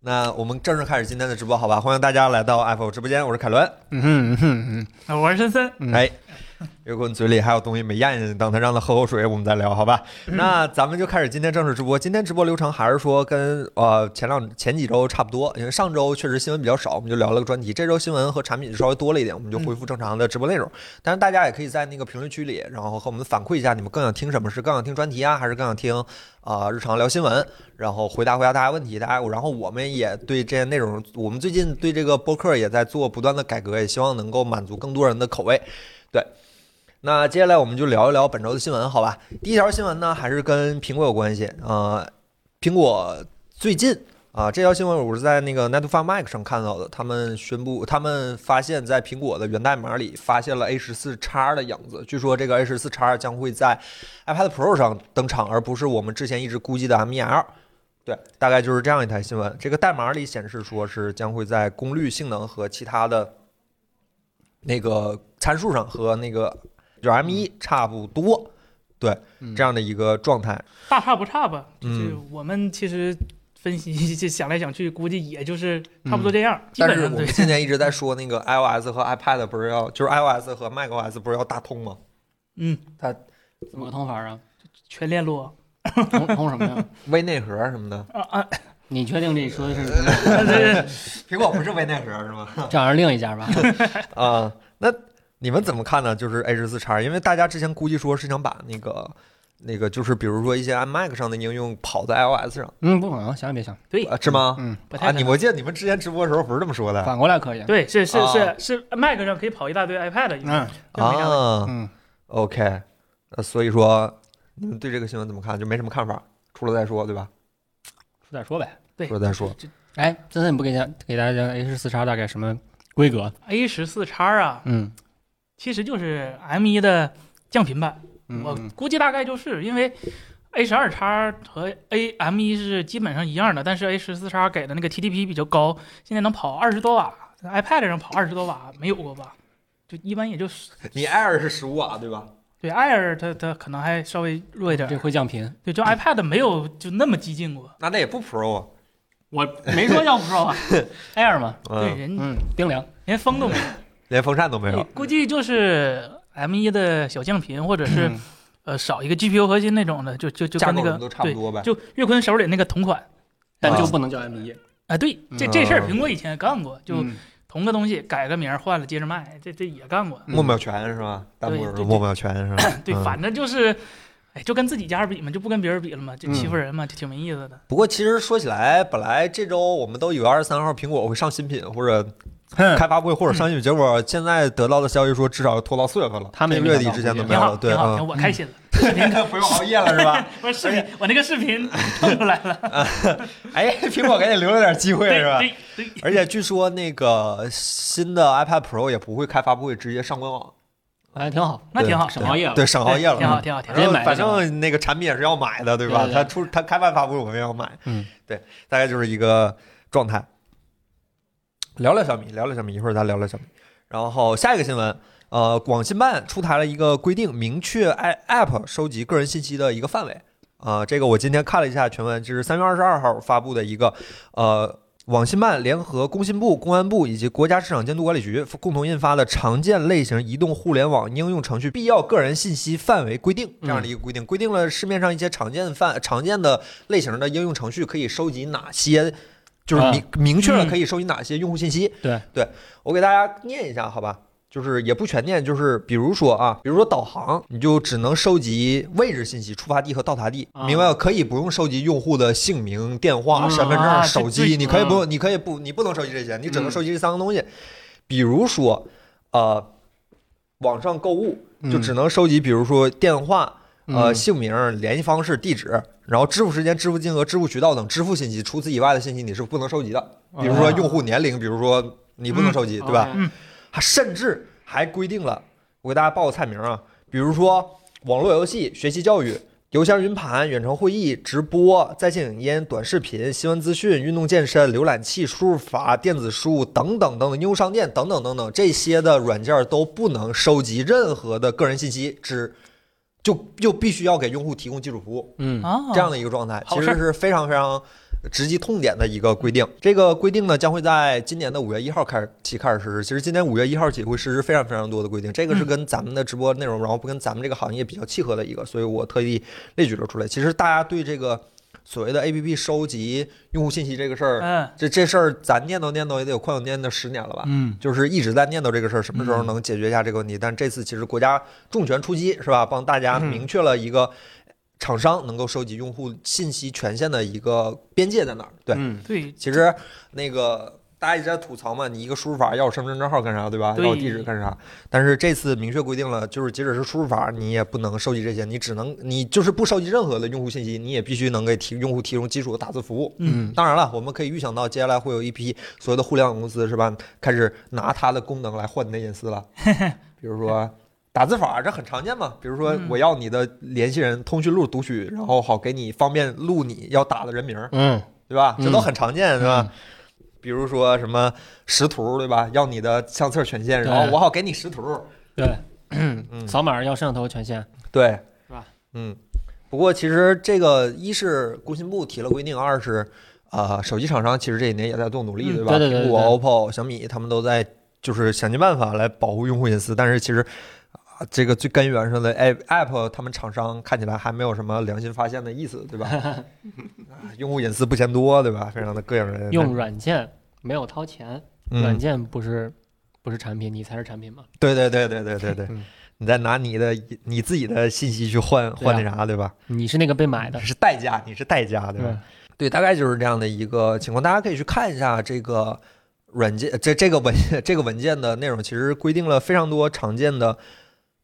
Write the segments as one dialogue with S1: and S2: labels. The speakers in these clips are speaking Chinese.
S1: 那我们正式开始今天的直播，好吧？欢迎大家来到 Apple 直播间，我是凯伦。
S2: 嗯哼嗯哼嗯，
S3: 啊我是森森，
S1: 哎，月棍嘴里还有东西没咽下去，等他让他喝口水，我们再聊，好吧？那咱们就开始今天正式直播。今天直播流程还是说跟呃前两前几周差不多，因为上周确实新闻比较少，我们就聊了个专题。这周新闻和产品稍微多了一点，我们就恢复正常的直播内容。但是大家也可以在那个评论区里，然后和我们反馈一下，你们更想听什么？是更想听专题啊，还是更想听啊、日常聊新闻？然后回答回答大家问题，大家然后我们也对这些内容，我们最近对这个播客也在做不断的改革，也希望能够满足更多人的口味。那接下来我们就聊一聊本周的新闻，好吧？第一条新闻呢，还是跟苹果有关系。呃，苹果最近啊、这条新闻我是在那个 n e t f a Mac 上看到的，他们宣布，他们发现，在苹果的源代码里发现了 A 1 4 x 的影子。据说这个 A 1 4 x 将会在 iPad Pro 上登场，而不是我们之前一直估计的 M1 L。对，大概就是这样一台新闻。这个代码里显示说是将会在功率、性能和其他的那个参数上和那个就是 M 1差
S3: 嗯
S1: 不多，对
S2: 嗯
S1: 这样的一个状态。
S3: 大差不差吧？就
S1: 嗯
S3: 是我们其实分析 就想来想去，估计也就是差不多这样，基
S1: 嗯但
S3: 本
S1: 是我
S3: 上对
S1: 们。今年一直在说那个 iOS 和 iPad 不是要，就是 iOS 和 macOS 不是要大通吗？
S3: 嗯，
S2: 怎么个通法啊？
S3: 全链路啊
S2: 通通什么呀？
S1: 微内核什么 的，
S3: 啊，
S2: 你确定这说的是什么
S3: 这 这
S1: 苹果不是微内核是吗？
S2: 这好像是另一家吧？
S1: 啊、那你们怎么看呢？就是 A 1 4 x 因为大家之前估计说是想把那个那个，就是比如说一些 Mac 上的应用跑在 iOS 上，
S2: 嗯，不可能，想也别想。
S3: 对
S1: 啊，是吗？
S2: 嗯，
S3: 不
S1: 啊，
S3: 太可
S1: 你
S3: 能
S1: 我记得你们之前直播的时候不是这么说的
S2: 反过来可以。
S3: 对是是
S1: 啊
S3: 是是 Mac 上可以跑一大堆 iPad 的，
S2: 嗯
S3: 这没啥问题
S1: 啊。
S2: 嗯，
S1: OK，呃，所以说你们对这个新闻怎么看？就没什么看法，出了再说，对吧？
S2: 说点 说呗。
S3: 对
S1: 出了再说。
S2: 哎，森森，你不给大家给大家讲 H 四叉大概什么规格？
S3: A 1 4 x 啊，
S2: 嗯
S3: 其实就是 M 1的降频版，
S2: 嗯
S3: 我
S2: 嗯
S3: 估计大概就是因为 A 1 2 x 和 A M 1是基本上一样的，但是 A 1 4 x 给的那个 TDP 比较高，现在能跑二十多瓦在，iPad 上跑二十多瓦没有过吧？就一般也就是
S1: 你 Air 是十五瓦对吧？
S3: 对 Air 它它可能还稍微弱一点
S1: 嗯
S2: 这，会降频。
S3: 对，就 iPad 没有就那么激进过，
S1: 那那也不 Pro 啊。
S2: 我没说要不说吧 ，Air 嘛，
S3: 对
S1: 嗯，
S3: 人
S2: 嗯，冰凉。
S3: 连风都没
S1: 连风扇都没
S3: 有
S1: 有，。
S3: 估计就是 M 1的小降频或者是
S2: 嗯
S3: 呃少一个 GPU 核心那种的，就就就
S1: 价
S3: 跟
S1: 格
S3: 那
S1: 我们
S3: 个
S1: 都差不
S3: 对，
S1: 多呗。
S3: 就岳坤手里那个同款。
S2: 但就不能叫 M 一。
S3: 啊，对，这
S2: 嗯
S3: 这事儿苹果以前也干过，就
S2: 嗯
S3: 同个东西改个名儿换了接着卖，这这也干过。
S2: 嗯
S1: 莫妙全是吧？弹幕
S3: 对
S1: 是
S3: 对？
S1: 莫妙全是吧
S3: 对，
S1: 嗯
S3: 反正就是，哎，就跟自己家比嘛，就不跟别人比了嘛，就欺
S1: 嗯
S3: 负人嘛，就挺没意思的。
S1: 不过其实说起来，本来这周我们都以为二十三号苹果会上新品或者
S2: 哼，
S1: 开发布会或者上新
S3: 嗯
S1: 品，结果现在得到的消息说至少要拖到四月份了，
S2: 他们也
S1: 这
S2: 没
S1: 月底
S2: 想到
S1: 之前都没
S3: 挺
S1: 有
S3: 好，
S1: 了。对
S3: 挺好，
S1: 啊，
S3: 我开心了。视 频，
S1: 不用熬夜了是吧？
S3: 不是视频，我那个视频 弄出来了，
S1: 哎，苹果给你留了点机会
S3: 对
S1: 是吧？
S3: 对对，
S1: 而且据说那个新的 iPad Pro 也不会开发布会直接上官网，
S2: 哎，挺好，
S3: 那挺好，
S2: 省熬夜了。
S1: 对，省熬夜了。嗯
S3: 挺好，挺好，挺
S1: 反
S3: 好。
S2: 直接
S1: 正
S2: 买
S1: 反
S2: 就行
S1: 正那个产品也是要买的，对吧？
S2: 对对对
S1: 他出他开办发布会，我们也要买。
S2: 嗯，
S1: 对，大概就是一个状态。聊聊小米，聊聊小米，一会儿咱聊聊小米。然后下一个新闻，呃，网信办出台了一个规定，明确 i App 收集个人信息的一个范围。啊、这个我今天看了一下全文，这是三月二十二号发布的一个，呃，网信办联合工信部、公安部以及国家市场监督管理局共同印发的《常见类型移动互联网应用程序必要个人信息范围规定》这样的一个规定，规定了市面上一些常见范、常见的类型的应用程序可以收集哪些，就是明、明确了可以收集哪些用户信息。
S2: 对
S1: 对，我给大家念一下，好吧？就是也不全念，就是比如说啊，比如说导航，你就只能收集位置信息、出发地和到达地，
S2: 啊
S1: 明白吗？可以不用收集用户的姓名、电话、
S2: 啊
S1: 身份证、
S3: 对
S1: 手机，
S3: 对
S1: 你可以不用，你可以不，你不能收集这些，你只能收集这三个东西。比如说，呃，网上购物就只能收集，比如说电话、呃，
S2: 嗯
S1: 姓名、联系方式、地址，然后支付时间、支付金额、支付渠道等支付信息。除此以外的信息你是不能收集的，
S2: 嗯啊
S1: 比如说用户年龄，比如说你不能收集，对
S2: 哦
S1: 吧？？还甚至还规定了，我给大家报个菜名啊，比如说网络游戏、学习教育、邮箱云盘、远程会议、直播、在线影音、短视频、新闻资讯、运动健身、浏览器、输入法、电子书等等等等，应用商店等等等等，这些的软件都不能收集任何的个人信息，只就就必须要给用户提供基础服务
S2: 嗯
S3: 啊，
S1: 这样的一个状态，
S3: 好
S1: 其
S3: 事
S1: 实
S3: 儿
S1: 是非常非常直击痛点的一个规定。这个规定呢，将会在今年的五月一号开始起开始实施。其实今年五月一号起会实施非常非常多的规定，这个
S3: 嗯
S1: 是跟咱们的直播内容，然后不跟咱们这个行业比较契合的一个，所以我特意列举了出来。其实大家对这个所谓的 APP 收集用户信息这个事儿，
S3: 嗯，
S1: 这这事儿咱念叨念叨也得有快有念叨十年了吧？
S2: 嗯，
S1: 就是一直在念叨这个事儿，什么时候能解决一下这个问题？但这次其实国家重拳出击，是吧？帮大家明确了一个厂商能够收集用户信息权限的一个边界在哪儿。对，
S2: 嗯
S3: 对，
S1: 其实那个大家一直在吐槽嘛，你一个输入法要我身份证号干啥，对吧？
S3: 对
S1: 要我地址干啥？但是这次明确规定了，就是即使是输入法，你也不能收集这些，你只能你就是不收集任何的用户信息，你也必须能给提用户提供基础的打字服务。
S2: 嗯
S1: 当然了，我们可以预想到，接下来会有一批所有的互联网公司是吧，开始拿它的功能来换你的隐私 了。比如说打字法，这很常见嘛。比如说
S3: 嗯
S1: 我要你的联系人通讯录读取，然后好给你方便录你要打的人名儿，
S2: 嗯，
S1: 对吧？这都
S2: 嗯
S1: 很常见，是吧？比如说什么识图，对吧？要你的相册权限，然后
S2: 对
S1: 我好给你识图，
S2: 对，
S1: 嗯，
S2: 扫码要摄像头权限，
S1: 对，
S2: 是吧？
S1: 嗯，不过其实这个一是工信部提了规定，二是啊、呃手机厂商其实这几年也在做努力，
S3: 嗯
S1: 对吧？
S2: 对对对对
S1: 苹果、OPPO、小米他们都在就是想尽办法来保护用户隐私，但是其实啊、这个最根源上的 App App 他们厂商看起来还没有什么良心发现的意思， 对吧？啊用户隐私不嫌多，对吧？非常的膈应人。
S2: 用软件没有掏钱，软
S1: 嗯，
S2: 件不是不是产品，你才是产品嘛。
S1: 对对对对对对对
S2: 嗯，
S1: 你再拿你的你自己的信息去换换那
S2: 对
S1: 啥，对吧？
S2: 你是那个被买的，
S1: 是代价，你是代价，嗯对吧？
S2: 对，
S1: 对，大概就是这样的一个情况，大家可以去看一下这个软件，这这个文 这个文件的内容，其实规定了非常多常见的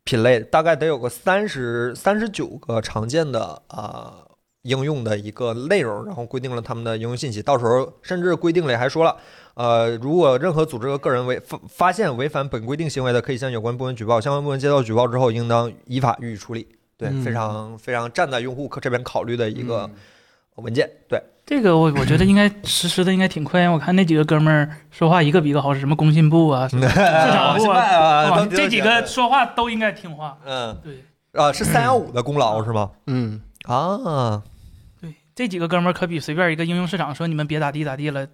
S1: 品类，大概得有个三十三十九个常见的啊、呃应用的一个内容，然后规定了他们的应用信息，到时候甚至规定里还说了，呃，如果任何组织和个人违发发现违反本规定行为的，可以向有关部门举报，相关部门接到举报之后，应当依法予以处理。对，
S2: 嗯
S1: 非常非常站在用户这边考虑的一个文件，对。
S3: 这个我我觉得应该实施的应该挺快。我看那几个哥们儿说话一个比一个好使，什么工信部啊， 什么
S1: 呃
S3: 市场部啊，
S1: 啊
S2: 哦
S3: 哇这几个说话都应该听话。
S1: 嗯
S3: 对
S1: 啊，是三幺五的功劳是吗？
S2: 嗯，
S1: 啊，
S3: 对，这几个哥们儿可比随便一个应用市场说你们别咋地咋地了，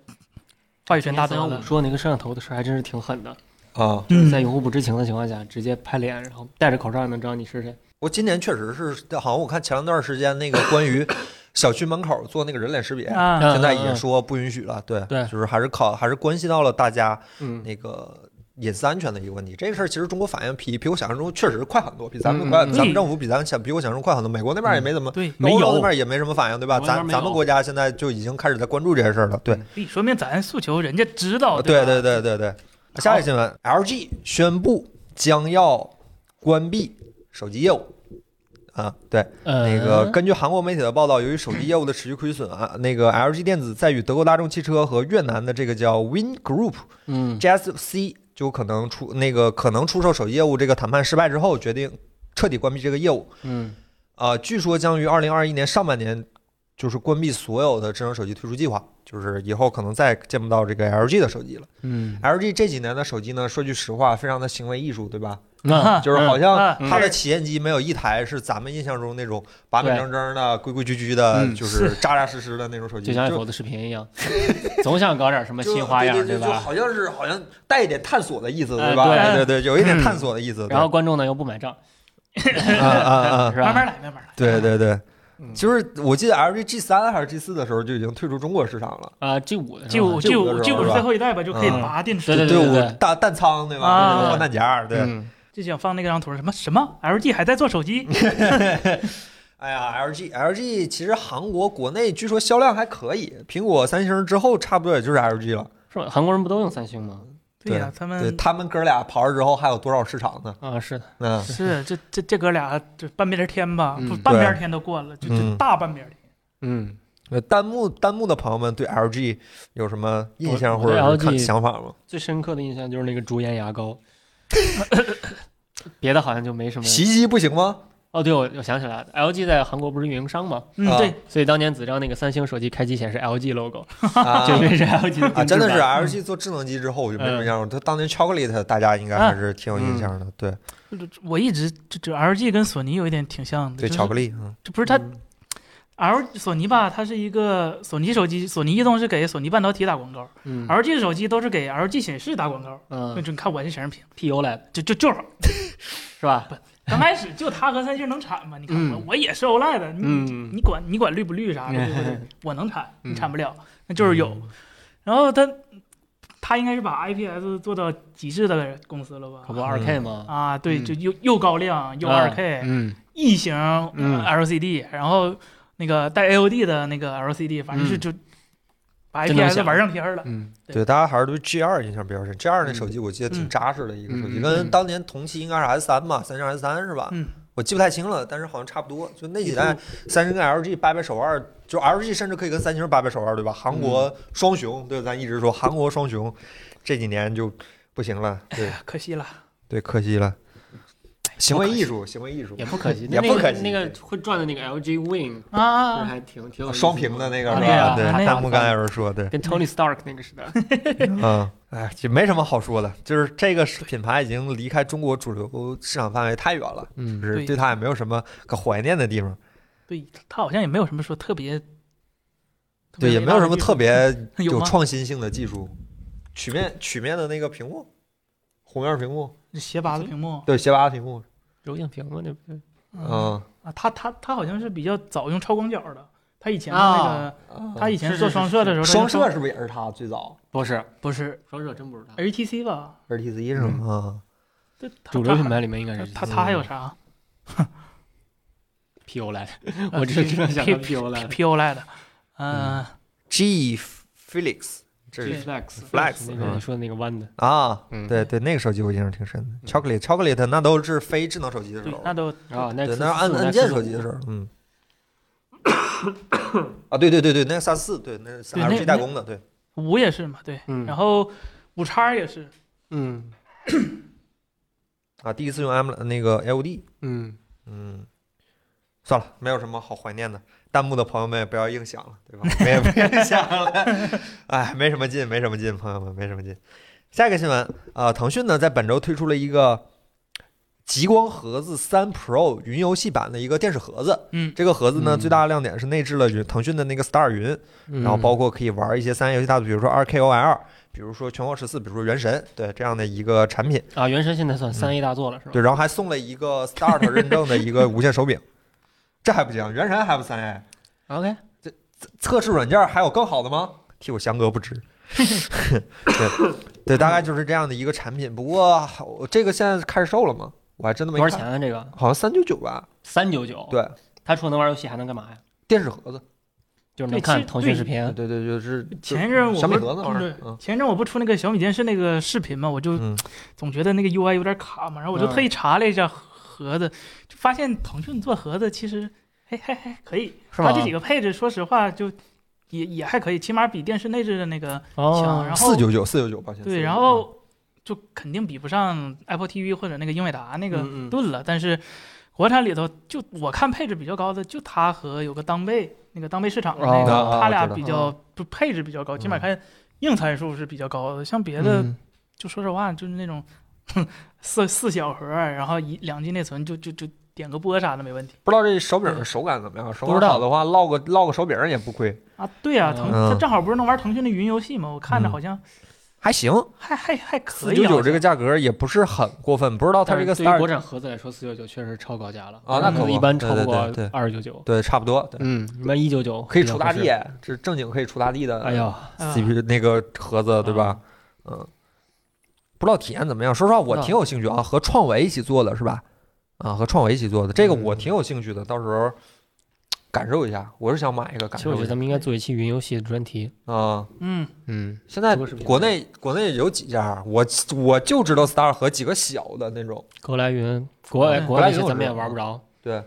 S3: 话语权大
S2: 大三
S3: 多
S2: 幺五
S3: 了。
S2: 说那个摄像头的事儿还真是挺狠的，
S1: 啊，
S2: 就是在
S3: 嗯，
S2: 用户不知情的情况下，直接拍脸，然后戴着口罩也能知道你是谁。
S1: 我今年确实是，好像我看前段时间那个关于小区门口做那个人脸识别，
S2: 嗯
S3: 啊，
S1: 现在也说不允许了。对，
S2: 对
S1: 就是还是考，还是关系到了大家
S2: 嗯，
S1: 那个隐私安全的一个问题。这个事儿其实中国反应比比我想象中确实快很多，比咱们
S2: 嗯
S1: 快，
S2: 嗯
S1: 咱们政府比咱想比我想象中快很多。美国那边也没怎么。
S3: 对，
S2: 没
S1: 欧洲
S2: 有
S1: 那边也没什么反应，对吧？
S2: 美国
S1: 咱
S2: 那边没有
S1: 咱们国家现在就已经开始在关注这些事儿了。对，
S3: 对哎说明咱诉求人家知道。
S1: 对
S3: 哦吧
S1: 呃对对对对。下一个新闻，LG 宣布将要关闭手机业务。啊，对，那
S2: 那
S1: 个根据韩国媒体的报道，由于手机业务的持续亏损啊，那个 LG 电子在与德国大众汽车和越南的这个叫 Win Group
S2: 嗯
S1: GSC 就可能出那个可能出售手机业务这个谈判失败之后，决定彻底关闭这个业务。
S2: 嗯
S1: 啊，据说将于二零二一年上半年就是关闭所有的智能手机推出计划，就是以后可能再见不到这个 LG 的手机了。
S2: 嗯，
S1: LG 这几年的手机呢，说句实话，非常的行为艺术，对吧？
S2: 那
S1: 就是好
S2: 啊
S1: 像
S3: 嗯
S1: 它的旗舰机没有一台是咱们印象中那种板板正正的、规规矩矩的，
S2: 嗯
S1: 就是扎扎实实的那种手机，
S2: 就像
S1: 就
S2: iPhone 的视频 一样，总想搞点什么
S1: 就
S2: 新花样，
S1: 对对对就
S2: 吧？
S1: 好像是好像带一点探索的意思，
S2: 哎
S1: 对吧？
S2: 对嗯
S1: 对对，有一点探索的意思。
S2: 然后观众呢又不买账，
S1: 对啊啊 啊，
S2: 是
S3: 慢慢
S2: 吧？
S3: 来，慢慢来。
S1: 对对对
S2: 嗯。
S1: 就是我记得 LG G 三还是 G 四的时候就已经退出中国市场了，
S2: 啊，G 五的
S3: G 五 G 五 G
S1: 是吧
S3: 五是最后一代吧，就可以
S1: 嗯
S3: 拔电池。
S2: 对对
S1: 就
S2: 对
S1: 我大弹仓对吧？
S3: 啊
S1: 那个换弹夹儿对。
S2: 嗯
S3: 就想放那张图，什么什么 LG 还在做手机，
S1: 哎呀，LG LG 其实韩国国内据说销量还可以，苹果、三星之后差不多也就是 LG 了。
S2: 是吧？韩国人不都用三星吗？
S3: 对呀、
S1: 对
S2: 嗯
S3: 他
S1: 对
S3: 们
S1: 他们哥俩跑了之后还有多少市场呢？
S2: 啊，是的，
S1: 嗯，
S3: 是这这这哥俩这半边天吧，
S2: 嗯
S3: 不半边
S1: 对
S3: 天都过了，就
S1: 嗯
S3: 就大半边天。
S2: 嗯，
S1: 呃弹幕弹幕的朋友们对 LG 有什么印象
S2: 我
S1: 或者
S2: 我对
S1: 是看
S2: LG
S1: 想法吗？
S2: 最深刻的印象就是那个竹盐牙膏，别的好像就没什么。
S1: 洗衣机不行 吗？
S2: 哦，对，我我想起来了，LG 在韩国不是运营商吗？
S3: 嗯，
S1: 啊
S3: 对，
S2: 所以当年子章那个三星手机开机显示 LG logo，
S1: 啊
S2: 就因为是 LG 的定制
S1: 啊，
S2: 版
S1: 真的是 LG 做智能机之后我就没
S2: 嗯
S1: 什么印象了。他当年 Chocolate 大家应该还是挺有印象的，
S2: 嗯
S1: 对
S3: 我一直这这 LG 跟索尼有一点挺像的，
S1: 对，
S3: 就是
S1: 巧克力，嗯
S3: 这不是它， L 索尼吧，它是一个索尼手机，索尼移动是给索尼半导体打广告、
S2: 嗯
S3: l g 手机都是给 LG 显示打广告。那
S2: 嗯
S3: 你看我是显示屏，
S2: ，P U 来
S3: 就就就是
S2: 是吧？
S3: 刚开始就它和三星能产吗？你看我、
S2: 嗯
S3: 我也是 OLED 的，你、
S2: 嗯
S3: 你管你管绿不绿啥的，对不对
S2: 嗯？
S3: 我能产，
S2: 嗯
S3: 你产不了，那就是有。然后它它应该是把 IPS 做到极致的公司了吧
S2: 可？不二 K 吗？
S3: 啊，对，
S2: 嗯
S3: 就又又高亮又
S2: 啊
S3: 2K，、
S2: 嗯
S3: 异形呃
S2: 嗯
S3: LCD，、然后那个带 AOD 的那个 LCD，反正就
S2: 嗯
S3: 就把
S2: 真能
S3: IPS
S2: 想
S3: 玩上天儿了。
S2: 嗯
S3: 对
S1: 对，大家还是对 G 二印象比较深。G 二那
S2: 嗯
S1: 手机我记得挺
S3: 嗯
S1: 扎实的一个手机，
S2: 嗯嗯
S1: 跟
S2: 嗯
S1: 当年同期应该是 S 三吧，三星 S 三是吧？
S3: 嗯
S1: 我记不太清了，但是好像差不多。就那几代，三星跟 LG 掰掰手腕，就 LG 甚至可以跟三星掰掰手腕，对吧？韩
S2: 嗯
S1: 国双雄，对，咱一直说韩国双雄，这几年就不行了，
S2: 哎
S1: 对
S3: 可惜了，
S1: 对，可惜了。行为艺术，行为艺术，
S2: 也不可惜，
S1: 也不可惜
S2: 那个那个会转的那个 L G Wing
S3: 啊啊
S2: 不是
S3: 啊，
S2: 还挺挺有意思的
S1: 双屏的那个
S2: 啊
S1: 是
S2: 对啊
S1: 吧？对，
S3: 那个
S1: 弹幕刚才有人说，对，
S2: 跟 Tony Stark 那个似的。
S1: 嗯，哎，就没什么好说的，就是这个品牌已经离开中国主流市场范围太远了，
S2: 嗯
S1: 就是
S3: 对
S1: 对它也没有什么可怀念的地方，
S3: 对他好像也没有什么说特别，特别
S1: 对，也没有什么特别
S3: 有
S1: 有
S3: 吗
S1: 创新性的技术。曲面曲面的那个屏幕，红面屏幕，
S3: 斜拔的屏幕。
S1: 对，斜拔屏幕，
S2: 柔性屏吗？那不是
S1: 嗯，
S3: 啊，他他他好像是比较早用超广角的，他以前的那个，他以前
S2: 哦是
S3: 做
S2: 是
S3: 双
S2: 是
S3: 摄的时候，
S1: 啊嗯双
S3: 他就
S1: 摄是不是也是它最早
S2: 不是
S3: 不是
S2: 双摄，真不是它。
S3: HTC 吧？
S1: ？HTC 是
S2: 嗯
S1: 吗？嗯
S3: 这它
S2: 主流品牌里面应该是
S3: 它它还有啥
S2: P O 来的， 我啊只是知道想到 P O 来
S3: 呃 P O LED？嗯，
S1: ，G Felix 这是
S2: Flex
S1: Flex，嗯
S2: 那个你说的那个弯的，
S1: 啊，
S2: 嗯
S1: 对对，那个手机我印象挺深的
S2: 嗯
S1: ，Chocolate Chocolate 那都是非智能手机的时
S3: 对
S1: 候，了。
S3: 那都
S2: 啊，那
S1: 对，那是按按键手机的时候，嗯。 啊，对对对对，那个三四，对，那是
S3: 对那
S1: LG 代工的，对，
S3: 五也是嘛，对，
S2: 嗯
S3: 然后五叉也是，
S2: 嗯
S1: 啊，第一次用 M 那个 LD，
S2: 嗯，
S1: 嗯，算了，没有什么好怀念的。弹幕的朋友们也不要硬想了，对吧？我们 也不硬想了，哎，没什么劲，没什么劲，朋友们，没什么劲。下一个新闻，啊，腾讯呢在本周推出了一个极光盒子三 Pro 云游戏版的一个电视盒子，
S3: 嗯，
S1: 这个盒子呢
S2: 嗯
S1: 最大的亮点是内置了云腾讯的那个 Star 云，
S2: 然
S1: 嗯然后包括可以玩一些三 A 游戏大作，比如说 2KOL，比如说《拳皇十四》，比如说《原神》，对这样的一个产品。
S2: 啊，原神现在算三 A 大作了是吧？
S1: 对，然后还送了一个 Start 认证的一个无线手柄， 这还不行，《原神》还不三 A，
S2: ，OK，
S1: 测试软件还有更好的吗？替我相隔不值。 对对，大概就是这样的一个产品。不过我这个现在开始售了吗？我还真的没
S2: 多少
S1: 看
S2: 钱，哦啊？这个
S1: 好像三九九吧。
S2: 三九九，
S1: 对，
S2: 它除了能玩游戏还能干嘛呀？
S1: 电视盒子。
S2: 就是
S3: 对
S2: 能
S3: 其实
S2: 看腾讯
S3: 对
S2: 视频
S1: 对，对对，就是就
S3: 前一阵我
S1: 小米
S3: 不
S1: 盒子玩意
S3: 对
S1: 儿。嗯
S3: 前一阵我不出那个小米电视那个视频嘛，我就
S1: 嗯
S3: 总觉得那个 UI 有点卡嘛，然后我就
S2: 嗯
S3: 特意查了一下盒子，就发现腾讯做盒子其实还还还可以，
S2: 是
S3: 它
S2: 吧？
S3: 这几个配置说实话就也也还可以，起码比电视内置的那个强。
S2: 哦，
S3: 然后
S1: 四九九四九九，抱歉。
S3: 对，
S1: 499
S3: 然后就肯定比不上 Apple TV 或者那个英伟达那个
S2: 嗯嗯
S3: 盾了，但是。国产里头就我看配置比较高的，就它和有个当贝那个当贝市场的那个，
S1: 哦
S3: 它俩
S1: 我知道
S3: 比较就配置比较高，起码
S1: 嗯
S3: 看硬参数是比较高的。像别的
S2: 嗯
S3: 就说实话，就是那种 四四小盒儿，然后一两 G 内存就就就点个波啥的没问题
S1: 不知道这手柄的手感怎么样？手感
S2: 嗯不知道
S1: 好的话，落个落个手柄也不亏，
S3: 啊。对啊，
S2: 嗯
S3: 腾
S1: 嗯
S3: 它正好不是能玩腾讯的云游戏吗？我看着
S1: 嗯
S3: 好像
S1: 还行。
S3: 还还还可
S1: 四
S3: 以
S1: 九
S3: 啊。
S1: 九这个价格也不是很过分，不知道它
S2: 但
S1: 这
S2: 是
S1: 个
S2: 对于国
S1: star
S2: 产盒子来说，四九九确实超高价了
S1: 啊那可不
S2: 一般超不过
S1: 对对对对
S2: 二九九。
S1: 对差不多，对
S2: 嗯，一般一九九
S1: 可以出大地，这正经可以出大地的。
S2: 哎呦，
S1: ，CPU 那个盒子对吧？嗯，不知道体验怎么样。说实话，我
S2: 不知道
S1: 挺有兴趣啊，和创维一起做的是吧？啊，和创维一起做的这个我
S2: 嗯
S1: 挺有兴趣的，到时候感受一下。我是想买一个感
S2: 其实我
S1: 受
S2: 觉
S1: 一
S2: 得
S1: 下
S2: 咱们应该做一期云游戏的专题。
S1: 啊。
S3: 嗯，
S2: 嗯，
S1: 现在
S2: 直播视频
S1: 国内国内有几家，我我就知道 Star 和几个小的那种，
S2: 格莱云，国外
S3: 嗯
S2: 国外
S1: 格莱云
S2: 些
S1: 我
S2: 咱们
S1: 知
S2: 也
S1: 道
S2: 玩不着。
S1: 对，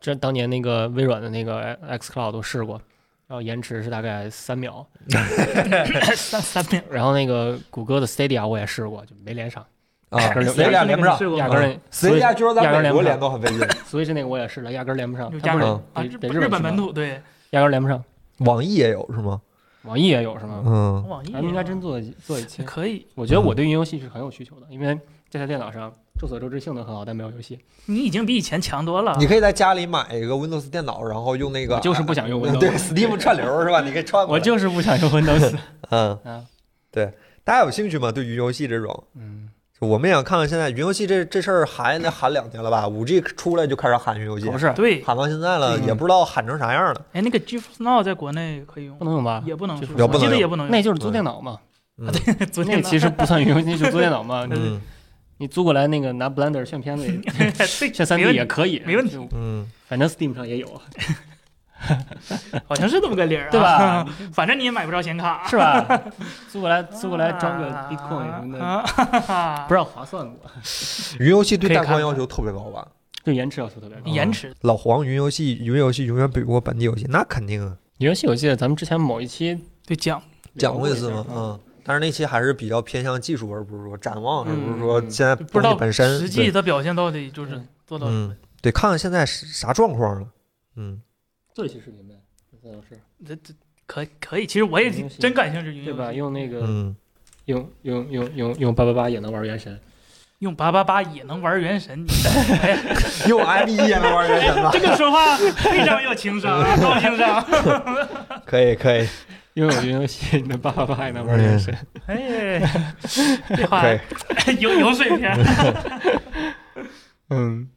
S2: 这当年那个微软的那个 X Cloud 都试过，然后延迟是大概三秒，
S3: 嗯 三三秒
S2: 然后那个谷歌的 Stadia 我也试过，就没连上，
S1: 啊，
S2: 压根儿连
S1: 谁俩连不上
S3: 压根儿连不上
S2: 压根儿
S1: 谁家居然
S2: 压根
S1: 在
S2: 儿
S1: 美国
S2: 连不上
S1: 连都很费劲。
S2: Switch 那个我也试了，压根儿连不上
S3: 有，
S2: 它
S3: 压
S2: 不
S3: 根儿
S2: 是
S3: 啊，
S2: 得得
S3: 日本
S2: 本
S3: 本
S2: 去吗
S3: 土对，
S2: 压根儿连不上。
S1: 网易也有是吗？
S2: 网易也有是吗？
S1: 嗯
S3: 网易
S2: 哦哎咱们应该真做一做一期
S3: 也。可以。
S2: 我觉得我对云游戏是很有需求的，因为这台电脑上众所周知性能很好，但没有游戏。
S3: 你已经比以前强多了。
S1: 你可以在家里买一个 Windows 电脑，然后用那个，
S2: 啊
S1: 啊
S2: 我就是不想用 Windows
S1: 对 Steam 串流是吧？你可以串过
S2: 我
S1: 来。
S2: 就是不想用 Windows。
S1: 嗯
S2: 啊，
S1: 对，大家有兴趣吗？对云游戏这种，
S2: 嗯，
S1: 就我们也想看看现在云游戏这这事儿喊得喊两年了吧？五 G 出来就开始喊云游戏
S2: 可不，是，
S3: 对，
S1: 喊到现在了，
S2: 嗯
S1: 也不知道喊成啥样了。
S3: 哎，那个 GeForce Now 在国内可以用
S2: 不，能用吧？
S3: 也不能
S2: 就是
S3: 用，
S2: 也
S3: 我
S2: 不能
S3: 记得
S1: 用
S3: 也不能用。
S2: 那就是租电脑嘛，
S3: 昨
S2: 那
S3: 天
S2: 其实不算云游戏，就是租电脑 嘛。
S3: 嗯
S1: 嗯
S2: 你租过来那个拿 Blender 炫 片子也、
S3: 对，
S2: 炫三
S3: 没
S2: D
S3: 问题
S2: 也可以，
S3: 没问题
S2: 就
S1: 嗯，
S2: 反正 Steam 上也有，
S3: 好像是这么个理儿、啊，
S2: 对吧？
S3: 反正你也买不着显 卡，
S2: 是吧？租过来租过来装个
S3: 啊
S2: Bitcoin 什么的，
S3: 的
S2: 不知道划算过。
S1: 云游戏对
S3: 可以
S1: 带
S3: 看
S1: 宽要求特别高吧？
S2: 对延迟要求特别高。
S3: 延迟
S1: 老黄，云游戏云游戏永远比不过本地游戏，那肯定啊，
S2: 游戏我记得咱们之前某一期
S3: 对讲，
S1: 讲过一次
S2: 聊
S1: 嘛
S2: 过，一下
S1: 嗯。但是那期还是比较偏向技术，而不是说展望，而不是说
S2: 嗯
S1: 现在东
S3: 不知
S1: 西
S3: 道
S1: 本身。
S3: 实际
S1: 对
S3: 的表现到底就是做到什么
S1: 嗯，对，看看现在是啥状况了。嗯，
S2: 做一期视频呗，这倒是
S3: 这这可以可以，其实我也
S2: 云游戏
S3: 真感兴趣云
S2: 对
S3: 游
S2: 吧？
S3: 戏，
S2: 用那个
S1: 嗯，
S2: 用用用用用八八八也能玩原神，
S3: 用八八八也能玩原神，你哎呀，
S1: 用 M 一也能玩原神吧？
S3: 这个说话非常有情商，啊高情商，
S1: 可以，可 以，
S2: 拥有云游戏，你的八八八也能玩原神。
S3: 哎，这话
S1: 可以。
S3: 有有水平，
S2: 嗯，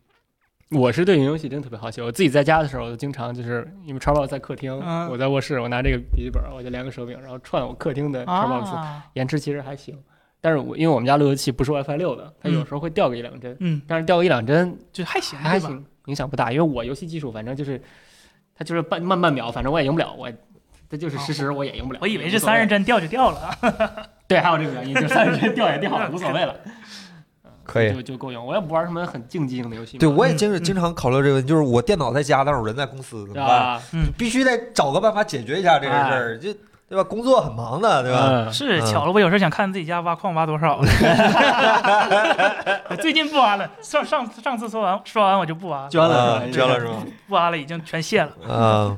S2: 我是对云游戏真特别好奇。我自己在家的时候，经常就是因为 Xbox 在客厅，
S3: 嗯
S2: 我在卧室，我拿这个笔记本，我就连个手柄，然后串我客厅的 Xbox，、
S3: 啊，
S2: 延迟其实还行。但是我因为我们家路由器不是 WiFi 六的，它有时候会掉个一两帧，
S3: 嗯，
S2: 但是掉个一两帧
S3: 就还行，
S2: 还
S3: 对吧，
S2: 行，影响不大，因为我游戏技术反正就是，它就是半慢半秒，反正我也赢不了，我这就是实时我也赢不了。
S3: 哦我以为是三十
S2: 帧，
S3: 帧掉就掉了，啊
S2: 对，还有这个原因，就是三十帧掉也掉了，无所谓了，
S1: 可以
S2: 就就够用。我也不玩什么很竞技性的游戏嘛，
S1: 对，我也经
S3: 嗯
S1: 经常考虑这个问题，就是我电脑在家，但是我人在公司，怎么
S2: 对
S1: 办？
S2: 吧？
S1: 必须得找个办法解决一下这个事儿，就对吧？工作很忙的，对吧？
S2: 嗯，
S3: 是
S1: 嗯
S3: 巧了，我有时候想看自己家挖矿挖多少。最近不挖了， 上上上次说完说完我就不挖了，
S2: 捐了
S1: 啊
S2: 是吧？
S1: 捐了是吗？
S3: 不挖了已经全卸了。
S1: 啊，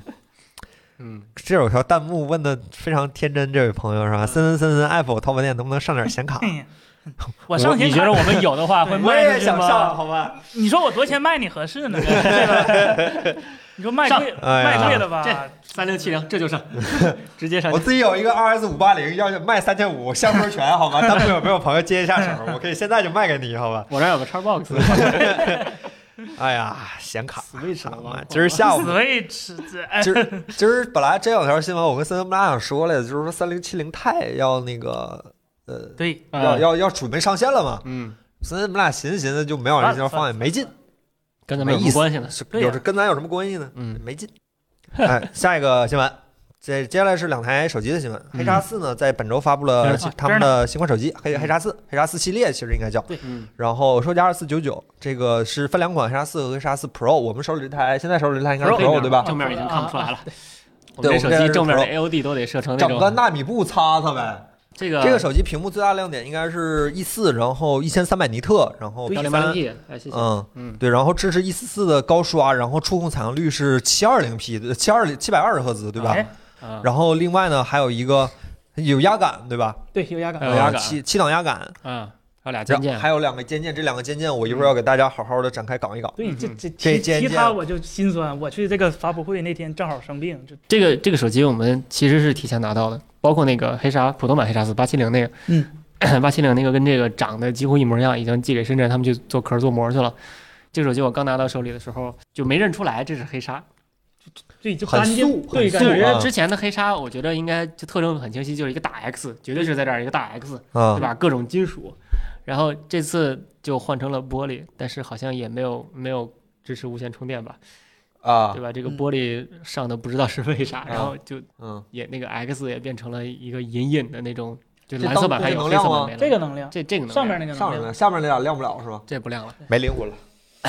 S2: 嗯，
S1: 这有条弹幕问的非常天真，这位朋友是吧？森森森森，Apple 淘宝店能不能上点显卡？
S3: 嗯我上天
S2: 你觉
S3: 看
S2: 得我们有的话会卖出去吗？
S1: 好吧？
S3: 你说我多钱卖你合适呢？对吧？ 你说卖贵
S1: 哎呀
S3: 卖贵了吧？
S2: 三零七零，这 就上，直接上
S1: 我。自己有一个 RS 五八零，要是卖三千五，下坡全好吧？弹幕有没有朋友接一下手？我可以现在就卖给你，好吧？
S2: 我这儿有 个 Xbox，
S1: 哎呀，显卡
S2: Switch
S1: 啥
S2: 了
S1: 嘛
S2: 吧？
S1: 今儿下 午
S3: 死位吃这哎
S1: 今儿今儿本来真有条新闻，我跟森森我们俩想说来的，就是说三零七零钛要那个呃
S3: 对，
S1: 要
S2: 要
S1: 要要准备上线了嘛。
S2: 啊嗯，
S1: 森森我们俩寻思寻思就没往这条方案没劲，
S2: 跟咱们有什么关系呢？
S1: 是
S3: 对呀
S1: 有这跟咱有什么关系呢？
S2: 嗯
S1: 没劲。哎，下一个新闻。接接下来是两台手机的新闻，黑鲨四呢在本周发布了
S2: 边
S3: 上
S1: 他们的新款手机黑黑鲨四，黑鲨四系列其实应该叫，
S2: 嗯，
S1: 然后售价二四九九，这个是分两款黑鲨四和黑鲨四 Pro，我们手里这台现在手里这台应该是 Pro 对吧？
S2: 正面已经看不出来了。 我
S1: 对
S2: 们这
S1: 我
S2: 手
S1: 们这
S2: 机
S1: 是
S2: 正面的
S1: Pro
S2: AOD 都得设成那
S1: 整个
S2: 种
S1: 纳米布擦擦呗。
S2: 这个
S1: 这个手机屏幕最大亮点应该是 E 四，然后一千三百尼特，然后
S2: 幺零八零
S1: 13
S2: P，哎，谢谢。
S1: 嗯，
S2: 嗯，
S1: 对，然后支持 E 四四的高刷，然后触控采样率是七二零 P 的七二零七百二十赫兹，对吧？
S3: 哎
S2: 啊，
S1: 然后另外呢，还有一个有压感，对吧？啊
S3: 对有压
S2: 还
S3: 感，
S2: 有压感
S1: 七七档压感，
S2: 啊，还有俩
S1: 然
S2: 键
S1: 后
S2: 键，
S1: 还有两个肩键，这两个肩键我一会儿要给大家好好的展开讲一讲。
S3: 对
S2: 嗯
S3: 这
S2: 嗯
S3: 这
S1: 这
S3: 提
S1: 渐
S3: 提
S1: 渐
S3: 他我就心酸。我去这个发布会那天正好生病，就
S2: 这个这个手机我们其实是提前拿到的，包括那个黑鲨普通版黑鲨四八七零那个，
S3: 嗯，
S2: 八七零那个跟这个长得几乎一模一样，已经寄给深圳他们去做壳做膜去了。这个手机我刚拿到手里的时候就没认出来这是黑鲨，
S3: 对就
S1: 很
S3: 干净
S1: 素，
S3: 对
S1: 很
S3: 感
S2: 就
S1: 素啊
S3: 觉
S2: 是人家之前的黑鲨，我觉得应该就特征很清晰，就是一个大 X，绝对是在这儿一个大 X，
S1: 啊
S2: 对，吧？各种金属，然后这次就换成了玻璃，但是好像也没有没有支持无线充电吧，
S1: 啊
S2: 对，吧？这个
S3: 嗯
S2: 玻璃上的不知道是为啥，然后就
S1: 嗯，
S2: 也那个 X 也变成了一个隐隐的那种，就是
S1: 这
S2: 蓝色
S1: 当
S2: 版还有
S1: 能
S2: 黑
S1: 量
S2: 色
S1: 吗
S2: 版没了。
S3: 这个能量，
S2: 这这个能
S3: 上面
S2: 亮
S3: 那个能
S1: 上
S3: 量
S1: 面呢，下面那俩亮不了是吧？
S2: 这不亮了。
S1: 没灵魂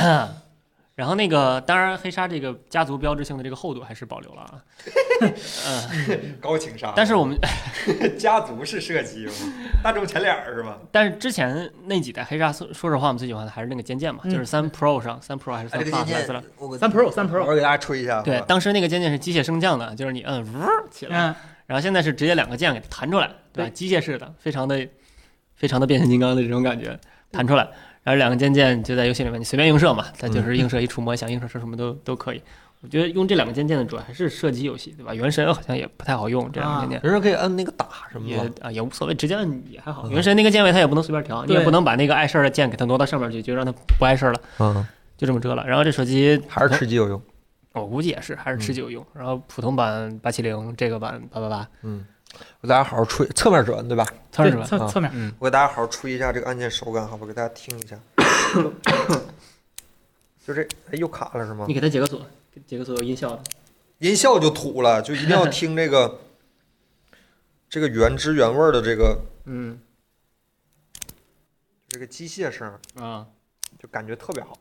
S1: 了。
S2: 然后那个当然黑鲨这个家族标志性的这个厚度还是保留了 啊，嗯，
S1: 高情商
S2: 但是我们
S1: 家族式设计 嘛，大众前脸儿是吧？
S2: 但是之前那几代黑鲨，说说实话，我们最喜欢的还是那个尖键嘛，
S3: 嗯
S2: 就是三 Pro 上三 Pro 还是
S1: 哎
S2: 三
S1: 这
S2: Plus
S1: 个啊
S2: 还
S1: 今
S2: 是三
S1: 天
S2: Plus
S1: 我给
S3: 三 Pro 三 Pro，
S1: 我给大家吹一下，
S2: 对
S1: 好，吧
S2: 当时那个尖键是机械升降的，就是你摁呜起来，
S3: 嗯，
S2: 然后现在是直接两个键给它弹出来，对
S3: 对
S2: 吧？机械式的，非常的非常的变形金刚的这种感觉，弹出来。然后两个键键就在游戏里面，你随便映射嘛，它
S1: 嗯
S2: 就是映射一触摸，想映射什么都都可以。我觉得用这两个键键的主要还是射击游戏，对吧？原神好像也不太好用这两个键键。
S1: 人家可以摁那个打啊什么
S2: 也
S1: 的，
S2: 啊也无所谓，直接摁也还好。
S1: 嗯
S2: 原神那个键位它也不能随便调，你也
S3: 对
S2: 不能把那个碍事儿的键给它挪到上面去，就让它不碍事儿了，
S1: 嗯，
S2: 就这么着了。然后这手机
S1: 还是吃嗯鸡有用，
S2: 我估计也是还是持久用。然后普通版八七零，这个版八八八，
S1: 嗯，我给大家好好吹侧面转对吧？
S2: 它是吧
S3: 对？侧侧面，
S2: 嗯，
S1: 我给大家好好吹一下这个按键手感，好不好？给大家听 一下，就这，哎，又卡了是吗
S2: 你？给它解个锁，解个锁有音效的。
S1: 音效就土了，就一定要听这个这个原汁原味儿的这个
S2: 嗯
S1: 这个机械声，
S2: 啊，
S1: 就感觉特别好。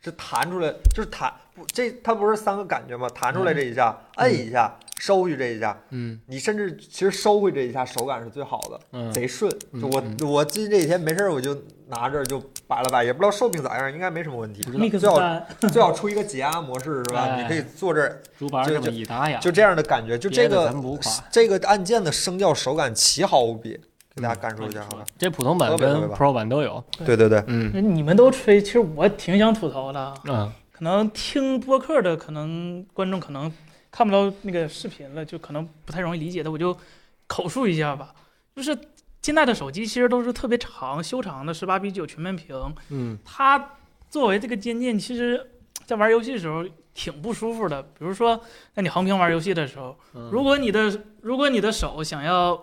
S1: 这弹出来就是弹不这它不是三个感觉吗？弹出来这一下，摁一下，收回这一下，
S2: 嗯
S1: 你甚至其实收回这一下手感是最好的。
S2: 嗯，
S1: 贼顺。就
S2: 嗯
S1: 我、
S2: 嗯
S1: 我最近这几天没事儿，我就拿着就摆了摆，也不知道寿命咋样，应该没什么问题。
S2: Mix
S1: 最好最好出一个解压模式是吧？
S2: 哎
S1: 你可以坐这儿，
S2: 竹板
S1: 就
S2: 这么
S1: 就
S2: 一搭呀，
S1: 就这样的感觉，就
S2: 别
S1: 这
S2: 的
S1: 个
S2: 咱不夸
S1: 这个按键的声调手感奇好无比，给
S2: 嗯
S1: 大家感受一下好吧？
S2: 这普通版
S1: 特别
S2: 跟
S1: 特别棒
S2: Pro 版都有。
S1: 对对对，
S2: 嗯
S3: 你们都吹，其实我挺想吐槽的。
S2: 啊，
S3: 可能听播客的，可能观众可能看不到那个视频了，就可能不太容易理解的，我就口述一下吧。就是现在的手机其实都是特别长、修长的十八比九全面屏，
S2: 嗯
S3: 它作为这个键键，其实在玩游戏的时候挺不舒服的。比如说，在你横屏玩游戏的时候，
S2: 嗯
S3: 如果你的如果你的手想要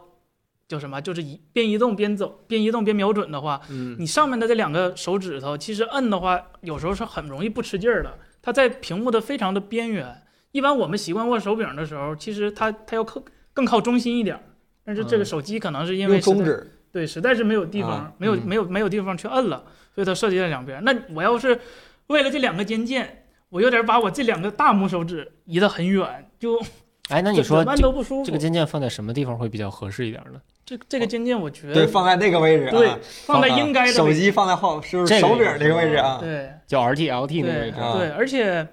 S3: 叫什么，就是移边移动边走，边移动边瞄准的话，
S2: 嗯
S3: 你上面的这两个手指头，其实摁的话，有时候是很容易不吃劲儿的。它在屏幕的非常的边缘。一般我们习惯握手柄的时候，其实它它要靠更靠中心一点儿。但是这个
S2: 嗯
S3: 手机可能是因为
S1: 用
S3: 实在
S1: 中指
S3: 对，实在是没有地方，
S1: 啊
S3: 没有
S2: 嗯
S3: 没有没有地方去摁了，所以它设计在两边。那我要是为了这两个尖键，我有点把我这两个大拇手指移得很远，就
S2: 哎，那
S3: 那
S2: 你
S3: 怎
S2: 说
S3: 么
S2: 这
S3: 摁都不舒服。
S2: 这个哦键键放在什么地方会比较合适一点呢？
S3: 这这个尖键，我觉
S1: 对
S3: 得
S1: 放在那个位置、啊，
S3: 对放在应该的
S1: 手
S3: 位置
S1: 机放在后是
S2: 这个
S1: 手柄那个位置啊，
S3: 对
S2: 叫 RT LT 那个
S3: 对
S2: 位置，
S1: 啊
S3: 对，而且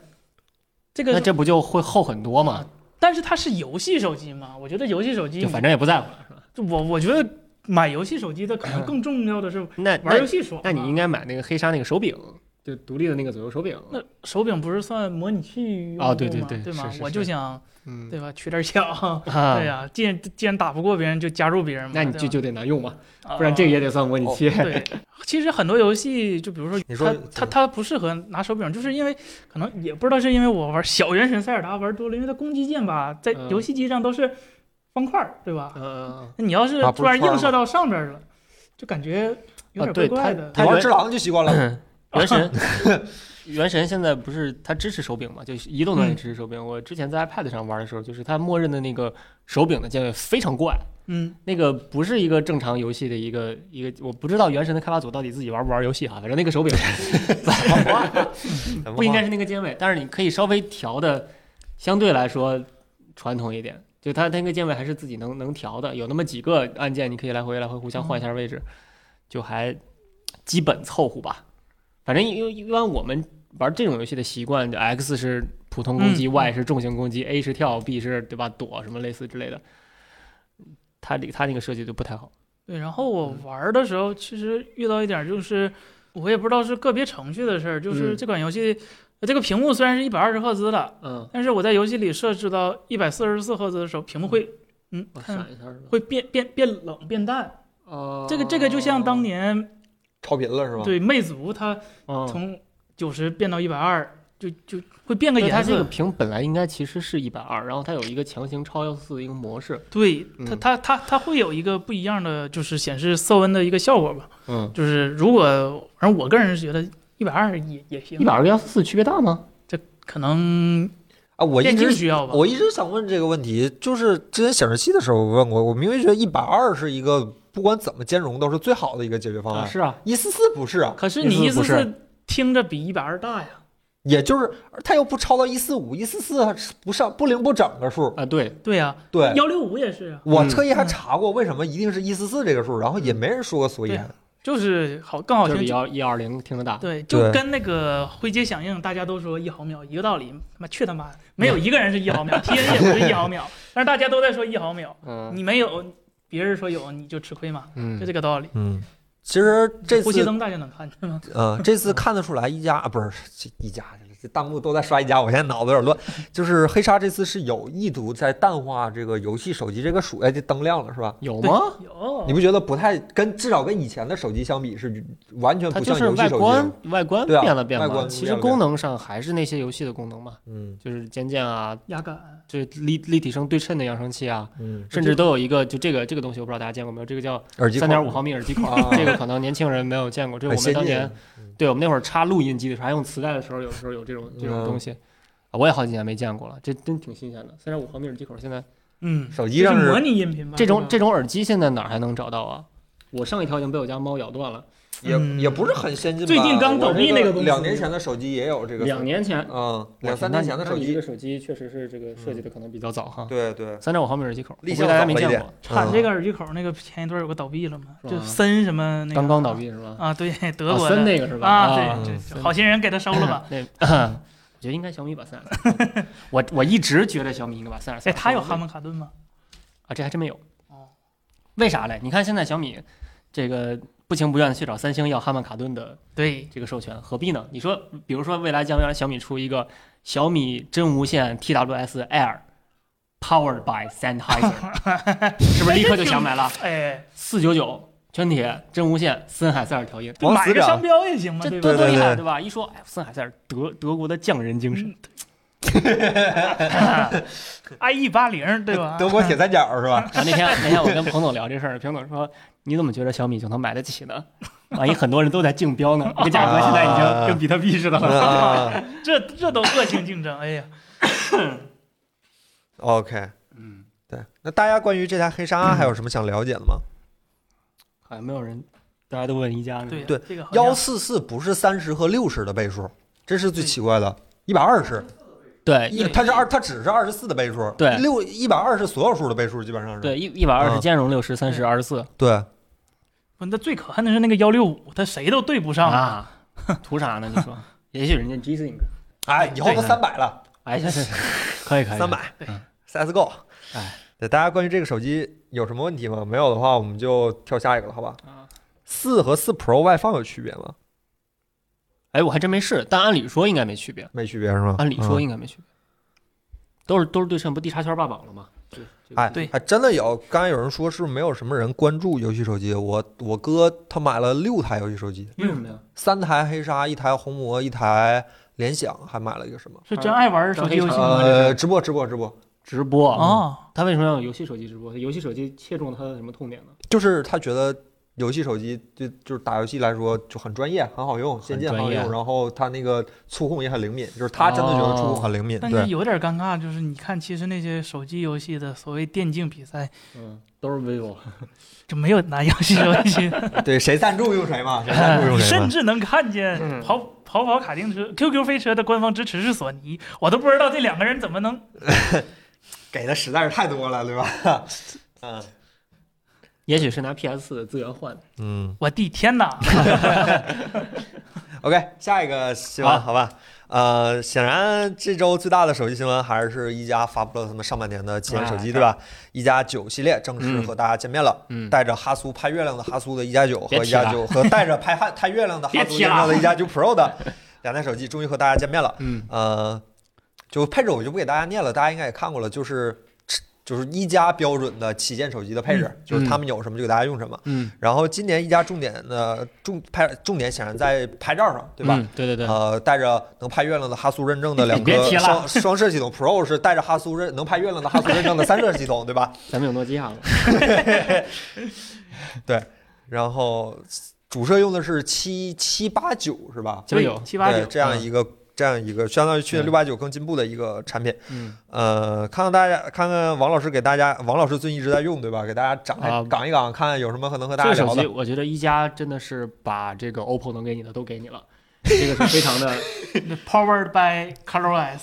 S3: 这
S2: 那
S3: 个
S2: 这不就会厚很多嘛？
S3: 但是它是游戏手机嘛，我觉得游戏手机
S2: 就反正也不在乎了，是吧？
S3: 就我我觉得买游戏手机的可能更重要的是
S2: 那那
S3: 玩游戏爽啊。
S2: 嗯那你应该买那个黑鲨那个手柄，就独立的那个左右手柄。
S3: 那手柄不是算模拟器用
S2: 啊对
S3: 户
S2: 对
S3: 吗
S2: 对
S3: 对
S2: 是
S3: 吗
S2: 是？是
S3: 我就想
S2: 嗯，
S3: 对吧，取点巧。
S2: 啊，
S3: 对呀，既然既然打不过别人，就加入别人嘛。
S2: 那你
S3: 对
S2: 就
S3: 吧
S2: 就得难用嘛，不然这个也得算模拟器。嗯
S3: 啊对。 其实很多游戏，就比如说
S1: 你说
S3: 它它它不适合拿手柄，就是因为可能也不知道是因为我玩小原神塞尔达玩多了，因为它攻击键吧，在
S2: 嗯
S3: 游戏机上都是方块儿，对吧？
S2: 嗯，
S3: 那你要是
S1: 啊不
S3: 突
S1: 是
S3: 然
S1: 圈儿
S3: 映射到上边了，就感觉有点
S2: 啊对
S3: 怪怪的。
S2: 它
S1: 你玩
S2: 原
S1: 只狼就习惯了。
S2: 原神，原神现在不是它支持手柄嘛？就是移动端也支持手柄。我之前在 iPad 上玩的时候，就是它默认的那个手柄的键位非常怪，
S3: 嗯，
S2: 那个不是一个正常游戏的一个一个，我不知道原神的开发组到底自己玩不玩游戏哈，反正那个手柄怎么玩不应该是那个键位，但是你可以稍微调的相对来说传统一点，就它它那个键位还是自己能能调的，有那么几个按键你可以来回来回互相换一下位置，就还基本凑合吧。反正因为一般我们玩这种游戏的习惯，就 X 是普通攻击、
S3: 嗯
S2: y 是重型攻击，A 是跳，B 是对吧躲什么类似之类的。它这它那个设计就不太好。
S3: 对。然后我玩的时候，其实遇到一点就是，我也不知道是个别程序的事儿，就是
S2: 嗯
S3: 这款游戏、呃这个屏幕虽然是一百二十赫兹的，
S2: 嗯，
S3: 但是我在游戏里设置到一百四十四赫兹的时候，屏幕会嗯
S2: 我
S3: 看
S2: 闪一下是吧？
S3: 会变变变冷变淡。
S2: 哦
S3: 这个这个就像当年
S1: 超频了是吗？
S3: 对魅族它
S2: 嗯，
S3: 从九十变到一百二，就就会变个
S2: 对它
S3: 颜
S2: 这个
S3: 色。
S2: 屏本来应该其实是一百二，然后它有一个强行超幺四的一个模式。
S3: 对它
S2: 嗯
S3: 它它它会有一个不一样的，就是显示色温的一个效果吧。
S2: 嗯，
S3: 就是如果反正我个人是觉得一百二也也行
S2: 一，百二跟幺四四区别大吗？
S3: 可能
S1: 啊，我一
S3: 电
S1: 直
S3: 竞需要吧。
S1: 我一直想问这个问题，就是之前显示器的时候我问过，我明明觉得一百二是一个不管怎么兼容都是最好的一个解决方
S2: 啊，
S1: 案，
S2: 是啊，
S1: 一四四不是啊，
S3: 可是你一
S2: 意思
S3: 四
S2: 不是
S3: 四听着比一百二大呀。
S1: 也就是它又不超到一四五，一四四不上不零不整个数。
S2: 啊对，
S3: 对呀、
S1: 对，
S3: 幺六五也是啊。
S1: 我特意还查过为什么一定是一四四这个数，然后也没人说个所以然。
S3: 就是好更好
S2: 就是
S3: 听
S2: 比。幺一二零听着大。
S3: 对，就
S1: 对
S3: 跟那个灰阶响应，大家都说一毫秒一个道理。他妈去他妈的，没有一个人是一毫 秒，T N 也不是一毫秒，但是大家都在说一毫秒，
S2: 嗯
S3: 你没有，别人说有你就吃亏嘛，就
S2: 嗯，
S3: 这个道理。
S1: 嗯，其实这
S3: 呼吸
S1: 次
S3: 灯大家能看见吗？
S1: 呃，这次看得出来一加啊，不是这一加，这弹幕都在刷一加，我现在脑子有点乱。就是黑鲨这次是有意图在淡化这个游戏手机这个属，哎，这灯亮了是吧？
S2: 有
S3: 对
S2: 吗？
S3: 有
S1: 你，不觉得不太跟至少跟以前的手机相比是完全
S2: 它
S1: 不
S2: 就
S1: 像
S2: 是
S1: 游戏
S2: 外
S1: 手机了
S2: 观？外观
S1: 对啊
S2: 变了变
S1: 外观
S2: 嘛，
S1: 不一
S2: 其实
S1: 样
S2: 功能上还是那些游戏的功能嘛，
S1: 嗯
S2: 就是肩键啊，
S3: 压感
S2: 就是立立体声对称的扬声器啊，
S1: 嗯，
S2: 甚至都有一个就这个这个东西我不知道大家见过没有，这个叫
S1: 耳机
S2: 三点五毫米耳机孔
S1: 啊，
S2: 这个可能年轻人没有见过，这
S1: 很
S2: 是
S1: 先
S2: 我们当
S1: 进
S2: 年对我们那会儿插录音机的时候，还用磁带的时候，有时候有这种这种东西，啊我也好几年没见过了，这真嗯挺新鲜的。三点五毫米耳机口，现在
S3: 嗯，
S1: 手机
S3: 就是
S1: 上
S3: 模
S1: 是
S3: 拟音频吧。
S2: 这种
S3: 吧
S2: 这种耳机现在哪儿还能找到啊？我上一条已经被我家猫咬断了，
S1: 也
S3: 嗯
S1: 也不是很先进吧。
S3: 最近刚倒闭
S1: 我
S3: 那
S1: 这
S3: 个
S1: 个
S3: 公司
S1: 两年前的手机也有这个，
S2: 两年前，
S1: 嗯，
S2: 我
S1: 两
S2: 天
S1: 三
S2: 那
S1: 年前的
S2: 那
S1: 手
S2: 你这
S1: 机
S2: 个，手机确实是这个设计的可能比较早哈，
S1: 对对，
S2: 三点五毫米耳机口，我
S1: 立
S2: 估计
S1: 项
S2: 大家
S1: 早
S2: 没
S1: 了一
S2: 见
S1: 点
S2: 过，
S3: 产这个耳机口那个前一段有个倒闭了嘛，
S2: 是吧
S3: 就森什么那个
S2: 刚刚倒闭是吧？
S3: 啊，对，德
S2: 啊，
S3: 国
S2: 森
S3: 的
S2: 那个是吧？
S3: 啊，对，
S1: 嗯
S3: 这这好心人给他收了 吧。
S2: 那我觉得应该小米把三二三， 我我一直觉得小米应该把三二
S3: 哎，
S2: 三。
S3: 他有哈曼卡顿吗？
S2: 啊？这还真没有。
S3: 哦，
S2: 为啥嘞？你看现在小米这个不情不愿的去找三星要哈曼卡顿的
S3: 对，
S2: 这个授权，何必呢？你说，比如说未来将来小米出一个小米真无线 TWS Air。Powered by Sennheiser，是 不是立刻就想买了？
S3: 哎，
S2: 四九九全铁真无线森海塞尔调音，
S1: 王
S3: 买
S1: 司
S3: 个商
S1: 长，
S3: 标也行嘛，
S2: 这
S3: 对
S2: 多
S3: 吧？
S2: 多
S1: 对
S2: 厉
S1: 对
S2: 害，
S1: 对
S2: 对吧？一说，哎，森海塞尔德德国的匠人精神，
S3: IE E 八零对吧？
S1: 德国铁三角是 吧？
S2: 啊然后那天那天我跟彭总聊这事儿， 彭总说：“你怎么觉得小米就能买得起呢？ 万一很多人都在竞标呢？这个价格现在已经跟比特币似的了。
S1: 啊。
S3: 这这都恶性竞争，哎呀，
S1: OK，嗯，对。那大家关于这台黑鲨啊还有什么想了解的吗？”
S2: 好像没有人，大家都问一加呢。
S3: 对呀
S1: 对
S3: 这个好像
S1: 幺四四不是三十和六十的倍数，这是最奇怪的。一百二十，
S2: 对
S1: 一哎它是二，它只是二十四的倍数，
S2: 对
S1: 六一百二是所有数的倍数，基本上是。
S2: 对一一百二十
S1: 嗯
S2: 兼容六十三十二十四
S1: 对
S3: 不那最可恨的是那个幺六五，他谁都对不上。
S2: 啊，图啥呢？你说， 也许人家 G Sync，
S1: 哎，以后都
S2: 对
S1: 三百了，
S2: 哎，行行，行 可以可以，
S1: 三百
S3: 对
S1: ，CSGO。
S2: 哎，
S1: 对，大家关于这个手机有什么问题吗？没有的话，我们就跳下一个了，好吧
S2: 啊？
S1: 四和四 Pro 外放有区别吗？
S2: 哎，我还真没试，但按理说应该没区别，
S1: 没区别是吗？
S2: 按理说
S1: 嗯
S2: 应该没区别，都是都是对称，不地插圈霸榜了吗？对这个
S1: 哎，
S3: 对
S1: 还真的有。刚才有人说是不是没有什么人关注游戏手机？我我哥他买了六台游戏手机，
S2: 为什么呀？
S1: 三台黑鲨，一台红魔，一台联想，还买了一个什么？
S3: 是真爱玩手机游戏吗？这
S1: 呃，
S3: 是
S1: 直播直播直播，
S2: 直播啊
S3: 哦，
S2: 他为什么要有游戏手机直播？游戏手机切中了他的什么痛点呢？
S1: 就是他觉得游戏手机就就是打游戏来说就很专业，很好用，先进
S2: 很
S1: 很
S2: 专
S1: 好
S2: 业
S1: 用，然后他那个触控也很灵敏，就是他真的觉得触控很灵敏。
S3: 但是
S1: 对，
S3: 有点尴尬，就是你看，其实那些手机游戏的所谓电竞比赛，
S2: 嗯，都是 vivo。
S3: 就没有拿游戏游戏 的，
S1: 对，谁赞助用谁 嘛，谁赞助用
S3: 你
S1: 谁
S3: 甚
S1: 嘛。
S3: 至能看见
S2: 嗯
S3: 跑跑跑卡丁车、QQ 飞车的官方支持是索尼，我都不知道这两个人怎么能
S1: 给的实在是太多了，对吧？ 嗯
S2: 也许是拿 PS 4的资源换的。
S1: 嗯
S3: 我的天哪！
S1: ，OK，下一个新闻，
S2: 好
S1: 好吧？呃，显然这周最大的手机新闻还是一加发布了他们上半年的旗舰手机，
S2: 哎
S1: 对吧？一加九系列正式
S2: 嗯
S1: 和大家见面了。
S2: 嗯，
S1: 带着哈苏拍月亮的哈苏的一加九和
S2: 别
S1: 一
S2: 提了
S1: 加九和带着拍哈拍月亮的哈
S2: 别
S1: 苏
S2: 提
S1: 见
S2: 了
S1: 到的一加九 Pro 的 两台手机终于和大家见面了。
S2: 嗯，
S1: 呃，就配置我就不给大家念了，大家应该也看过了，就是就是一加标准的旗舰手机的配置，就是他们有什么就给大家用什么。
S2: 嗯，
S1: 然后今年一加重点的重拍重点显然在拍照上，对吧？
S2: 嗯？对对对，
S1: 呃，带着能拍月亮的哈苏认证的两
S2: 别
S1: 个
S2: 提了
S1: 双双摄系统，Pro 是带着哈苏认能拍月亮的哈苏认证的三摄系统，对吧？
S2: 咱们有诺基亚了。
S1: 然后主摄用的是七七八九是吧？
S2: 九九，嗯
S3: 七八
S1: 对
S3: 九，
S1: 这样一个、这样一个相当于去年六八九更进步的一个产品。
S2: 嗯，
S1: 呃，看看大家看看王老师给大家，王老师最近一直在用对吧？给大家讲、
S2: 啊
S1: 讲一讲，看看有什么可能和
S2: 这
S1: 大
S2: 个
S1: 家
S2: 手
S1: 聊
S2: 机
S1: 的。
S2: 我觉得一加真的是把这个 OPPO 能给你的都给你了，这个是非常的。
S3: Powered by ColorOS，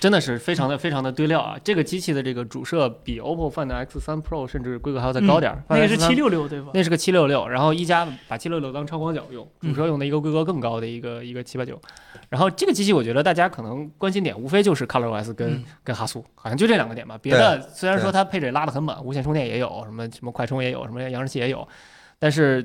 S2: 真的是非常的非常的堆料啊！这个机器的这个主摄比 OPPO Find X 3 Pro 甚至规格还要再高点儿，
S3: 那
S2: Find
S3: 个是
S2: X3
S3: 七六六对吧？
S2: 嗯那是个七六六，然后一加把七六六当超广角用，
S1: 嗯
S2: 主摄用的一个规格更高的一个一个七八九，然后这个机器我觉得大家可能关心点无非就是 ColorOS 跟、
S3: 嗯
S2: 跟哈苏，好像就这两个点吧。别的虽然说它配置也拉得很满，无线充电也有，什么什么快充也有，什么扬声器也有，但是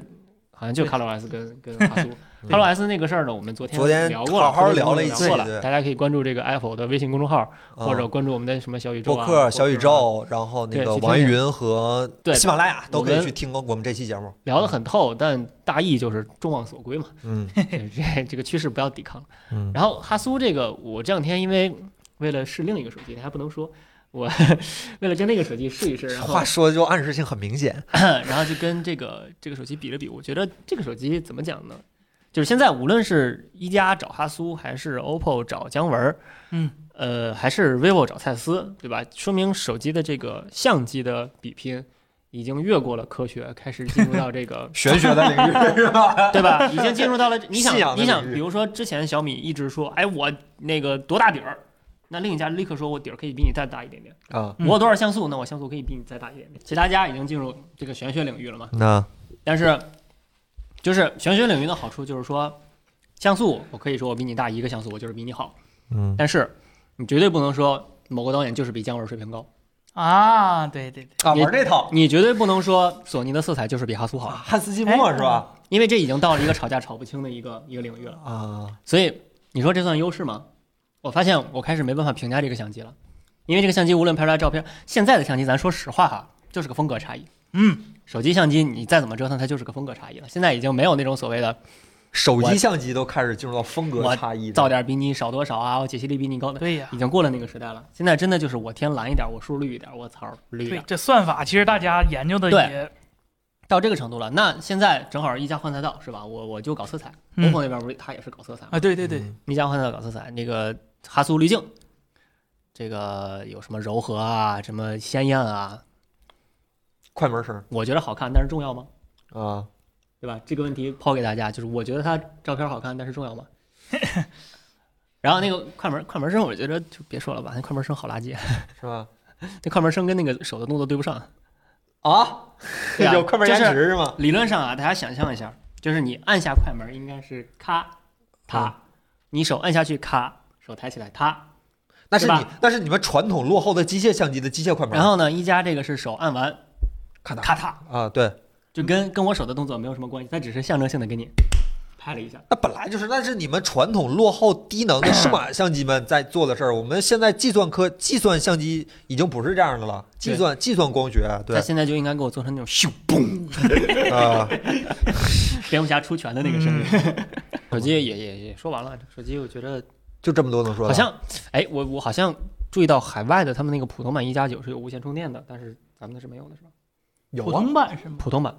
S2: 好像就 ColorOS 跟跟 哈苏。
S1: 嗯
S2: ColorOS 那个事儿呢，我们昨天
S1: 昨天
S2: 聊过
S1: 好
S2: 了，
S1: 好
S2: 或者
S1: 聊了一
S2: 聊
S1: 期
S2: 过了，
S1: 对
S2: 大家可以关注这个 Apple 的微信公众号，或者
S1: 嗯
S2: 关注我们的什么小宇宙、
S1: 播
S2: 啊、
S1: 客、小宇
S2: 或者什么
S1: 宙，然后那
S2: 对
S1: 个
S2: 去听
S1: 网易
S2: 听
S1: 云和
S2: 对
S1: 喜马拉雅都
S2: 我
S1: 可以
S2: 们
S1: 去听我们这期节目。
S2: 聊得很透，但大意就是众望所归嘛。
S1: 嗯
S2: 对这这个趋势不要抵抗了。
S1: 嗯
S2: 然后哈苏这个，我这两天因为为了试另一个手机，还不能说，我 为了跟那个手机试一试，然后
S1: 话说就暗示性很明显。
S2: 然后就跟这个这个手机比了比，我觉得这个手机怎么讲呢？就是现在无论是一加找哈苏，还是 OPPO 找姜文，
S3: 嗯，
S2: 呃，还是 vivo 找蔡司，对吧？说明手机的这个相机的比拼已经越过了科学，开始进入到这个
S1: 玄学的领 域是 吧？
S2: 对吧？已经进入到 了你
S1: 信仰
S2: 想
S1: 的
S2: 你想
S1: 领，域
S2: 比如说之前小米一直说，哎，我那个多大底儿，那另一家立刻说我底儿可以比你再大一点点，
S1: 啊，
S3: 嗯
S2: 我有多少像素，那我像素可以比你再大一点点。其他家已经进入这个玄学领域了嘛？
S1: 那
S2: 但是就是玄学领域的好处就是说，像素我可以说我比你大一个像素，我就是比你好，
S1: 嗯，
S2: 但是你绝对不能说。某个导演就是比姜文水平高，
S3: 啊，对对对，
S1: 啊，
S2: 也
S1: 玩这套，
S2: 你绝对不能说索尼的色彩就是比哈苏好，
S1: 汉斯季默是吧？
S2: 因为这已经到了一个吵架吵不清的一个一个领域了。
S1: 啊，
S2: 所以你说这算优势吗？我发现我开始没办法评价这个相机了，因为这个相机无论拍出来照片，现在的相机咱说实话哈，就是个风格差异。
S3: 嗯，
S2: 手机相机你再怎么折腾，它就是个风格差异了。现在已经没有那种所谓的
S1: 手
S2: 我
S1: 机相机都开始进入到风格
S2: 我
S1: 差异
S2: 噪
S1: 的。
S2: 点比你少多少啊，我解析力比你高的，
S3: 对呀，
S2: 已经过了那个时代了。现在真的就是我天蓝一点，我树绿一点，我草绿一
S3: 对
S2: 点，
S3: 这算法其实大家研究的
S2: 对
S3: 也，
S2: 到这个程度了。那现在正好一家换赛道是吧？我我就搞色彩
S3: 嗯
S2: ，OPPO 那边不是他也是搞色彩吗？
S3: 啊，对对对，
S1: 嗯
S2: 一加换色搞色彩，那个哈苏滤镜，这个有什么柔和啊，什么鲜艳啊，
S1: 快门声
S2: 我觉得好看，但是重要吗？
S1: 啊，
S2: 对吧？这个问题抛给大家，就是我觉得它照片好看，但是重要 吗？然后那个快门快门声，我觉得就别说了吧，那快门声好垃圾，
S1: 是吧？
S2: 那快门声跟那个手的动作对不上。
S1: 啊，
S2: 对啊
S1: 有快门
S2: 就
S1: 延
S2: 是
S1: 迟是吗？
S2: 理论上啊，大家想象一下，就是你按下快门应该是咔
S1: 嗯
S2: 啪，你手按下去咔，手抬起来啪，
S1: 那是
S2: 对吧
S1: 你，那是你们传统落后的机械相机的机械快门。
S2: 然后呢，一加这个是手按完
S1: 咔嗒
S2: 嗯咔嗒。
S1: 啊，对，
S2: 就跟跟我手的动作没有什么关系，它只是象征性的给你拍了一下。
S1: 那本来就是，那是你们传统落后低能的数码相机们在做的事儿。我们现在计算科计算相机已经不是这样的了，计算计算光学，对
S2: 它现在就应该给我做成那种咻
S1: 啊，
S2: 蝙蝠侠出拳的那个声音。嗯 手机也也也说完了，手机我觉得
S1: 就这么多能说的。
S2: 好像，哎，我我好像注意到海外的他们那个普通版一加九是有无线充电的，但是咱们的是没有的是吧？
S1: 有
S3: 普
S1: 啊，
S3: 通版是吗？
S2: 普通版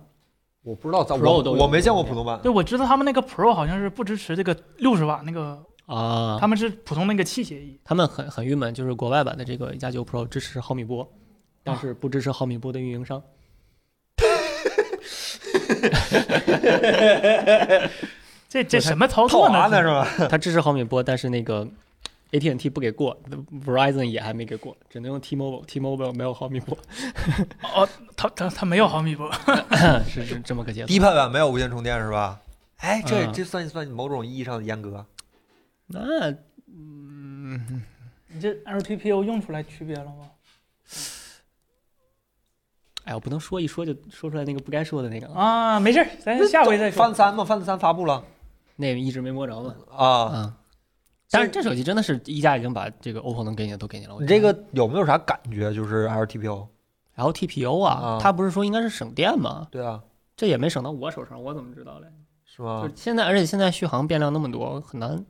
S1: 我不知道，咱
S2: Pro
S1: 我
S2: 都有
S1: 我没见过普通版。
S3: 对，我知道他们那个 Pro 好像是不支持这个六十瓦那个，
S2: 啊，
S3: 他们是普通那个器协议。
S2: 他们很很郁闷，就是国外版的这个一加九 Pro 支持毫米波，但是不支持毫米波的运营 商。
S3: 这这什么操
S1: 套
S3: 作
S1: 娃
S3: 呢？
S1: 啊呢是吧？
S2: 它支持毫米波，但是那个 AT&T 不给过，Verizon 也还没给过，只能用 T-Mobile，T-Mobile 没有毫米波，
S3: 哦，他他他没有毫米波，
S2: 嗯是是这么个结论。
S1: 低配版没有无线充电是吧？哎，这
S2: 嗯
S1: 这算算某种意义上的阉割。
S2: 那嗯
S3: 你这 LTPO 用出来区别了吗？
S2: 哎，我不能说一说就说出来那个不该说的那个啊，
S3: 啊，没事儿，咱下回再说
S1: 翻。三嘛，Find 三发布了
S2: 那个一直没摸着嘛
S1: 啊。
S2: 啊。但是
S1: 所
S2: 这手机真的是一加已经把这个 OPPO 能给你的都给你了。我
S1: 以你
S2: 觉
S1: 这
S2: 得
S1: 个有没有啥感觉？就是 LTPO？
S2: LTPO 啊
S1: 啊，
S2: 它不是说应该是省电吗？
S1: 对啊，
S2: 这也没省到我手上，我怎么知道嘞？
S1: 是吗
S2: 就？是现在，而且现在续航变量那么多，很难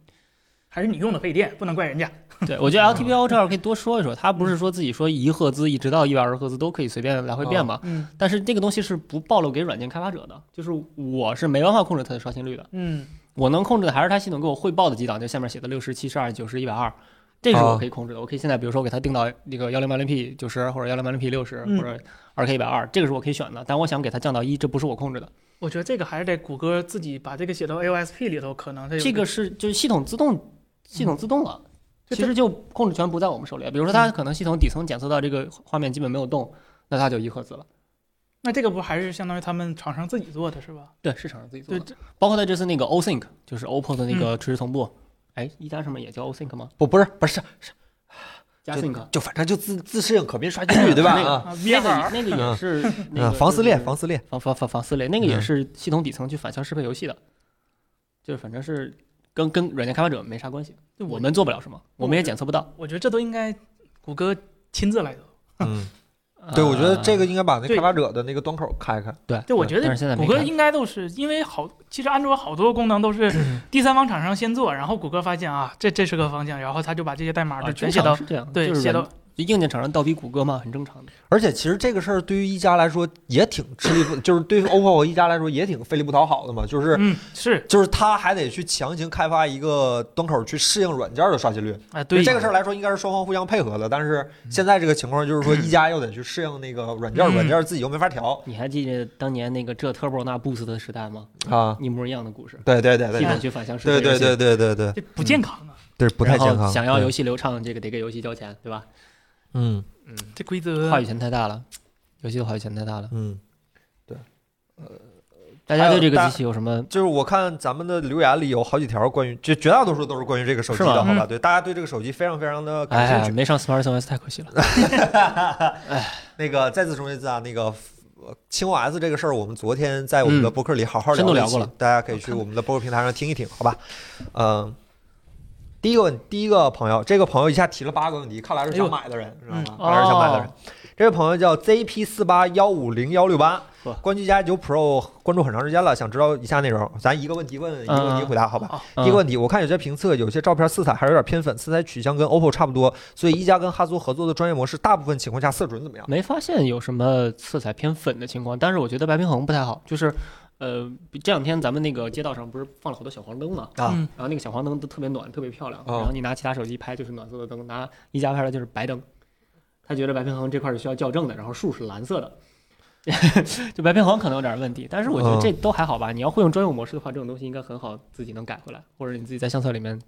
S3: 还是你用的费电，不能怪人家。
S2: 对，我觉得 LTPO 这儿可以多说一说，它不是说自己说一赫兹一直到一百二十赫兹都可以随便来回变嘛？
S3: 嗯
S2: 但是这个东西是不暴露给软件开发者的，就是我是没办法控制它的刷新率的，
S3: 嗯，
S2: 我能控制的还是它系统给我汇报的几档，就下面写的六十、七十二、九十、一百二，这个是
S1: 哦
S2: 我可以控制的。我可以现在比如说给它定到那个幺零八零 P 九十或者幺零八零 P 六十
S3: 嗯
S2: 或者二 K 一百二，这个是我可以选的。但我想给它降到一，这不是我控制的，
S3: 我觉得这个还是得谷歌自己把这个写到 AOSP 里头，可能它有
S2: 嗯这个是就是系统自动系统自动了。嗯其实就控制权不在我们手里。比如说，它可能系统底层检测到这个画面基本没有动，那它就一赫兹了。
S3: 那这个不还是相当于他们厂商自己做的是吧？
S2: 对，市场上自己
S3: 对
S2: 做的。，嗯包括它这次那个 OSync，就是 OPPO 的那个垂直同步。哎，一加上面也叫 OSync 吗？
S1: 不不是不是，
S2: 加
S1: 就
S2: Sync。
S1: 就反正就自自适应可变刷新率对吧？
S2: 那个
S1: 啊
S3: 啊
S2: 那
S3: ，VR
S2: 个那个也是那个
S1: 嗯，防撕裂，
S2: 就是
S1: 防撕裂，
S2: 防防防防撕裂，那个也
S1: 嗯
S2: 是系统底层去反向适配游戏的，就是反正是跟跟软件开发者没啥关系，
S3: 对
S2: 我们做不了什么，我们也检测不到。
S3: 我觉得这都应该谷歌亲自来做。
S1: 嗯， 对，我觉得这个应该把那
S3: 嗯对
S1: 开发者的那个端口开开。
S2: 对
S3: 对，我觉
S2: 但是现在
S3: 得
S2: 没
S3: 谷歌
S2: 看
S3: 应该都是因为好，其实安卓好多功能都 是第三方厂商先做，然后谷歌发现啊，这这是个方向，然后他就把这些代码
S2: 啊，
S3: 就
S2: 正
S3: 全写
S2: 常
S3: 到
S2: 是这样，
S3: 对
S2: 就是
S3: 写
S2: 软
S3: 到
S2: 硬件厂商倒逼谷歌嘛，很正常的。
S1: 而且其实这个事儿对于一加来说也挺吃力不，就是对于 OPPO 和一加来说也挺费力不讨好的嘛，就是。
S3: 嗯是
S1: 就是他还得去强行开发一个端口去适应软件的刷新率，
S3: 啊对
S1: 这个事儿来说应该是双方互相配合的。但是现在这个情况就是说，一加又得去适应那个软件，
S3: 嗯
S1: 软件自己又没法调
S2: 你还记得当年那个这 Turbo 那 Boost 的时代吗？
S1: 啊。
S2: 一模一样的故事，
S1: 对对对对
S2: 系统去反向适
S1: 对
S2: 配
S1: 对
S2: 游戏，
S1: 对对对对
S3: 这不健康啊，
S1: 对，不太健
S2: 然
S1: 康。
S2: 后想要游
S1: 戏，
S2: 戏流畅，这个得给游戏交钱，对吧？
S1: 嗯
S2: 嗯，
S3: 这规则
S2: 话语权太大了，游戏的话语权太大了。
S1: 嗯，
S2: 大家
S1: 还有
S2: 对这个
S1: 大
S2: 机器有什么？
S1: 就是我看咱们的留言里有好几条关于，就绝大多数都是关于这个手机
S2: 是
S1: 的，
S2: 吗
S1: 好吧？
S3: 嗯
S1: 对，大家对这个手机非常非常的
S2: 哎
S1: 感
S2: 呀
S1: 兴，趣。
S2: 没上 SmartOS 太可惜了。
S1: 那个再次重申一次啊，那个呃青 OS 这个事儿，我们昨天在我们的
S2: 嗯
S1: 博客里好好
S2: 深度
S1: 了一
S2: 聊
S1: 期
S2: 过了
S1: 大家可以去我们的博客平台上听一听，好吧？嗯，第一个问，第一个朋友，这个朋友一下提了八个问题，看来是想买的人，知道吗？
S2: 哎嗯
S1: 看来是想买的人
S2: 哦。
S1: 这位朋友叫 ZP 四八幺五零幺六八
S2: 呵，
S1: 关机加九 Pro 关注很长时间了，想知道以下内容，咱一个问题问，一个问题回答，
S2: 嗯
S3: 啊
S1: 好吧？第一个问题，我看有些评测，有些照片色彩还是有点偏粉，色彩取向跟 OPPO 差不多，所以一加跟哈苏合作的专业模式，大部分情况下色准怎么样？
S2: 没发现有什么色彩偏粉的情况，但是我觉得白平衡不太好。就是，呃，比这两天咱们那个街道上不是放了好多小黄灯嘛，
S1: 啊
S3: 嗯
S2: 然后那个小黄灯都特别暖，特别漂亮。
S1: 哦
S2: 然后你拿其他手机拍就是暖色的灯，拿一加拍的就是白灯。他觉得白平衡这块是需要校正的，然后树是蓝色的， 就白平衡可能有点问题。但是我觉得这都还好吧。你要会用专用模式的话，这种东西应该很好自己能改回来，或者你自己在相册里面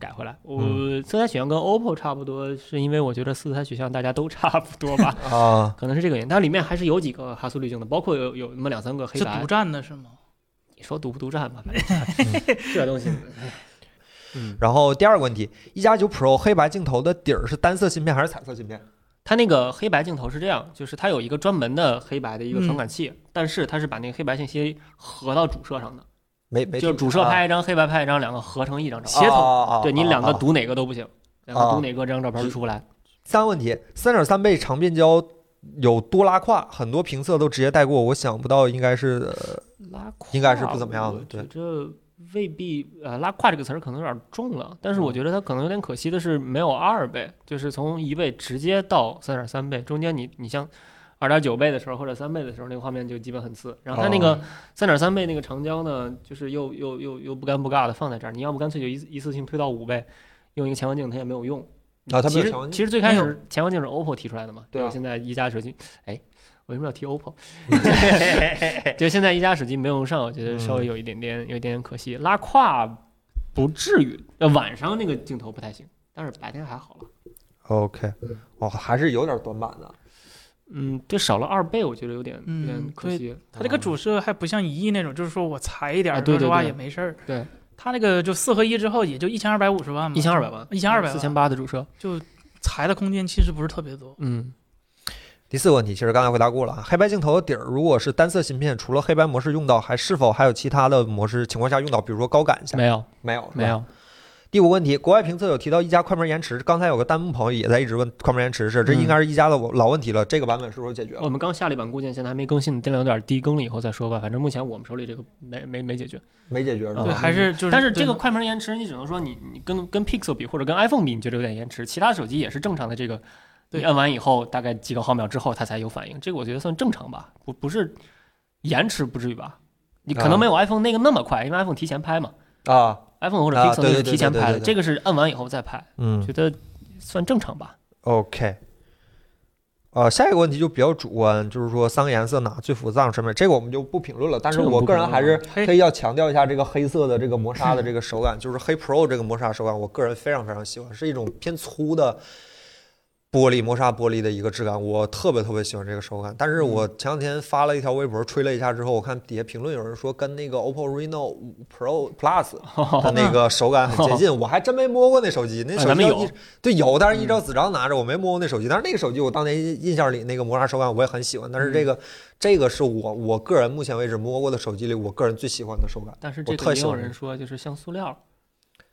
S2: 改回来。我、色彩取向跟 OPPO 差不多，是因为我觉得色彩取向大家都差不多吧。
S1: 啊，
S2: 可能是这个原因，但里面还是有几个哈苏滤镜的，包括有有那么两三个黑
S3: 是
S2: 白
S3: 独。占的是吗？
S2: 你说独不独占 吧，反正 这东西，哎嗯，
S1: 然后第二个问题，一加九 Pro 黑白镜头的底儿是单色芯片还是彩色芯片？
S2: 它那个黑白镜头是这样，就是它有一个专门的黑白的一个传感
S3: 嗯
S2: 器，但是它是把那个黑白信息合到主摄上的，
S1: 没没听，
S2: 就是主摄
S1: 啊
S2: 拍一张，黑白拍一张，两个合成一张照片。
S3: 协同哦
S1: 啊啊啊
S2: 对你两个
S1: 啊啊
S2: 读哪个都不行，两个
S1: 啊
S2: 读哪个这张照片就出不来。
S1: 三问题，三点三倍长变焦有多拉胯，很多评测都直接带过，我想不到应该是呃
S2: 拉胯啊
S1: 应该是不怎么样的
S2: 我
S1: 对
S2: 觉着未必，呃，拉胯这个词儿可能有点重了，但是
S1: 嗯
S2: 我觉得它可能有点可惜的是没有二倍，就是从一倍直接到三点三倍，中间你你像二点九倍的时候或者三倍的时候，那个画面就基本很次。然后它那
S1: 哦
S2: 个三点三倍那个长焦呢，就是又又又又不尴不尬的放在这儿，你要不干脆就一一次性推到五倍，用一个前望镜它也没有用。
S1: 啊，它没有
S2: 其实
S1: 前望镜
S2: 其实最开
S3: 没
S2: 始前望镜是 OPPO 提出来的嘛，
S1: 对啊
S2: 吧？现在一加手机，哎，为什么要提 OPPO？就现在一加手机没用上，我觉得
S1: 嗯
S2: 稍微有一点点有一点点可惜，拉胯不至于。呃，晚上那个镜头不太行，但是白天还好了。
S1: OK，哦，还是有点短板的。
S2: 嗯，对，少了二倍，我觉得有点有点
S3: 嗯
S2: 可惜。
S3: 它这个主摄还不像一亿那种，就是说我裁一点
S2: 啊
S3: 儿，
S2: 对
S3: 说
S2: 对
S3: 实话
S2: 对
S3: 也没事儿。
S2: 对，
S3: 它那个就四合一之后也就一千二百五十万嘛，
S2: 一千二百万，
S3: 1200
S2: 四千八的主摄。
S3: 裁的空间其实不是特别多。
S2: 嗯，
S1: 第四个问题，其实刚才回答过了啊。黑白镜头的底儿如果是单色芯片，除了黑白模式用到，还是否还有其他的模式情况下用到？比如说高感一下，
S2: 嗯没有
S1: 没有是吧
S2: 没有，
S1: 第五个问题，国外评测有提到一加快门延迟，刚才有个弹幕朋友也在一直问快门延迟是，这
S2: 嗯
S1: 应该是一加的老问题了，这个版本是不是解决了
S2: 我？们刚下了一版固件，现在还没更新，电量有点低，更了以后再说吧。反正目前我们手里这个没没没解决。
S1: 没解决是
S2: 啊
S3: 对，
S1: 吧？
S3: 还是就是，
S2: 但是这个快门延迟，你只能说你你跟跟 Pixel 比或者跟 iPhone 比，你觉得有点延迟，其他手机也是正常的这个，
S3: 对
S2: 你按完以后大概几个毫秒之后它才有反应，这个我觉得算正常吧，不不是延迟不至于吧？你可能没有 iPhone 那个那么快，因为 iPhone 提前拍嘛
S1: 啊，
S2: ，iPhone 或者
S1: 啊
S2: Pixel
S1: 对
S2: 那
S1: 对
S2: 是
S1: 对
S2: 提前拍
S1: 对对
S2: 的，
S1: 对
S2: 这个是按完以后再拍，
S1: 嗯
S2: 觉得算正常吧。
S1: ，OK，呃，下一个问题就比较主观，就是说三个颜色哪最复杂审美，这个我们就不评论了。但是
S2: 这个
S1: 我
S2: 不
S1: 个人
S2: 评论
S1: 还是
S3: 了
S1: 特意要强调一下这个黑色的这个磨 砂的这个手感，就是黑 Pro 这个磨砂手感，我个人非常非常喜欢，是一种偏粗的玻璃磨砂玻璃的一个质感，我特别特别喜欢这个手感。但是我前两天发了一条微博，吹了一下之后，我看底下评论有人说跟那个 OPPO Reno 五 Pro Plus 它那个手感很接 近，我还真没摸过那手机，那
S2: 哎
S1: 手
S2: 哦咱
S1: 机
S2: 们
S1: 要
S2: 有嗯
S1: 一对有，但是一张子张拿着，我没摸过那手机。但是那个手机我当年印象里那个磨砂手感我也很喜欢，但
S2: 嗯
S1: 是这个这个是我我个人目前为止摸过的手机里我个人最喜欢的手感。
S2: 但是
S1: 我
S2: 这
S1: 特
S2: 个也
S1: 喜欢
S2: 有人说就是像塑料，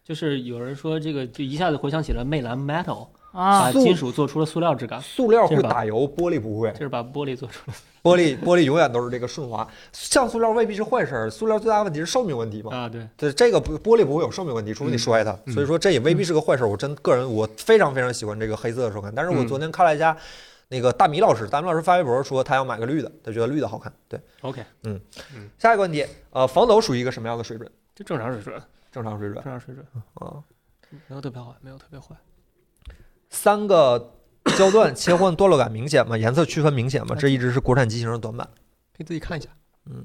S2: 就是有人说这个就一下子回想起了魅蓝 metal，
S3: 啊，
S2: 把
S1: 塑
S2: 金属做出了塑料质感，
S1: 塑料会
S2: 这是吧
S1: 打油，玻璃不会
S2: 就。是把玻璃做出
S1: 玻璃玻璃永远都是这个顺滑，像塑料未必是坏事儿。塑料最大的问题是寿命问题嘛
S2: 了。啊，对，
S1: 对，这个不玻璃不会有寿命问题，
S2: 嗯
S1: 除非你摔它，所以说这也未必是个坏事儿。我真个人我非常非常喜欢这个黑色的手感，但是我
S2: 嗯
S1: 昨天看了一下那个大米老师，大米老师发微博说他要买个绿的，他觉得绿的好看。对，
S2: OK，
S1: 下一个问题，呃，防抖属于一个什么样的水准？
S2: 就正常水准，
S1: 正常水准
S2: 正常水准，
S1: 啊。
S2: 没有特别坏，没有特别坏。
S1: 三个 焦段切换段落感明显吗？颜色区分明显吗？这一直是国产机型的短板。
S2: 可以自己看一下
S1: 嗯，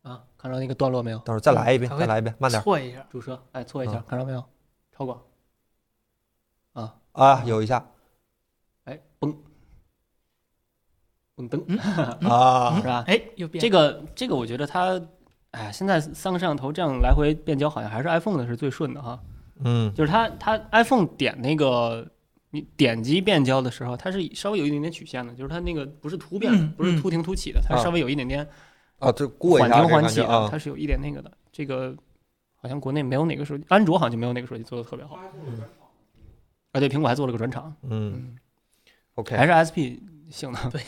S2: 啊，看着那个段落没有？
S1: 到时候再来一遍，
S3: 嗯
S1: 再来一遍，慢点
S3: 错一下，
S2: 主摄，哎，错一下，
S1: 嗯
S2: 看着没有？超广，啊，
S1: 啊，有一下
S2: 哎，嘣，嘣噔，
S1: 啊
S2: 是，吧？
S3: 哎，又变
S2: 嗯这个这个，我觉得它，哎，现在三个摄像头这样来回变焦，好像还是 iPhone 的是最顺的哈。
S1: 嗯
S2: 就是它它 iPhone 点那个你点击变焦的时候，它是稍微有一点点曲线的，就是它那个不是突变的，
S3: 嗯
S2: 不是突停突起的，它
S1: 啊
S2: 稍微有一点点
S1: 啊，这过一
S2: 缓
S1: 下
S2: 停
S1: 这个
S2: 缓
S1: 感
S2: 起
S1: 觉
S2: 的，
S1: 啊
S2: 它是有一点那个的。这个好像国内没有哪个手机，安卓好像就没有哪个手机做的特别好。啊，对，苹果还做了个转场，
S1: 嗯，OK
S2: 还是 SP 性能。
S3: 对，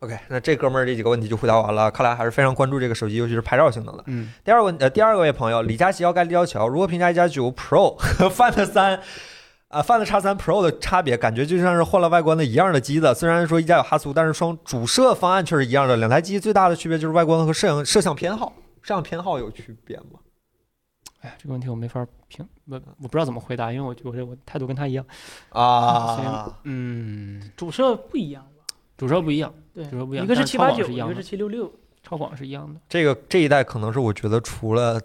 S1: OK，那这哥们儿这几个问题就回答完了，看来还是非常关注这个手机，尤其是拍照性能的。
S2: 嗯，
S1: 第二个问呃，第二位朋友李佳琦要盖立交桥，如何评价一加九 Pro 和 Find 三？啊，Find X 三 Pro 的差别，感觉就像是换了外观的一样的机子。虽然说一加有哈苏，但是双主摄方案却是一样的。两台机最大的区别就是外观和摄影摄像偏好，摄像偏好有区别吗？
S2: 哎呀，这个问题我没法评，我我不知道怎么回答，因为我觉得我态度跟他一样。
S1: 啊，
S2: 嗯，
S3: 主摄不一样吧？
S2: 主摄不一样，
S3: 对，
S2: 主摄不一样
S3: 一个是
S2: 但是
S3: 七
S2: 超
S3: 八
S2: 广
S3: 九，
S2: 是一
S3: 一
S2: 样
S3: 个
S2: 的
S3: 是七六六，
S2: 超广是一样的。
S1: 这个这一代可能是我觉得除了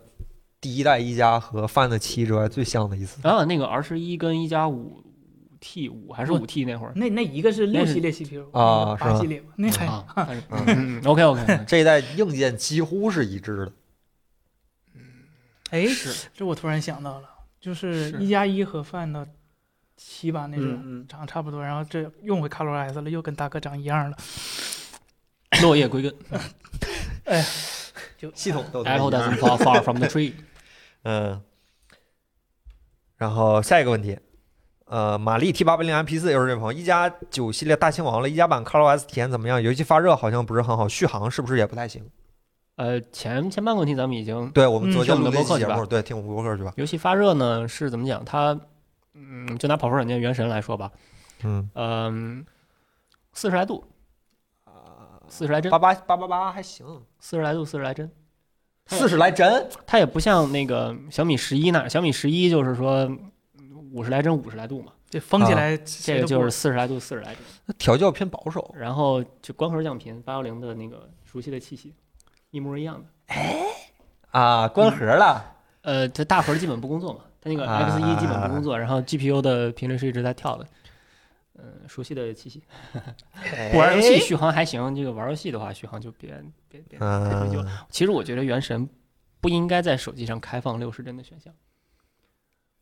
S1: 第一代一加和 Find 七之外最像的一次。
S2: 啊，那个 R 十一跟一加五 T 五还是五 T 那会儿
S3: 那那一个是六
S2: 那是
S3: 系列 CPU
S1: 啊
S3: 一个
S1: 是
S3: 八
S1: 吧
S3: 系列吧？那还
S2: 啊但是
S1: 嗯
S2: 嗯，OK OK，
S1: 这一代硬件几乎是一致的。
S3: 哎，
S2: 是
S3: 这我突然想到了，就是
S2: 是
S3: 一加一和 Find 七吧，那是
S2: 嗯
S3: 长得差不多，然后这用回 Color S 了，又跟大哥长一样了，
S2: 落叶归根
S3: 就
S1: 系统都
S2: ，Apple doesn't fall far from the tree。
S1: 嗯，然后下一个问题，呃，玛丽 T 八八零 MP 四又是这位朋友，一加九系列大清王了，一加版 ColorOS 体验怎么样？尤其发热好像不是很好，续航是不是也不太行？
S2: 呃，前前半个问题咱们已经，
S1: 对我们
S3: 嗯
S1: 昨天录
S2: 听我们的
S1: 那
S2: 播
S1: 期
S2: 客
S1: 节
S2: 去吧
S1: 目，对，听我们播客去吧。
S2: 游戏发热呢是怎么讲？它，嗯，就拿跑分软件《原神》来说吧，
S1: 嗯，
S2: 嗯，四十来度，四十来帧
S1: 八，八八八八还行，
S2: 四十来度，四十来帧。哎
S1: 四十来帧，
S2: 它也不像那个小米十一那，小米十一就是说五十来帧，五十来度嘛，
S3: 这封起来，
S2: 啊这
S3: 这
S2: 个就是四十来度，四十来帧。
S1: 那调教偏保守。
S2: 然后就光核降频，八幺零的那个熟悉的气息，一模一样的。
S1: 啊，关盒了，
S2: 呃，它大核基本不工作嘛，它那个
S1: 啊
S2: X 一基本不工作，然后 GPU 的频率是一直在跳的。嗯，熟悉的气息。
S1: 嗯
S2: 不玩游戏续航还行，这个玩游戏的话续航就别别 别太追究了。
S1: 嗯，
S2: 其实我觉得《原神》不应该在手机上开放六十帧的选项。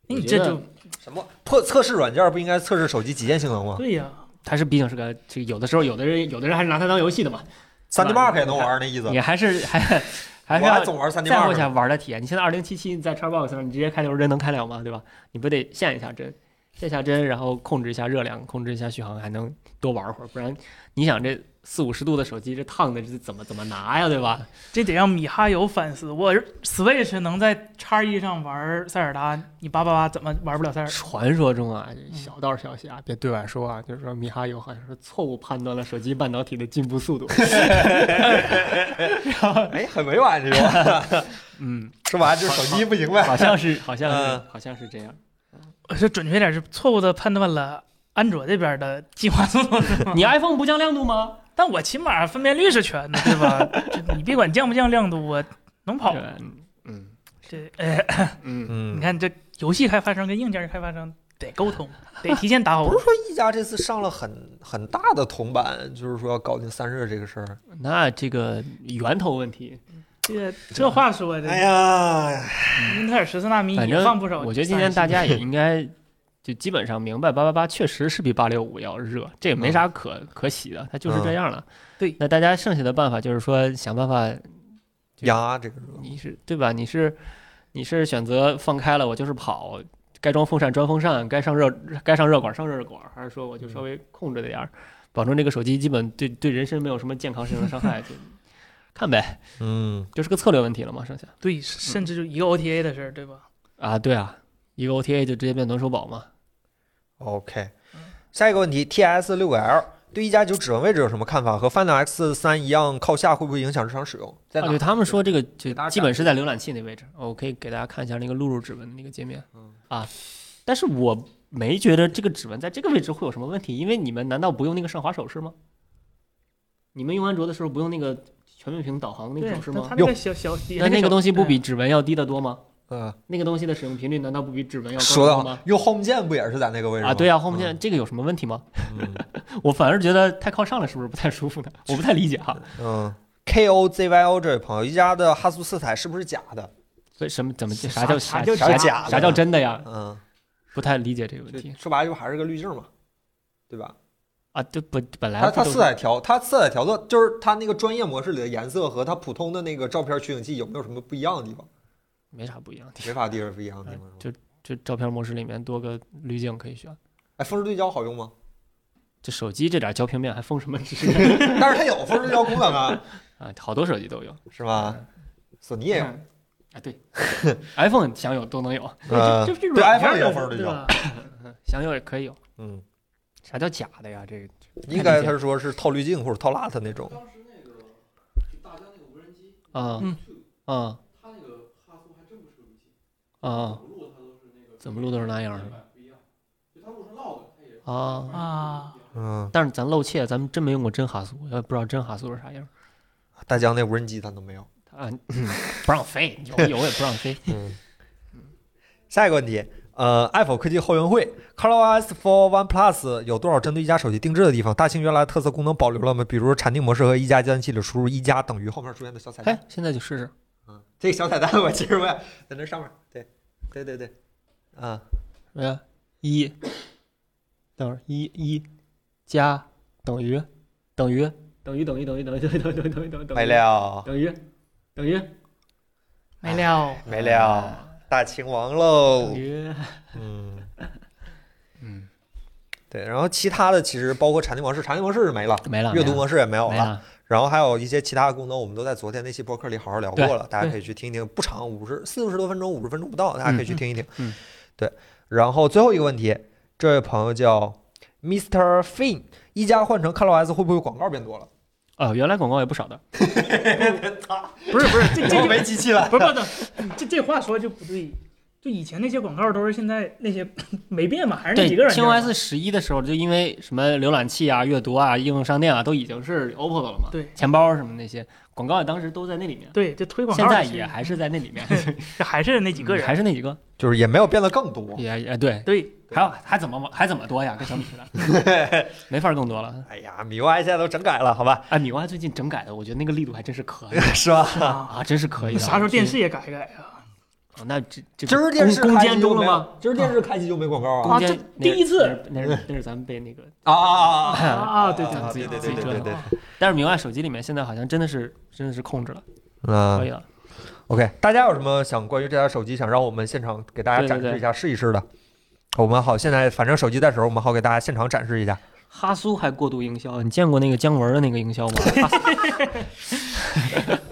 S3: 你
S2: 我觉
S3: 这
S2: 得啊
S3: 就
S1: 什么破测试软件不应该测试手机极限性能吗？
S3: 对呀，
S2: 它是毕竟是个这个有的时候有的人有的人还是拿它当游戏的嘛，
S1: 三 D Mark 也能玩那意思，
S2: 你 还是还
S1: 我
S2: 还是要
S1: 总玩三 D
S2: 再
S1: Mark
S2: 往
S1: 呢。
S2: 下玩的体验。你现在二零七七在 Xbox 上，你直接开六十帧能开了吗？对吧？你不得限一下帧，限一下帧，然后控制一下热量，控制一下续航，还能多玩会儿。不然你想这四五十度的手机，这烫的这怎么怎么拿呀？对吧？
S3: 这得让米哈游反思，我 Switch 能在叉一上玩塞尔达，你八八八怎么玩不了塞尔达？
S2: 传说中啊，小道消息啊，别对外说啊，就是说米哈游好像是错误判断了手机半导体的进 步速度。
S1: 哎，很委婉这 种，
S2: 嗯，
S1: 说白了就是手机不行呗。
S2: 好像是，好像是
S1: 嗯，
S2: 好像是这样。
S3: 这准确点是错误的判断了安卓这边的进化速度 是吗？
S1: 嗯
S2: 你 iPhone 不降亮度吗？
S3: 但我起码分辨率是全的，对吧？这你别管降不降亮度，我能
S1: 哦
S3: 跑。
S4: 嗯
S3: 这哎，
S4: 嗯，
S1: 嗯，
S3: 你看这游戏开发商跟硬件开发商得沟通，得提前打好。
S1: 不是说一加这次上了很很大的铜板，就是说要搞定散热这个事儿。
S2: 那这个源头问题，
S3: 这这话说
S2: 哎
S3: 的，
S1: 哎呀，
S3: 英特尔十四纳米
S2: 反
S3: 也
S2: 正
S3: 放不少。
S2: 我觉得今年大家也应该就基本上明白，八八八确实是比八六五要热，这也没啥可、可喜的，它就是这样了。
S3: 对
S2: 那大家剩下的办法就是说想办法，
S1: 压这个热，
S2: 你是对吧？你是你是选择放开了，我就是跑。该装风扇装风扇，该上热该上热管上热管，还是说我就稍微控制着点儿，保证这个手机基本对对人身没有什么健康身上的伤 害，就看呗，
S1: 嗯，
S2: 就是个策略问题了嘛，剩下。
S3: 对，甚至就一个 OTA 的事儿，对吧？
S2: 啊，对啊，一个 OTA 就直接变暖手宝嘛。
S1: OK，下一个问题，TS 六个 L 对一加九指纹位置有什么看法？和 Find X 三一样靠下会不会影响日常使用？在
S2: 啊，
S1: 哪？
S2: 对他们说这个就
S1: 大家
S2: 基
S1: 展
S2: 本是在浏览器那位置，我可以给大家看一下那个录入指纹的那个界面
S1: 嗯
S2: 啊。但是我没觉得这个指纹在这个位置会有什么问题，因为你们难道不用那个上滑手势吗？你们用安卓的时候不用那个全面屏导航那
S3: 对
S2: 个手势，
S3: 那
S2: 吗
S3: 它？那个小小底下
S2: 那那个
S3: 小
S2: 东西不比
S3: 哎
S2: 指纹要低得多吗？
S1: 嗯，
S2: 那个东西的使用频率难道不比指纹要高
S1: 说
S2: 得多
S1: 到
S2: 吗？
S1: 用 Home 键不也是在那个位置吗
S2: 啊，对呀、后面
S1: 嗯
S2: 这个有什么问题吗？
S1: 嗯
S2: 我反而觉得太靠上了，是不是不太舒服呢？我不太理解哈。
S1: 嗯，KOZYO 这位朋友，一加的哈苏色彩是不是假的？
S2: 所以什么怎么
S4: 啥
S2: 啥叫
S4: 啥
S2: 叫
S4: 叫
S1: 假
S2: 假
S1: 的
S2: 啥叫真的呀？
S1: 嗯，
S2: 不太理解这个问
S1: 这
S2: 题
S1: 说白了就还是个滤镜嘛，对吧？
S2: 啊，这不本来
S1: 它
S2: 不
S1: 它
S2: 都
S1: 色
S2: 是
S1: 彩调，它色彩调色就是它那个专业模式里的颜色和它普通的那个照片取景器有没有什么不一样的地方？
S2: 没啥不一样的地
S1: 没
S2: 方，
S1: 法地方不一样的地
S2: 嗯
S1: 方。
S2: 就照片模式里面多个滤镜可以选。
S1: 哎，峰值对焦好用吗？
S2: 这手机这点焦平面还封什么纸
S1: 但是它有峰值对焦功能啊，
S2: 啊？好多手机都有
S1: 是
S2: 嗯
S1: 吧？索尼也有，
S3: 嗯
S2: 啊， 对，iPhone 想有都能有，
S1: 呃
S3: 这这
S1: 对
S3: 软件
S1: iPhone
S3: 儿
S1: 也有峰值对
S3: 对
S1: 焦。
S3: 吧？
S2: 想有也可以有。
S1: 嗯，
S2: 啥叫假的呀？这个
S1: 应该他说是套滤镜或者套 LUT 那种。
S2: 啊
S3: 嗯
S2: 啊，啊，怎么录都是那样的啊。
S3: 啊，
S1: 嗯，
S2: 但是咱露怯，咱们真没用过真哈苏，也不知道真哈苏是啥样。
S1: 大疆那无人机它都没有。
S2: 啊，不让飞，有有也不让飞。
S1: 嗯， 下一个问题，呃，爱否科技后援会，ColorOS for OnePlus 有多少针对一加手机定制的地方？大庆原来特色功能保留了吗？比如禅定模式和一加计算器里输入一加等于后面出现的小彩蛋。
S2: 哎，现在就试试。
S1: 嗯，这个小彩蛋我其实我也在那上面。对，对对对，啊，
S2: 什么呀？一，等会儿一一加等于等于等于等于等于等于等于等于等于等于等于
S1: 没了，
S2: 等于等于啊
S3: 没了。
S1: 没了，大秦王喽
S2: 等。于
S1: 嗯，
S4: 嗯，
S1: 对，然后其他的其实包括禅定模式，禅定模式是没了。
S2: 没了，
S1: 阅读
S2: 没了
S1: 模式也没有
S2: 没
S1: 了，
S2: 了。
S1: 然后还有一些其他的功能，我们都在昨天那期播客里好好聊过了，大家
S2: 对
S1: 可以去听一听，不长，五十四十多分钟，五十分钟不到，大家可以去听一听。
S2: 嗯嗯
S1: 对。然后最后一个问题，这位朋友叫 Mr. Fin，一加换成 ColorOS 会不会广告变多了？
S2: 哦，原来广告也不少的。
S3: 不是不 是，这这
S1: 我
S3: 就
S1: 没机器了。
S3: 不是不是，这这话说就不对。就以前那些广告都是现在那些 没变嘛，还是那
S2: 对
S3: 几个软件嘛。
S2: ，TOS 十一的时候，就因为什么浏览器啊、阅读啊、应用商店啊，都已经是 OPPO 的了嘛。
S3: 对
S2: 钱包什么那些广告当时都在那里面，
S3: 对，这推广告
S2: 现在
S3: 的是
S2: 也还是在那里面，嗯
S3: 这还是那几个人。
S2: 还是 那几个，
S1: 就是也没有变得更多。
S2: 也也对，
S3: 对，
S2: 还有还怎么还怎么多呀？跟小米似的， 没法更多了。
S1: 哎呀，米 UI 现在都整改了，好吧？
S2: 哎，米蛙最近整改的，我觉得那个力度还真是可以
S1: 是吧？
S3: 是吧？
S2: 啊，真是可以的。
S3: 啥时候电视也改一改啊？
S2: 哦？那这这
S1: 今儿电视
S2: 攻
S1: 开
S2: 坚
S1: 机就
S2: 中了
S1: 没有
S2: 吗？？
S1: 今儿电视开机就没广告啊？
S2: 攻
S3: 啊
S2: 坚
S3: 这第一次，
S2: 那是那是那是咱们被那个，
S1: 啊啊啊！
S3: 啊啊，对
S1: 啊
S2: 自己
S3: 对
S2: 自己
S3: 对
S2: 折腾
S1: 对
S2: 但是米蛙手机里面现在好像真的是真的是控制了，可以
S1: 嗯
S2: 了。
S1: ，OK，大家有什么想关于这台手机想让我们现场给大家
S2: 对对
S1: 展示
S2: 对
S1: 一下、试一试的？我们好，现在反正手机在手，我们好给大家现场展示一下。
S2: 哈苏还过度营销，哦你见过那个姜文的那个营销吗？哈苏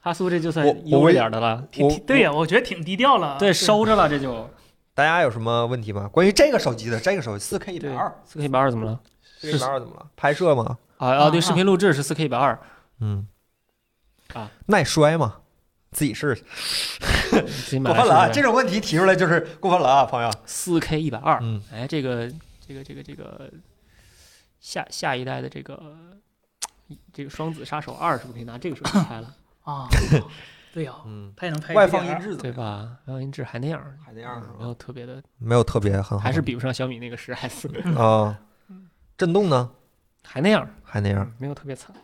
S2: 哈苏这就算
S1: 我我
S2: 优
S1: 为
S2: 一点的了，
S1: 我
S3: 挺对呀，我觉得挺低调了。
S2: 对，收着了这就。
S1: 大家有什么问题吗？关于这个手机的，这个手机四 K 一百
S2: 对
S1: 二，，
S2: 四 K 一百二怎么了？
S1: 四 K 一百二怎么了？拍摄吗？
S2: 啊啊，对，
S3: 啊
S2: 视频录制是四 K 一百二，
S1: 嗯，
S2: 啊，
S1: 耐摔吗？自己试试。
S2: 你自己买
S1: 过
S2: 来
S1: 分
S2: 试
S1: 了啊！
S2: 试
S1: 这种问题提出来就是过分了啊，朋友。
S2: 四 K 一百二
S1: 嗯，
S2: 哎，这个这个这个这个下下一代的这个这个双子杀手二是不是可以拿这个手机拍了，
S3: 啊，对呀、
S1: 嗯，
S3: 他也能拍
S1: 外放
S3: DDR
S1: 音质怎
S2: 对
S1: 么样？
S2: 吧？嗯然后音质还那样儿，
S1: 还那样是
S2: 没
S1: 吧？
S2: 有特别的，
S1: 没有特别很好，
S2: 啊还是比不上小米那个十 S，
S1: 啊，震动呢
S2: 还那样儿，
S1: 还那样，
S2: 没有特别惨。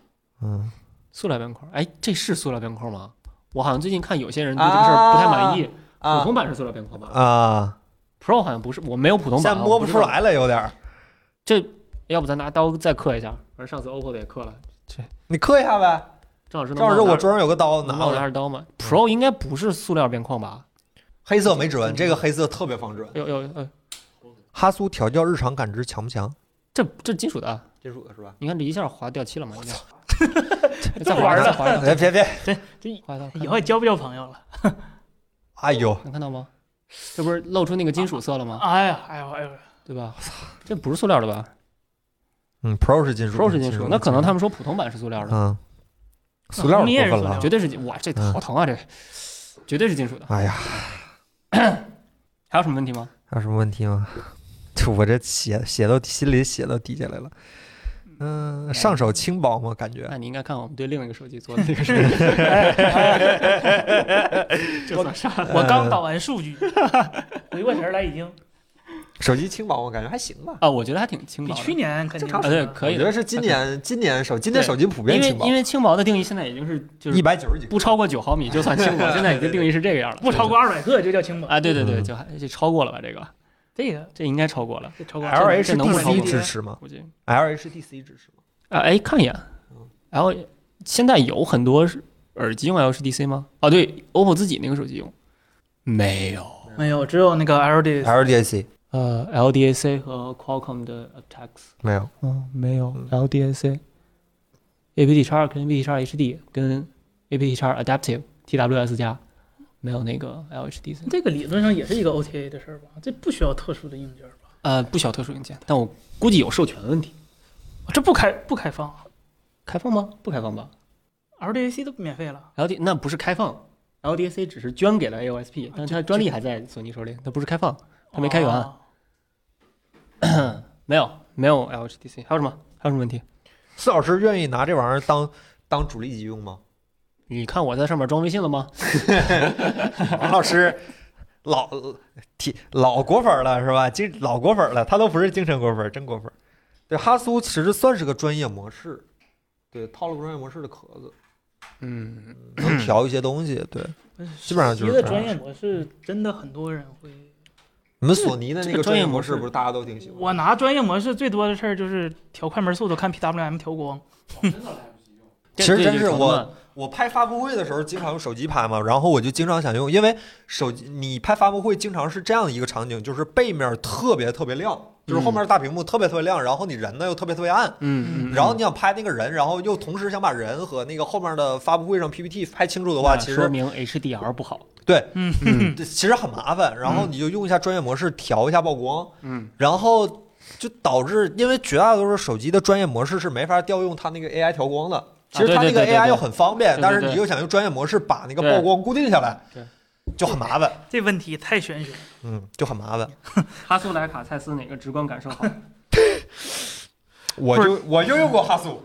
S1: 嗯，
S2: 塑料边框，哎，这是塑料边框吗？我好像最近看有些人对这个事儿不太满意。普通版是塑料边框吧
S1: 啊，
S2: ？Pro 好像不是，我没有普通
S1: 现
S2: 版
S1: 在
S2: 啊，
S1: 摸不
S2: 我知
S1: 出
S2: 道。
S1: 来了，有点儿。
S2: 要不咱拿刀再刻一下？反正上次 OPPO 的也刻了，
S1: 你刻一下呗，
S2: 正好是
S1: 正好是我桌上有个刀，拿
S2: 拿
S1: 过
S2: 我
S1: 来。
S2: 拿着刀嘛。Pro 应该不是塑料边框吧？
S1: 黑色没指
S2: 嗯
S1: 纹，这个黑色特别防指纹。
S2: 哎呦呦，哎，
S1: 哈苏调教日常感知强不强？
S2: 这这金属的啊，
S1: 金属的是吧？
S2: 你看这一下划掉漆了嘛？我操！
S3: 这
S2: 再
S3: 玩
S2: 划
S3: 儿的哎
S2: 一 道，再划一道，
S1: 哎别别别！
S2: 划一道，看
S3: 以
S2: 到
S3: 后也交不交朋友了？
S1: 哎呦，
S2: 能看到吗？这不是露出那个金属色了吗？
S3: 哎呀，哎呦，哎呦，
S2: 对吧？这不是塑料的吧
S1: 嗯，Pro 是金属
S2: ？Pro 是金属，那可能他们说普通版是塑料的。
S1: 嗯，塑料
S3: 你也
S1: 的
S3: 是
S1: 过分
S3: 塑料
S1: 了
S3: 的。
S2: 绝对是金，哇，这
S1: 嗯
S2: 好疼啊！这绝对是金属的。
S1: 哎呀，
S2: 还有什么问题吗？
S1: 还有什么问题吗？ 就我这血血都心里血都滴下来了。
S2: 哎
S1: 嗯，上手轻薄吗？感觉
S2: 那你应该看我们对另一个手机做的那个事情。这算啥？
S3: 我刚导完数据，回过神儿来已经
S1: 手机轻薄吗？感觉还行吧。
S2: 啊，我觉得还挺轻
S3: 比
S2: 薄的。
S3: 去年肯定
S2: 啊，对，可以
S1: 我觉
S2: 的。
S1: 得是今年今年手今年手机普遍
S2: 因为
S1: 轻薄
S2: 因，为轻薄的定义现在已经是就是
S1: 一百九十几。
S2: 不超过九毫米就算轻薄，现在已经定义是这个样了。
S3: 不超过二百克就叫轻薄。
S2: 啊，对对对，
S1: 嗯
S2: 就还就超过了吧？这个
S3: 这个
S2: 这应该超过了，
S3: 这超过二百克
S2: 这能不超
S1: LHDC
S2: 过吗
S1: 支持吗
S2: 估计。
S1: ？LHDC 支持吗？
S2: 啊，哎，看一眼
S1: 嗯。
S2: 然后现在有很多是耳机用 LCDC 吗？啊，对，OPPO 自己那个手机用没有。
S1: 嗯
S3: 没有，只有那个 LD
S1: LDAC
S2: 呃，LDAC 和 Qualcomm 的 AptX，
S1: 没有，
S2: 嗯，没有
S1: 嗯
S2: LDAC、APT 叉跟 APT 叉 HD 跟 APT 叉 Adaptive TWS 加，没有那个 LHDC。
S3: 这个理论上也是一个 OTA 的事儿吧？这不需要特殊的硬件吧？
S2: 呃，不小特殊硬件，但我估计有授权问题。
S3: 这不开不开放啊
S2: 开放吗？不开放吧
S3: ，LDAC 都免费了。
S2: ？LD 那不是开放，LDAC 只是捐给了 AOSP，但它专利还在索尼手里，它不是开放，它没开源。啊
S1: 啊
S3: 哦
S2: 没有，没有 LHDC。还有什么？还有什么问题？
S1: 四老师愿意拿这玩意儿当当主力级用 吗？
S2: 你看我在上面装微信了吗？
S1: 王老师老呃提老果粉了是吧？精老果粉了，他都不是精神果粉，真果粉。对，哈苏其实算是个专业模式，对，套了个专业模式的壳子，
S4: 嗯，
S1: 能调一些东西。对，
S2: 呃
S1: 基本上就是
S3: 一个
S1: 这样
S3: 专业模式，真的很多人会。
S1: 你们索尼的
S2: 这
S1: 那
S2: 个
S1: 个
S2: 专
S1: 专
S2: 业
S1: 业
S2: 模
S1: 模
S2: 式
S1: 式不是大家都挺喜欢？
S3: 我拿专业模式最多的事儿就是调快门速度，看 PWM 调光。
S1: 其实真
S2: 这这
S1: 是
S2: 就
S1: 我
S2: 疼了
S1: 我拍发布会的时候，经常用手机拍嘛，然后我就经常想用，因为手机你拍发布会经常是这样一个场景，就是背面特别特别亮，就是后面大屏幕特别特别亮，然后你人呢又特别特别暗，
S2: 嗯，嗯
S1: 然后你想拍那个人，然后又同时想把人和那个后面的发布会上 PPT 拍清楚的话，
S2: 嗯那
S1: 其
S2: 啊说
S1: 实
S2: 明 HDR 不好。
S3: 嗯，
S4: 嗯
S1: 对其实很麻烦。然
S2: 嗯
S1: 后你就用一下专业模式调一下曝光，
S4: 嗯，
S1: 然后就导致，因为绝大多数手机的专业模式是没法调用它那个 AI 调光的。其实它那
S2: 啊对对
S1: 个
S2: 对对
S1: AI 又很方便，
S2: 对对
S1: 但是
S2: 对
S1: 你又想用专业模式把那个曝光固定下来
S2: 对，
S1: 就很麻烦。
S3: 这问题太玄学了。
S1: 嗯，就很麻烦。
S2: 哈苏莱卡、蔡司哪个直观感受好？
S1: 我就我就用过哈苏，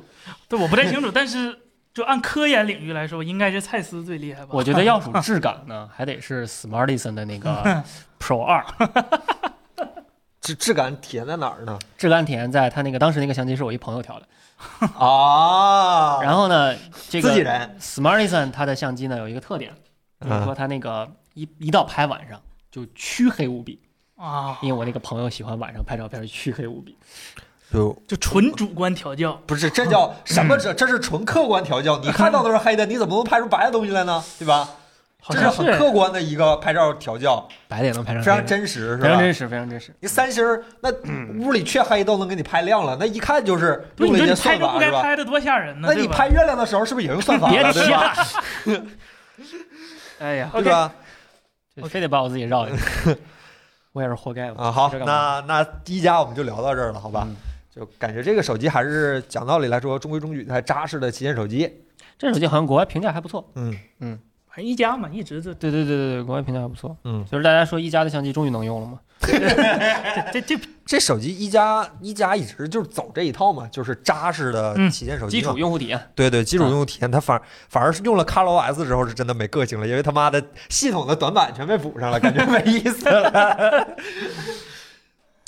S3: 对，我不太 清楚，但是就按科研领域来说，应该是蔡司最厉害吧？
S2: 我觉得要数质感呢，还得是 Smartisan 的那 个 Pro 二，
S1: 质质感体现在哪儿 呢？
S2: 质感体现在它那个当时那个相机是我一朋友调的。
S1: 啊，
S2: 然后呢，这
S1: 自己
S2: 个
S1: 人，
S2: Smartisan 它的相机呢有一个特点，
S1: 啊
S2: 就是说它那个一一到拍晚上就黢黑无比，
S3: 啊，
S2: 因为我那个朋友喜欢晚上拍照片黢黑无比。
S1: 就
S3: 就纯主观调教。
S1: 不是，这 叫什么？这这是纯客观调教。你看到的是黑的，你怎么能拍出白的东西来呢？对吧？
S3: 好
S1: 这
S3: 像
S1: 很客观的一个拍照调教，
S2: 白的也能拍上
S1: 非常
S2: 黑的，
S1: 真实，是
S2: 非常
S1: 吧？
S2: 真实，非常真实。
S1: 你三星儿那屋里黢黑都能给你拍亮了，那一看就是
S3: 对，
S1: 用
S3: 你
S1: 了一
S3: 说
S1: 些
S3: 你
S1: 算
S3: 拍个
S1: 法，
S3: 不
S1: 是
S3: 该
S1: 吧？
S3: 拍的多吓人呢！
S1: 那你
S3: 对吧
S1: 拍月亮的时候是不是也用算法
S2: 别
S1: 了，对
S2: 提
S1: 吧？
S2: 了， 哎呀，
S1: 对吧？
S2: 这非得把我自己绕进去， 我也是活该吧。嗯
S1: 啊，好
S2: 这，干嘛
S1: 那那第一家我们就聊到这儿了，好吧？就感觉这个手机还是讲道理来说中规中矩、还扎实的旗舰手机。
S2: 这手机好像国外评价还不错，
S1: 嗯
S4: 嗯，
S3: 反正一加嘛，一直就
S2: 对对对对对，国外评价还不错。
S1: 嗯，
S2: 就是大家说一加的相机终于能用了嘛？
S3: 这这这
S1: 这手机一加一加一直就是走这一套嘛，就是扎实的
S3: 嗯
S1: 旗舰手
S2: 基
S1: 机嘛。啊
S2: 础用户体验，
S1: 对对，基
S2: 啊
S1: 础用户体验，它反而反而是用了 ColorOS 之后是真的没个性了，因为他妈的系统的短板全被补上了，感觉没意思 了。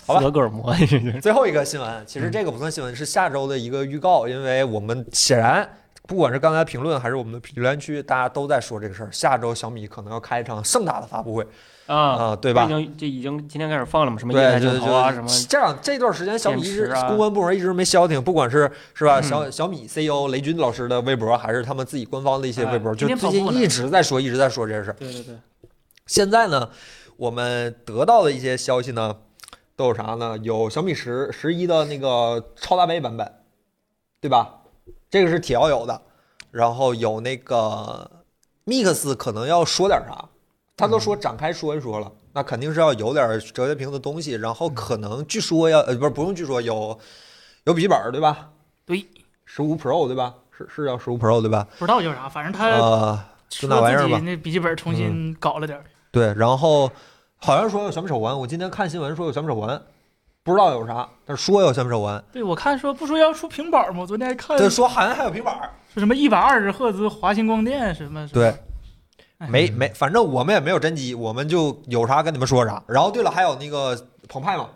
S1: 好吧
S2: 斯德哥 尔摩，这是
S1: 最后一个新闻，其实
S2: 嗯
S1: 这个不算新闻，是下周的一个预告，因为我们显然。不管是刚才评论还是我们的评论区，大家都在说这个事儿。下周小米可能要开一场盛大的发布会啊、
S2: 啊，
S1: 对吧
S2: 已？经这已经今天开始放了嘛？什么液
S1: 对，
S2: 态
S1: 就
S2: 镜头啊，什么
S1: 这样这段时间小米一直、
S2: 电池啊嗯
S1: 公关部门一直没消停，不管是是吧，小小米 CEO 雷军老师的微博，还是他们自己官方的一些微博，
S3: 哎
S1: 就
S3: 天天
S1: 最
S3: 跑
S1: 近
S3: 步呢
S1: 一直在说，一直在说这件事儿。
S2: 对对对，
S1: 现在呢，我们得到的一些消息呢，都有啥呢？有小米十十一的那个超大杯版本，对吧？这个是铁要有的，然后有那个 Mix 可能要说点啥，他都说展开说一说了，那肯定是要有点折叠屏的东西，然后可能据说要呃不是不用据说有有笔记本儿对吧？
S3: 对，
S1: 十五 Pro 对吧？是是要十五 Pro 对吧？
S3: 不知道有啥，反正他
S1: 呃，就那
S3: 说
S1: 玩意
S3: 自
S1: 儿
S3: 己
S1: 吧。嗯
S3: 那笔记本重新搞了点儿，
S1: 对，然后好像说有小米手环，我今天看新闻说有小米手环，不知道有啥，但是说有小米手环，
S3: 对我看说不说要出平板儿吗？我昨天还看
S1: 对，说
S3: 说
S1: 好像还有平板儿，
S3: 什么一百二十赫兹华星光电什么什么
S1: 对。
S2: 嗯
S1: 没没，反正我们也没有真机，我们就有啥跟你们说啥。然后对了，还有那个澎湃嘛，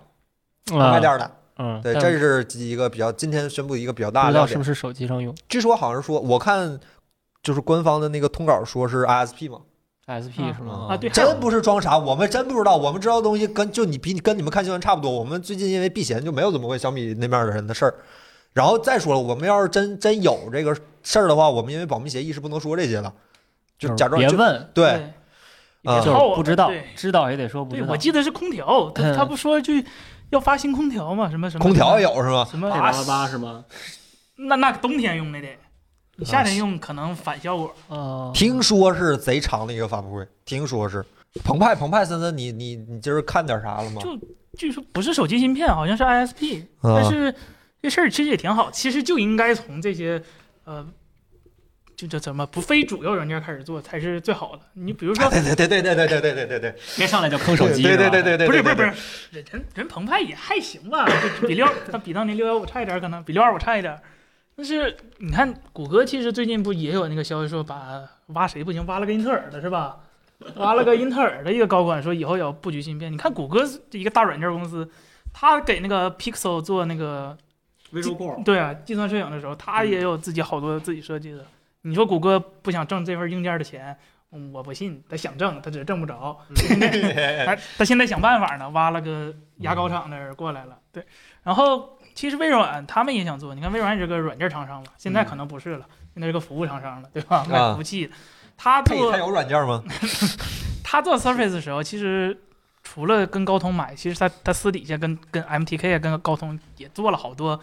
S1: 澎湃
S2: 啊
S1: 店的，
S2: 嗯，
S1: 对，
S2: 但
S1: 这是一个比较今天宣布一个比较大
S2: 不
S1: 的
S2: 知道
S1: 亮
S2: 是
S1: 点
S2: 不。是手机上用
S1: 据说好像说，我看就是官方的那个通稿说是 ISP 嘛，
S2: SP 是吗？
S3: 啊对还有
S1: 真不是装傻，我们真不知道，我们知道的东西跟就你比你跟你们看新闻差不多。我们最近因为避嫌，就没有怎么问小米那边的人的事儿。然后再说了，我们要是真真有这个事儿的话，我们因为保密协议是不能说这些了，就假装
S2: 别
S1: 就
S2: 问，
S1: 对，啊
S3: 别
S2: 就是
S3: 套我
S2: 不知道
S3: 对，
S2: 知道也得说不
S3: 对，
S2: 知
S3: 我
S2: 道。嗯
S3: 记得是空调，他他不说就要发新空调嘛，什么什么
S1: 空调也有是吗？
S3: 什么啊
S2: 配八八八是吗？
S3: 那那冬天用的
S1: 啊
S3: 得，你夏天用可能反效果。
S2: 啊，
S1: 听说是贼长的一个发布会，听说是。澎湃，澎湃森森，你你你今儿看点啥了吗？
S3: 就据说不是手机芯片，好像是 ISP，、
S1: 啊，
S3: 但是这事儿其实也挺好，其实就应该从这些呃，就这怎么不非主要软件开始做才是最好的。你比如说
S1: 啊对对对对对对对对对对对，
S2: 别上来就坑手机，
S1: 对对
S2: 是吧
S1: 对对对，
S3: 不是不是不
S1: 对
S3: 是，人人澎湃也还行吧， 就比六，它比当年六幺五差一点儿，可能比六二五差一点儿。但是你看，谷歌其实最近不也有那个消息说把挖谁不行，挖了个英特尔的是吧？ 挖了个英特尔的一个高管说以后要布局芯片。你看谷歌一个大软件公司，他给那个 Pixel 做那个对啊计算摄影的时候，他也有自己好多自己设计的。你说谷歌不想挣这份硬件的钱，嗯我不信，他想挣，他只是挣不着。他他现在想办法呢，挖了个牙膏厂的人过来了。对，然后其实微软他们也想做，你看微软也是个软件厂商嘛，现在可能不是了，现在是个服务厂商了，对吧？卖服务器的，他
S1: 配
S3: 做
S1: 它有软件吗？
S3: 他做 Surface 的时候，其实除了跟高通买，其实他他私底下跟跟 MTK 啊，跟高通也做了好多，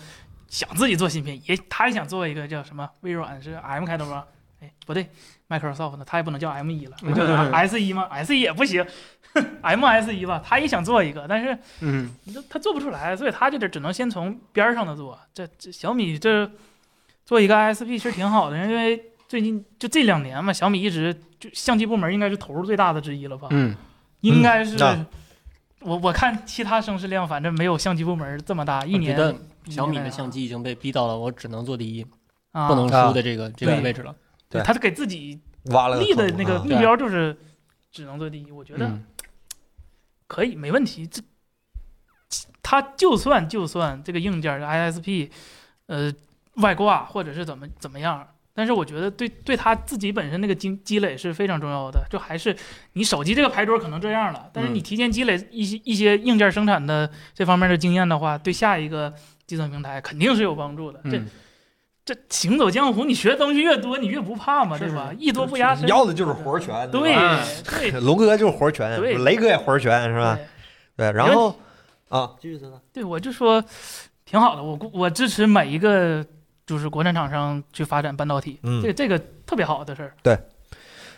S3: 想自己做芯片，也他也想做一个叫什么微软是 M 开头吗？哎，不对，Microsoft 呢，他也不能叫 M 一了，
S2: 嗯
S3: 叫 S 一吗？S 一也不行 ，MS 一吧，他也想做一个，但是
S4: 嗯
S3: 他他做不出来，所以他就得只能先从边儿上的做。这这小米这做一个 ISP 其实挺好的，因为最近就这两年嘛，小米一直就相机部门应该是投入最大的之一了吧？
S4: 嗯
S3: 应该是、
S1: 那
S3: 我我看其他声势量，反正没有相机部门这么大，一
S2: 我觉
S3: 年啊
S2: 得小米的相机已经被逼到了我只能做第一，不能输的这个这个位置了。
S1: 对
S3: 他给自己
S1: 挖了个
S3: 立的
S1: 坑
S3: 那个
S1: 啊
S3: 目标就是只能做第一，我觉得
S4: 嗯
S3: 可以，没问题。这他就算就算这个硬件 ISP，呃，外挂或者是怎么怎么样，但是我觉得对对他自己本身那个积积累是非常重要的。就还是你手机这个牌桌可能这样了，但是你提前积累一些一些硬件生产的这方面的经验的话，对下一个计算平台肯定是有帮助的。
S4: 嗯，
S3: 这这行走江湖，你学的东西越多，你越不怕嘛，
S2: 是
S3: 对
S2: 是
S3: 吧？艺多不压身。
S1: 要的就是活儿全。
S3: 对
S1: 吧
S4: 嗯
S3: 对对
S1: 龙哥 就是活儿全，
S3: 对
S1: 雷哥也活儿全，是吧？对，然后啊，继续说
S3: 对，我就说挺好的，我估我支持每一个就是国产厂商去发展半导体，
S1: 嗯
S3: 这这个特别好的事儿。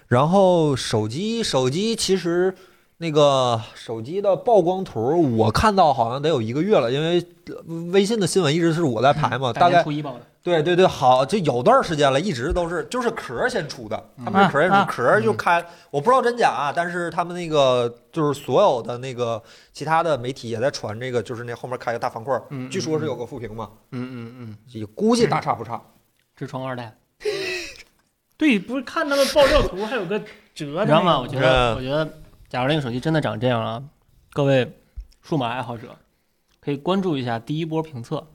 S1: 然后手机，手机其实那个手机的曝光图，我看到好像得有一个月了，因为呃微信的新闻一直是我在排嘛，大
S2: 嗯年
S1: 概
S2: 初一报的，
S1: 对对对，好，就有段时间了，一直都是就是壳儿先出的，他们是壳儿先出，
S3: 啊啊
S1: 壳儿就开，我不知道真假啊，但是他们那个就是所有的那个其他的媒体也在传这个，就是那后面开个大方块儿，
S4: 嗯，
S1: 据说是有个复评嘛，
S4: 嗯，嗯
S1: 也估计大差不差。
S2: 智创二代，
S3: 对，不是看他们爆料图还有个折的
S2: 你知
S3: 那
S2: 道吗？
S3: 个，
S2: 我觉得，
S1: 嗯
S2: 我觉得，假如那个手机真的长这样啊，各位数码爱好者可以关注一下第一波评测，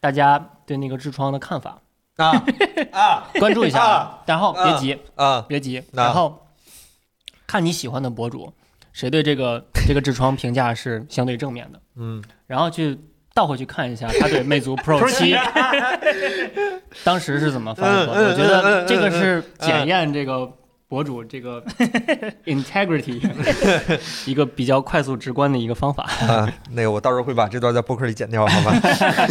S2: 大家对那个痔疮的 看法，
S1: 啊啊
S2: 关注一下啊，然后别
S1: 啊
S2: 急，
S1: 啊！
S2: 别急，
S1: 那
S2: 然后看你喜欢的博主，谁对这个这个痔疮评价是相对正面的，
S1: 嗯，
S2: 然后去倒回去看一下他对魅族 Pro 七当时是怎么反应
S1: 嗯
S2: 过
S1: 嗯
S2: 的。我觉得
S1: 嗯
S2: 这个是检验这个博主这个 integrity 一个比较快速直观的一个方法。
S1: 啊，那个我到时候会把这段在播客里剪掉，好 吧？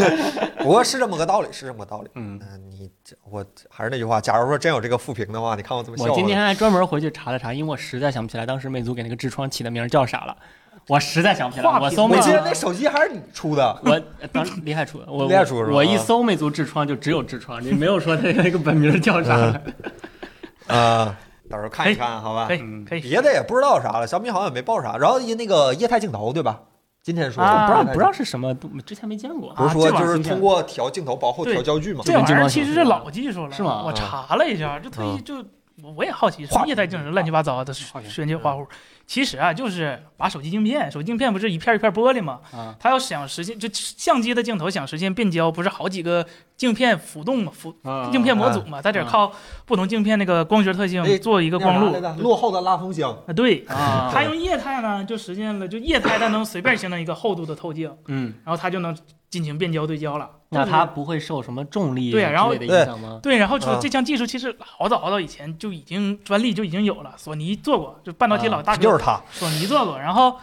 S1: 不过是这么个道理，是这么个道理。
S4: 嗯，
S1: 嗯、你这我还是那句话，假如说真有这个复评的话，你看我怎么笑
S2: 我
S1: 话
S2: 今天还专门回去查了查，因为我实在想不起来当时魅族给那个痔疮起的名儿叫啥了，我实在想不起来
S3: 画屏
S2: 了。我搜
S1: 我
S2: 魅
S1: 记
S2: 族
S1: 得那手机还是你出 的，
S2: 我当时厉害出的，我
S1: 厉害出是吧
S2: 我一搜魅族痔疮就只有痔疮，你没有说它那个本名叫啥了。
S1: 啊，到时候看一看，好吧
S3: 哎可？以
S4: 嗯
S3: 可以，
S1: 别的也不知道啥了，小米好像也没报啥。然后一那个液态镜头，对吧？今天说的
S3: 啊
S2: 不知
S1: 液态
S2: 道
S1: 镜头
S2: 不知道是什 么，不之前没见过。
S1: 不是说
S3: 啊这玩意
S1: 就
S3: 儿
S1: 是
S2: 新鲜
S1: 通过调镜头薄厚
S3: 对
S1: 调焦距嘛？
S3: 这
S2: 跟
S3: 玩意
S2: 金
S3: 儿
S2: 光
S3: 其
S2: 手
S3: 实
S2: 机
S3: 是老技术了，
S2: 是吗
S3: 我查了一下，就特意就我我也好奇，
S1: 画
S3: 什么液态镜是乱七八糟的
S4: 画屏
S3: 玄机花乎。其实啊，就是把手机镜片，手机镜片不是一片一片玻璃吗？
S4: 啊，
S3: 它要想实现，就相机的镜头想实现变焦，不是好几个镜片浮动嘛，浮
S1: 啊
S3: 镜片模组
S1: 嗯
S3: 嘛，它得靠不同镜片那个光学特
S1: 哎
S3: 性做一
S1: 一
S3: 个光路。
S1: 落后的拉风箱，
S3: 啊，对，
S4: 啊，
S3: 它用液态呢，就实现了，就液态它能随便形成一个厚度的透镜，
S4: 嗯
S3: 然后它就能进行变焦对焦了。
S2: 那它不会受什么重力
S3: 对啊然后
S2: 之类的影响吗？
S3: 对，然后说
S1: 啊
S3: 这项技术其实好早好早以前就已经专利就已经有了，索尼做过，就半导体
S2: 啊
S3: 老大
S1: 就
S3: 哥
S1: 是它。
S3: 索尼做过，然后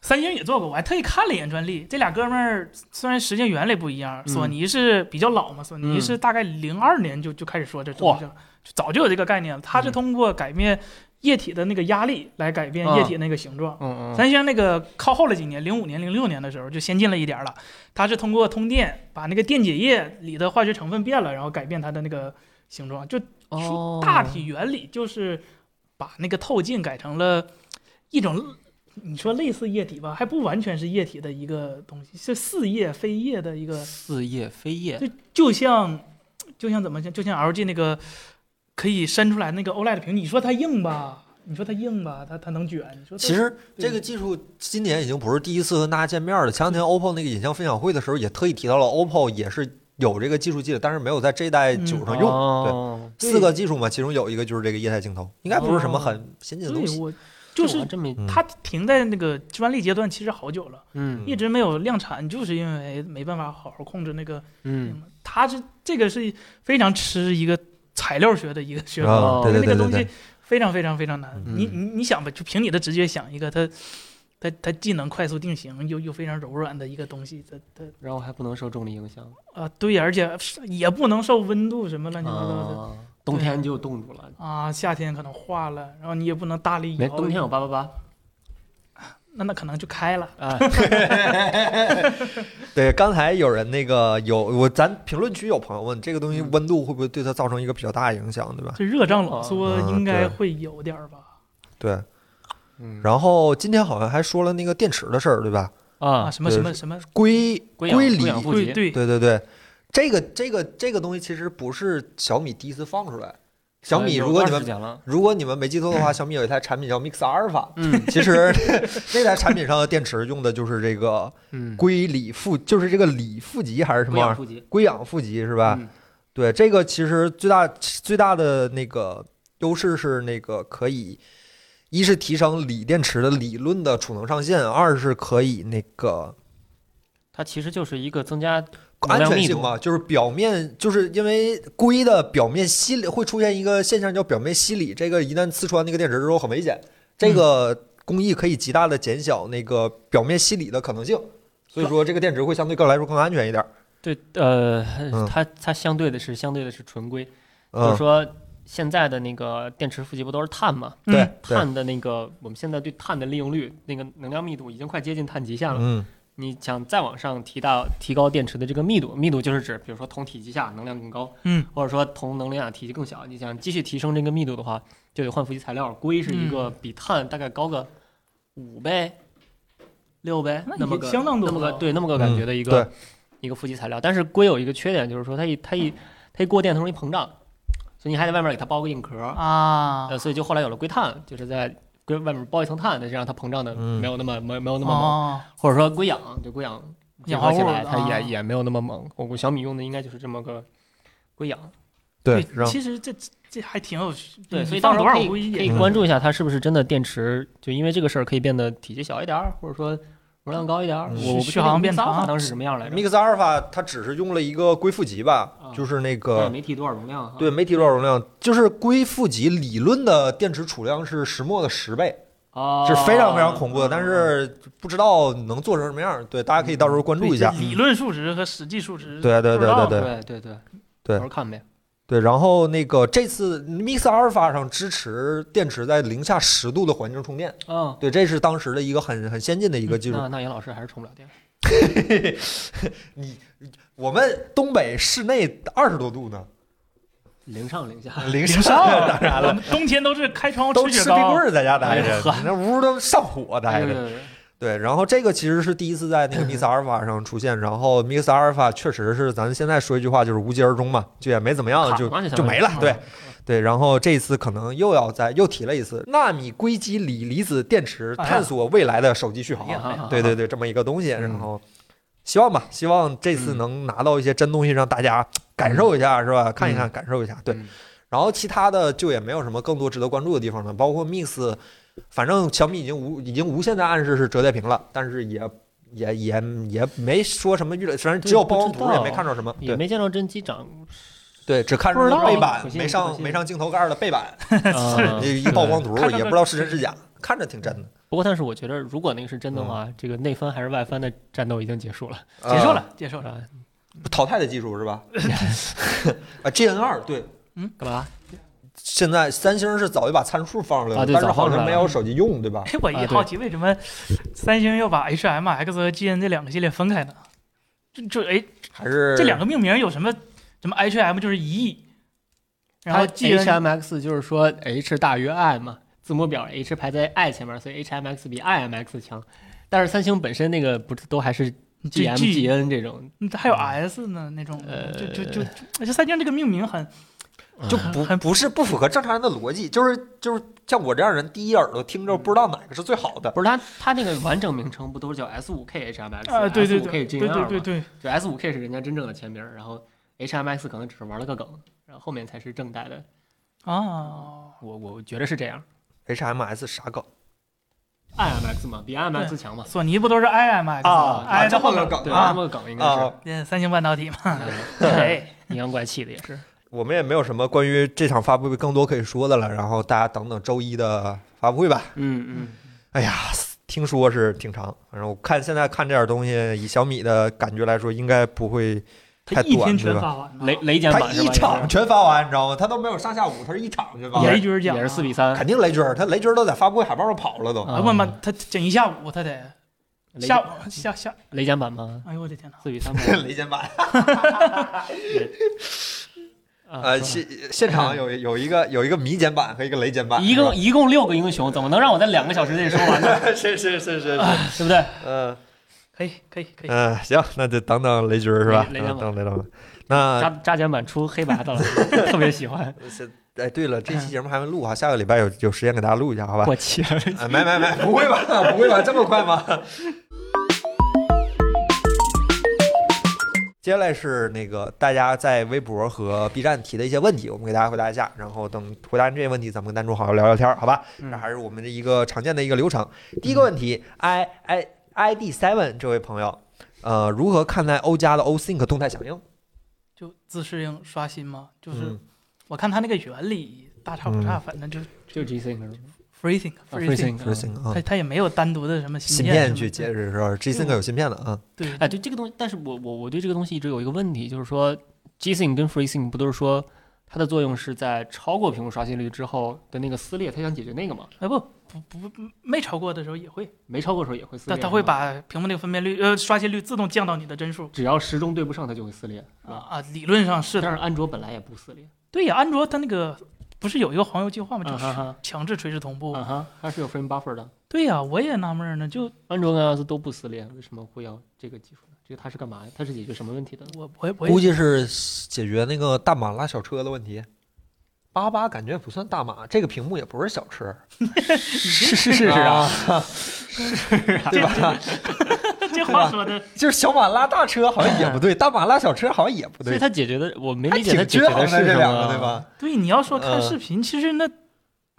S3: 三星也做过，我还特意看了一眼专利。这俩哥们儿虽然实践原理不一样，
S2: 嗯
S3: 索尼是比较老嘛，索尼
S2: 嗯
S3: 是大概零二年就就开始说这东西了，就早就有这个概念了。它是
S2: 嗯
S3: 通过改变液体的那个压力来改变
S2: 啊
S3: 液体那个形状。
S2: 嗯嗯
S3: 三星那个靠后了几年，零五年、零六年的时候就先进了一点儿了。它是通过通电把那个电解液里的化学成分变了，然后改变它的那个形状。就
S2: 哦，
S3: 大体原理就是把那个透镜改成了一种，你说类似液体吧，还不完全是液体的一个东西，是似液非液的一个，
S2: 似叶非叶
S3: 就就像就像怎么讲，就像 LG 那个可以伸出来那个 OLED 屏，你说它硬吧？你说它硬吧，它它能卷。你说它
S1: 其实这个技术今年已经不是第一次跟大家见面了。前两
S3: 嗯
S1: 天 OPPO 那个影像分享会的时候，也特意提到了 OPPO 也是有这个技术积累，但是没有在这一
S3: 嗯
S1: 代九上
S3: 哦
S1: 用。
S2: 用
S3: 对
S1: 四个技术嘛，其中有一个就是这个液态镜头，应该不是什
S3: 哦
S1: 么很先进的
S3: 对
S1: 东西。
S3: 我就是
S2: 我还真没
S1: 嗯
S3: 它停在那个专利阶段，其实好久了，
S2: 嗯
S3: 一直没有量产，就是因为没办法好好控制那个。
S2: 嗯
S3: 它是这个是非常吃一个材料学的一个学问，
S1: 啊，对
S3: 因为
S1: 对对
S3: 哦那个
S1: 对
S3: 东
S1: 对
S3: 西，非常非常非常难。
S4: 嗯
S3: 你你你想吧，就凭你的直觉想一个它。它它既能快速定型，又又非常柔软的一个东西，它它
S2: 然后还不能受重力影响
S3: 啊，对呀，而且是也不能受温度什么乱七八糟的
S2: 啊，冬天就冻住了。
S3: 啊，夏天可能化了，然后你也不能大力
S2: 没，
S3: 摇，
S2: 冬天有八八八
S3: 那那可能就开了。
S2: 啊，
S1: 对，刚才有人那个有我，咱评论区有朋友问这个东西
S3: 嗯
S1: 温度会不会对它造成一个比较大的影响，对吧？
S3: 这热胀
S2: 啊
S3: 冷缩
S1: 嗯
S3: 应该
S1: 对
S3: 会有点儿吧？
S1: 对。
S4: 嗯，
S1: 然后今天好像还说了那个电池的事儿，对吧？
S3: 啊，
S2: 啊，
S3: 什么
S1: 对
S3: 什么什么，
S1: 硅
S3: 啊
S2: 归养
S1: 锂
S2: 归，养户
S3: 对
S2: 籍
S3: 对，
S1: 对对对，这个这个这个东西其实不是小米第一次放出来。小米，
S2: 呃有
S1: 如果你
S2: 段
S1: 们
S2: 时间了，
S1: 如果你们没记错的 话，小米有一台产品叫 Mix 阿尔法，
S2: 嗯
S1: 其 实那台产品上的电池用的就是这个
S4: 嗯
S1: 硅锂负，就是这个锂负极还是什么
S2: 归
S1: 玩意
S2: 养
S1: 儿？啊
S2: 户籍
S1: 硅氧负极是吧？
S4: 嗯
S1: 对，这个其实最大最大的那个优势是那个可以，一是提升锂电池的理论的储能上限，二是可以那个
S2: 它其实就是一个增加能
S1: 安
S2: 量
S1: 全
S2: 密
S1: 性
S2: 度
S1: 嘛，就是表面，就是因为硅的表面吸里会出现一个现象叫表面吸锂，这个一旦刺穿那个电池之后很危险，这个工艺可以极大的减小那个表面吸锂的可能性，所以说这个电池会相对更来说更安全一点儿。
S2: 对，呃，
S1: 嗯
S2: 它它相对的是相对的是纯硅，就是
S1: 嗯，
S2: 说现在的那个电池负极不都是碳嘛？
S3: 嗯
S1: 对对，
S2: 碳的那个我们现在对碳的利用率，那个能量密度已经快接近碳极限了。
S1: 嗯
S2: 你想再往上提到提高电池的这个密度，密度就是指，比如说同体积下能量更高，
S3: 嗯，
S2: 或者说同能量体积更小。你想继续提升这个密度的话，就得换负极材料。硅是一个比碳大概高个五倍、六倍
S3: 那已
S2: 那么
S3: 经
S2: 个
S3: 相啊当多
S2: 那么个
S3: 了
S2: 对那么个感觉的一
S1: 嗯
S2: 个、一个负极材料。但是硅有一个缺点，就是说它一它一它一过电它容易膨胀，所以你还得外面给它包个硬壳。
S3: 啊，
S2: 呃，所以就后来有了硅碳，就是在硅外面包一层碳，让它膨胀的
S1: 嗯
S2: 没有那么没有没有那么猛，
S3: 哦，
S2: 或者说硅氧，对硅氧结
S3: 氧
S2: 合
S3: 化
S2: 起
S3: 物
S2: 来它
S3: 啊
S2: 也也没有那么猛。我估小米用的应该就是这么个硅氧，
S1: 对，让
S3: 其实这这这还挺有趣，嗯
S2: 对，
S3: 你
S2: 所以到
S3: 放
S2: 时
S3: 多
S2: 候
S3: 少
S2: 可
S3: 我
S2: 以
S3: 估计
S2: 可
S3: 也
S2: 以
S1: 嗯
S2: 关注一下它是不是真的电池，就因为这个事儿可以变得体积小一点儿，或者说容量高一点儿。
S1: 嗯
S2: 我我不
S3: 续
S2: 确定
S3: 航变
S2: Mix
S3: 长
S2: Alpha 当时什么样来着，
S1: Mix Alpha 它只是用了一个硅负极吧
S2: 啊，
S1: 就是那
S2: 但是
S1: 个
S2: 没提多少容量哈。
S1: 对，没提多少容量，就是硅负极理论的电池储量是石墨的十倍，
S2: 哦，
S1: 是非常非常恐怖的，
S2: 嗯
S1: 但是不知道能做成什么样儿。对，大家可以到时候关注一下
S3: 这。理论数值和实际数值，
S1: 对对
S3: 不知
S1: 对
S3: 道
S1: 对
S2: 对
S1: 对
S2: 对对对，
S1: 对
S2: 到时候看呗。
S1: 对，然后那个这次 Mix Alpha 上支持电池在零下十度的环境充电，
S2: 嗯，
S1: 对，这是当时的一个很很先进的一个技术
S2: 那。那严老师还是充不了电。
S1: 我们东北室内二十多度呢，
S2: 零上零下，
S1: 零
S3: 零
S1: 下
S3: 上
S1: 当然
S3: 哦我
S1: 了，
S3: 们冬天都是开窗户
S1: 都
S3: 吃
S1: 吃
S3: 雪
S1: 冰棍
S3: 糕，
S1: 儿在家待
S2: 哎
S1: 着
S2: 呀，呵
S1: 那屋都上火待
S2: 对
S1: 着
S2: 对。对，
S1: 对，然后这个其实是第一次在那个 Mix Alpha 上出现，然后 Mix Alpha 确实是咱现在说一句话就是无疾而终嘛，就也没怎么样，啊就
S2: 卡嘛这
S1: 就
S2: 相当于
S1: 没了。对
S2: 嗯
S1: 对，然后这一次可能又要再又提了一次纳米硅基锂离子电池，
S3: 哎呀
S1: 探索未来的手机续航。
S2: 哎呀好好
S1: 啊对
S2: 好
S1: 对对，这么一个东西，然
S4: 嗯
S1: 后希望吧，希望这次
S4: 嗯
S1: 能拿到一些真东西，让大家感受一下，是吧？看一看，感受一下。对，
S4: 嗯
S1: 然后其他的就也没有什么更多值得关注的地方了，包括 Mix，反正小米已经无已经无限的暗示是折叠屏了，但是也也也也没说什么预览，反正只有
S2: 对不
S1: 曝光
S2: 知
S1: 图也
S2: 道
S1: 没看着什么，
S2: 也
S1: 对
S2: 没见着真 机长，
S1: 对，只看
S3: 不
S1: 着
S3: 知道
S1: 背板
S2: 可惜
S1: 没
S2: 可
S1: 上
S2: 惜
S1: 没上镜头盖儿的背板，
S2: 啊
S1: 一一曝光图
S3: 看着
S1: 也不知道是真是假，看着挺真的，
S2: 不过，但是我觉得，如果那个是真的
S1: 嗯
S2: 话，这个内翻还是外翻的战斗已经结束了，
S3: 接受
S1: 呃
S3: 嗯了，接受
S2: 是
S3: 了。
S2: 吧？
S1: 淘汰的技术是吧？啊，GN 二对，
S2: 干嘛？
S1: 现在三星是早就把参数放出来了，
S2: 啊对
S1: 但是
S2: 早放
S1: 好
S2: 出
S1: 像
S2: 来
S1: 没
S2: 了
S1: 有手机用，对吧？
S3: 哎，我
S2: 啊
S3: 也
S2: 对
S3: 好奇为什么三星要把 HMX 和 GN 这两个系列分开呢？这这哎，
S1: 还是
S3: 这两个命名有什么？什么 HM 就是一亿，然后
S2: 它
S3: GN
S2: HMX 就是说 H 大于 I 嘛，字母表 H 排在 I 前面，所以 HMX 比 IMX 强。但是三星本身那个不是都还是 GM、
S3: G 嗯
S2: GN 这种，
S3: 还有 S 呢那种，
S2: 呃
S3: 就就就就就三星这个命名很
S1: 就不
S3: 很
S1: 不是不符合正常人的逻辑，就是就是像我这样人，第一耳朵听着不知道哪个是最好的。
S2: 不是它它那个完整名称不都是叫 S 5 K HMX？
S3: 啊，对对
S2: S
S3: 对
S2: 5 K
S3: 对
S2: GN
S3: 对
S2: 二
S3: 对
S2: 嘛，
S3: 对，
S2: 就 S 5 K 是人家真正的签名，然后 HMX 可能只是玩了个梗，然后后面才是正代的。
S3: 啊，
S2: 我我觉得是这样
S1: HMS 啥梗
S2: ，IMX 嘛，比 IMX 强嘛。
S3: 索尼不都是 IMX
S1: 啊
S3: 吗
S1: 啊
S3: ？I
S1: 这
S3: 的
S1: 后
S3: 后
S1: 面
S3: 面
S1: 梗
S2: 对，
S3: 啊
S2: 那，么梗应该是
S1: 啊？
S3: 嗯三星半导体嘛，
S2: 哎
S3: 哎，
S2: 阴阳怪气的也 是。
S1: 我们也没有什么关于这场发布会更多可以说的了，然后大家等等周一的发布会吧。
S2: 嗯
S1: 哎呀，听说是挺长，反正我看现在看这点东西，以小米的感觉来说，应该不会
S3: 他
S1: 太
S3: 一
S1: 短，
S3: 天
S1: 对
S3: 全
S1: 吧？
S3: 发完了，
S2: 嗯雷雷减
S1: 他
S2: 版是吧
S1: 一场全发完，你知道吗？他都没有上下午，他是一场全发完
S2: 也是
S3: 雷，军奖
S2: 也是四比三。嗯
S1: 肯定雷军儿，他雷军儿都在发布会海报上跑了都。
S2: 啊
S3: 哎我妈，他整一下午，他得
S2: 雷
S3: 下午下下，
S2: 雷减版吗？
S3: 哎呦我的天哪！
S2: 四比三吗？
S1: 雷肩版，
S2: 啊
S1: 呃，
S2: 是吧
S1: 现现场有有一个有一个迷肩版和一个雷肩版，
S2: 一
S1: 是吧啊
S2: 共一共六个英雄，怎么能让我在两个小时内说 完呢？
S1: 是是是是是，
S2: 对不对？
S1: 嗯
S3: 可以可以可以，
S1: 嗯，行，那就等等雷军儿是吧？
S2: 雷雷
S1: 嗯
S2: 战吧
S1: 等雷等吧。那
S2: 扎扎减版出黑白 的了，特别喜欢。
S1: 是哎，对了，这期节目还没录哈，下个礼拜有有时间给大家录一下，好吧？
S2: 过期了。
S1: 啊，没没没，不会吧？不会吧？这么快吗？接下来是那个大家在微博和 B 站提的一些问题，我们给大家回答一下，然后等回答完这些问题，咱们跟弹珠好好聊聊天儿，好吧？这还是我们的一个常见的一个流程。第一个问题，i i i d seven 这位朋友，呃，如何看待欧家的 O Sync 动态响应？
S3: 就自适应刷新嘛，就是
S1: 嗯
S3: 我看他那个原理大差不差，反正就
S2: 就 G Sync
S3: freezing freezing，
S1: 不是 Sync 啊
S3: 他，他也没有单独的什么
S1: 芯
S3: 片
S1: 片
S3: 什
S1: 去
S3: 么
S1: 解
S3: 的
S1: 释是吧？G Sync 有芯片的啊，
S3: 对，
S2: 哎，对这个东西，但是我我我对这个东西一直有一个问题，就是说 G Sync 跟 Free Sync 不都是说它的作用是在超过屏幕刷新率之后的那个撕裂，它想解决那个嘛？
S3: 哎不不不没超过的时候也会，
S2: 没超过的时候也会撕
S3: 它
S2: 裂，
S1: 啊
S3: 它会
S2: 是吗
S3: 把屏幕那个分辨率呃刷新率自动降到你的帧数
S2: 只要时钟对不上，它就会撕裂，
S3: 啊
S2: 是吧？
S3: 啊，理论上是的。
S2: 但是安卓本来也不撕裂，
S3: 对呀，安卓它那个不是有一个黄油计划吗？就
S2: 嗯
S3: 是
S2: 哈哈，
S3: 强制垂直同步。
S2: 嗯哈，它是有 frame buffer 的。
S3: 对呀，我也纳闷儿呢，就
S2: 安卓跟 iOS 都不撕裂，为什么会要这个技术呢？这个它是干嘛呀？它是解决什么问题的呢？
S3: 我我也我
S1: 估
S3: 也
S1: 计是解决那个大马拉小车的问题。八八感觉也不算大马，这个屏幕也不是小 车，
S2: 是是是
S1: 啊，
S2: 啊
S3: 这吧？ 这话说的，
S1: 就是小马拉大车好像也不对，大马拉小车好像也不
S2: 所以
S1: 对，
S2: 它解决的我没
S1: 还
S2: 理解它
S1: 挺
S2: 解
S1: 均
S2: 决
S1: 衡
S2: 的
S1: 的
S2: 是
S1: 这
S2: 什
S1: 两个
S2: 么，
S1: 对？吧？
S3: 对，你要说看
S1: 嗯
S3: 视频，其实那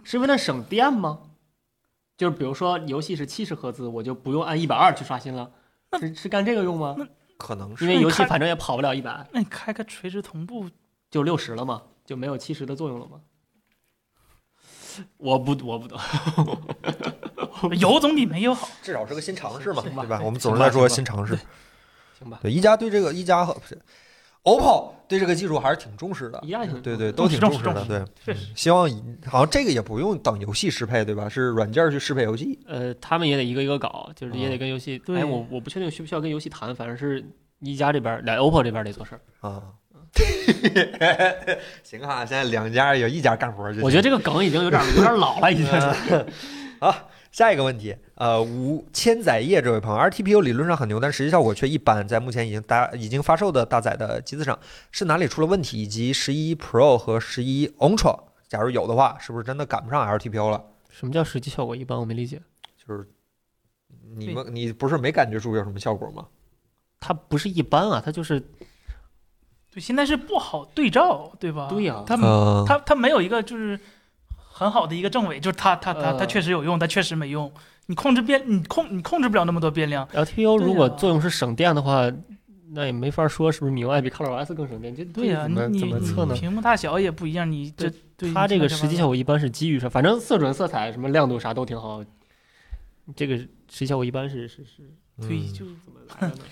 S2: 是为了省电吗？就是比如说游戏是七十赫兹，我就不用按一百二去刷新了，是是干这个用吗？
S1: 可能是
S2: 因为游
S3: 你
S2: 戏
S3: 看
S2: 反正也跑不了一百，
S3: 那你开个垂直同步，
S2: 就六十了嘛，就没有七十的作用了嘛。我不，我不懂。
S3: 有总比没 有好。
S1: 至少是个新尝试嘛，
S2: 行吧
S1: 对吧？
S2: 对
S1: 我们总是在说
S2: 行吧
S1: 新尝试。
S2: 行吧，
S1: 对，一加对这个一加和不是 OPPO 对这个技术还是挺重视的
S2: 一，样挺
S1: 对对，都
S3: 重
S1: 挺
S3: 视
S1: 重视
S3: 重视
S1: 的，对。嗯
S3: 重视确实，
S1: 希望以好像这个也不用等游戏适配，对吧？是软件去适配游戏。
S2: 呃，他们也得一个一个搞，就是也得跟游戏。
S3: 对
S2: 哎，我我不确定需不需要跟游戏谈，反正是一加这边儿，来 OPPO 这边儿得做事儿。
S1: 啊。 行哈，现在两家有一家干活就
S2: 我觉得这个梗已经有点有点老了，已经。
S1: 好，下一个问题，呃，吴千载业这位朋友，RTPU 理论上很牛，但实际效果却一般，在目前已经大已经发售的搭载的机子上，是哪里出了问题？以及十一 Pro 和十一 Ultra，假如有的话，是不是真的赶不上 RTPU 了？
S2: 什么叫实际效果一般？我没理解。
S1: 就是你们，你不是没感觉出有什么效果吗？
S2: 它不是一般啊，它就是
S3: 对，现在是不好对照，对吧？
S2: 对呀
S3: 它
S1: 嗯
S3: 它它没有一个就是很好的一个正伪，就是它它它它
S2: 呃
S3: 确实有用，它确实没用。你控制变，你控你控制不了那么多变量。
S2: LTPO
S3: 对呀啊
S2: 如果作用是省电的话，那也没法说是不是 MIUI 比 ColorOS 更省电。这
S3: 对呀、
S2: 这
S1: 怎么
S3: 你
S1: 怎
S3: 你
S1: 么
S2: 测呢
S3: 你屏幕大小也不一样，你这对
S2: 它这个实际效
S3: 果
S2: 果一般是基于啥？反正色准、色彩、什么亮度啥都挺好。这个实际效果一般是是是
S3: 对
S1: 嗯
S3: 就
S2: 怎么来的呢？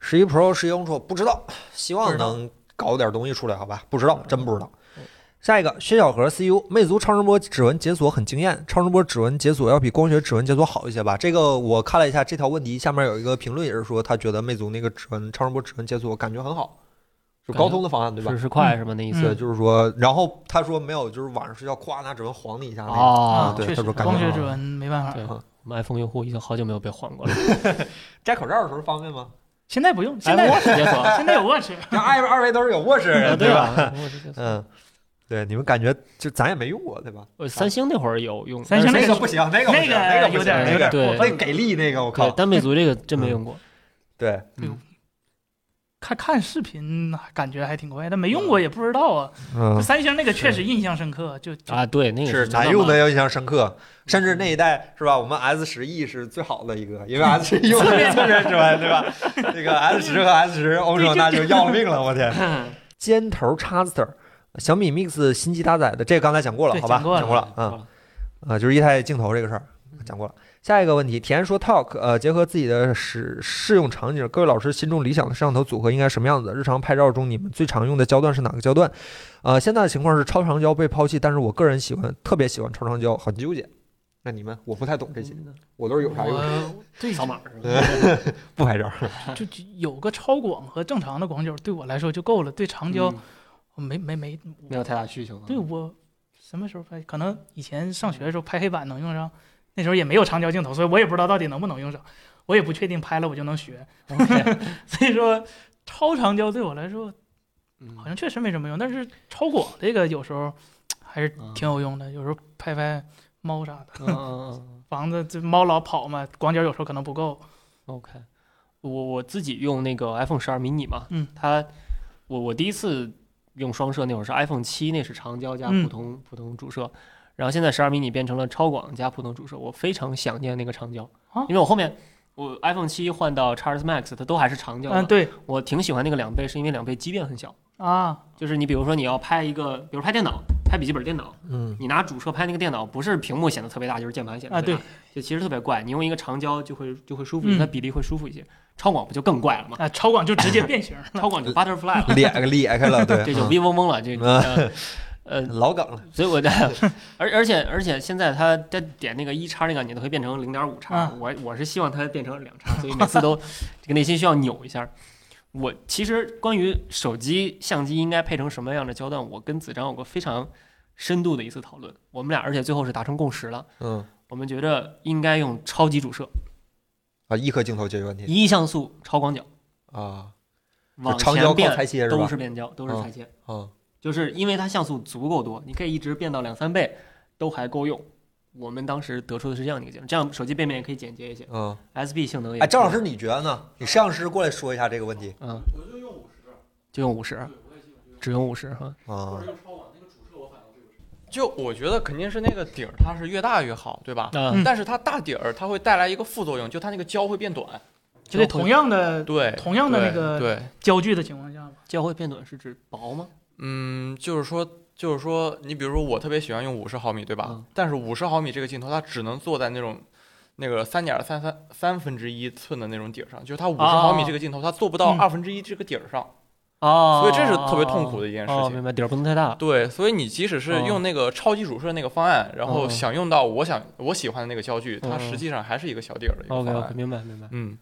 S1: 十一 Pro、十一 Ultra 不知道，希
S3: 不
S1: 望
S3: 知道
S1: 能搞点东西出来，好吧？不知道，真不知道
S2: 嗯。
S1: 下一个，薛小河 CU，魅族超声波指纹解锁很惊艳，超声波指纹解锁要比光学指纹解锁好一些吧？这个我看了一下，这条问题下面有一个评论也是说，他觉得魅族那个指纹超声波指纹解锁感觉很好，就高通的方案 对吧
S2: 是？嗯是快是吗？那意思
S1: 对，就是说，然后他说没有，就是晚上睡觉咵拿指纹晃你一下
S3: 嗯
S1: 那个。
S2: 啊
S1: 啊对
S3: 确
S1: 他
S3: 实
S1: 说感觉
S3: 光
S1: 好
S3: 学指纹没办法，
S2: 对，
S1: 啊
S2: 我们 iPhone 用户已经好久没有被晃过了。
S1: 摘口罩的时候方便吗？
S3: 现在不用，现
S2: iPhone
S1: 哎
S3: 在
S2: 解锁，
S3: 现在有 watch，
S1: 那二二位都是有卧室的
S2: 啊
S1: 人，
S2: 对
S1: 吧？
S2: 吧？我是 解锁
S1: 嗯，对，你们感觉就咱也没用过，对吧？
S2: 呃三星那会儿有用，
S3: 三星
S2: 但
S1: 呃那
S2: 是哎
S1: 个不行，那个不行那
S3: 那
S1: 个不
S3: 有
S1: 行
S3: 点
S1: 那个
S3: 有点
S2: 对
S3: 过
S1: 那
S3: 分。
S1: 给力那个，我
S2: 对
S1: 靠，
S2: 但魅族这个真
S1: 嗯
S2: 没用过。
S1: 对，
S3: 对
S2: 嗯
S3: 看看视频感觉还挺快，但没用过也不知道啊。
S1: 嗯，
S3: 三星那个确实印象深刻，就就
S2: 啊，对，
S3: 嗯
S2: 那个
S1: 是
S2: 真
S1: 难用
S2: 麻
S1: 的要印象深刻，甚至那一代是吧？我们 S 十 E 是最好的一个，因为 S 十 E 用的是侧面指纹，对吧？那个 S 十和 S 十 Ultra 那就要了命了，我天！
S2: 烦。
S1: 尖头 Chaster，小米 Mix 新机搭载的，这个刚才讲过了，
S3: 对
S1: 好吧？
S3: 讲过了
S1: 讲过了，嗯。啊，就是液态镜头这个事儿讲过了。下一个问题，体验说 Talk，呃，结合自己的使适用场景，各位老师心中理想的摄像头组合应该什么样子？日常拍照中你们最常用的焦段是哪个焦段？呃，现在的情况是超长焦被抛弃，但是我个人喜欢，特别喜欢超长焦，很纠结。那你们，我不太懂这些，我都是有啥用，
S3: 我对
S2: 扫码是吧？
S1: 不拍照。
S3: 就就有个超广和正常的广角对我来说就够了，对长焦
S2: 嗯
S3: 我没没没，
S1: 嗯
S2: 没有太大需求啊。
S3: 对我什么时候拍？可能以前上学的时候拍黑板能用上，那时候也没有长焦镜头，所以我也不知道到底能不能用上，我也不确定拍了我就能学，
S2: OK，
S3: 所以说超长焦对我来说
S2: 嗯
S3: 好像确实没什么用，但是超广这个有时候还是
S5: 嗯
S3: 挺有用的，有时候拍拍猫啥的，
S2: 嗯嗯嗯嗯嗯
S3: 房子这猫老跑嘛，广角有时候可能不够，
S2: ，OK。我我自己用那个 iPhone 十二 mini 嘛，
S3: 嗯，
S2: 它我我第一次用双摄那会儿是 iPhone 七，那是长焦加
S3: 嗯
S2: 普通、普通主摄，然后现在十二 mini 变成了超广加普通主摄，我非常想念那个长焦
S3: 啊，
S2: 因为我后面我 iPhone 七换到 x S Max，它都还是长焦嘛，
S5: 啊
S3: 嗯对
S2: 我挺喜欢那个两倍，是因为两倍畸变很小，
S3: 啊，
S2: 就是你比如说你要拍一个，比如拍电脑，拍笔记本电脑，
S1: 嗯
S2: 你拿主摄拍那个电脑，不是屏幕显得特别大，就是键盘显得
S3: 啊
S2: 特别大
S3: 对
S2: 就其实特别怪。你用一个长焦就会就会舒服
S3: 嗯
S2: 一些，它比例会舒服一些。超广不就更怪了吗？
S3: 啊，超广就直接变形。
S2: 超广就 butterfly 了，
S3: 嗯
S1: 裂裂开了，对，啊
S2: 这就 vivo 懵了，这。呃呃，
S1: 老梗了，
S2: 所以我的，而而且而且现在它它点那个一叉那个按钮，它会变成零点五叉
S3: 啊。
S2: 我我是希望它变成两叉，所以每次都 这个内心需要扭一下。我其实关于手机相机应该配成什么样的焦段，我跟子章有过非常深度的一次讨论。我们俩而且最后是达成共识了，
S1: 嗯
S2: 我们觉着应该用超级主摄，
S1: 啊，一颗镜头解决问题
S2: 一亿像素超广角，
S1: 啊，就
S2: 往
S1: 长焦
S2: 前
S1: 靠
S2: 变
S1: 裁切是
S2: 都
S1: 吧
S2: 是？变焦，都是
S1: 嗯
S2: 裁切。
S1: 嗯
S2: 就是因为它像素足够多，你可以一直变到两三倍，都还够用。我们当时得出的是这样的一个结论，这样手机背面也可以简洁一些
S1: 嗯，
S2: ，SB 性能也。
S1: 哎，张老师，，你觉得呢？你摄像师过来说一下这个问题
S2: 嗯，我就用五十，就用五十，只用五十哈。
S1: 啊，
S5: 就我觉得肯定是那个底儿，它是越大越好，对
S3: 啊
S5: 吧？
S2: 嗯，
S5: 但是它大底儿，它会带来一个副作用，就它那个焦会变短。
S3: 就得同样的
S5: 对，
S3: 同样的那
S5: 对
S3: 个
S5: 对，
S3: 焦距的情况下吧。
S2: 教会变短是指薄吗？
S5: 嗯，就是说，就是说，你比如说我特别喜欢用五十毫米，对吧？
S2: 嗯
S5: 但是五十毫米这个镜头，它只能做在那种那个三点三三三分之一寸的那种底儿上，就是它五十毫米这个镜头，它做不到
S3: 啊嗯啊
S5: 二分之一这个底儿上，
S2: 哦，
S5: 所以这是特别痛苦的一件事
S2: 哦，
S5: 情。
S2: 明白，底儿不能太大。
S5: 对，所以你即使是
S2: 哦
S5: 用那个超级主摄那个方案，然后
S2: 嗯
S5: 想用到我想我喜欢的那个焦距，它
S2: 嗯
S5: 实际上还是一个小底儿的一个
S2: OK
S5: 方
S2: OK，
S5: 案。
S2: 明白明白。
S5: 嗯，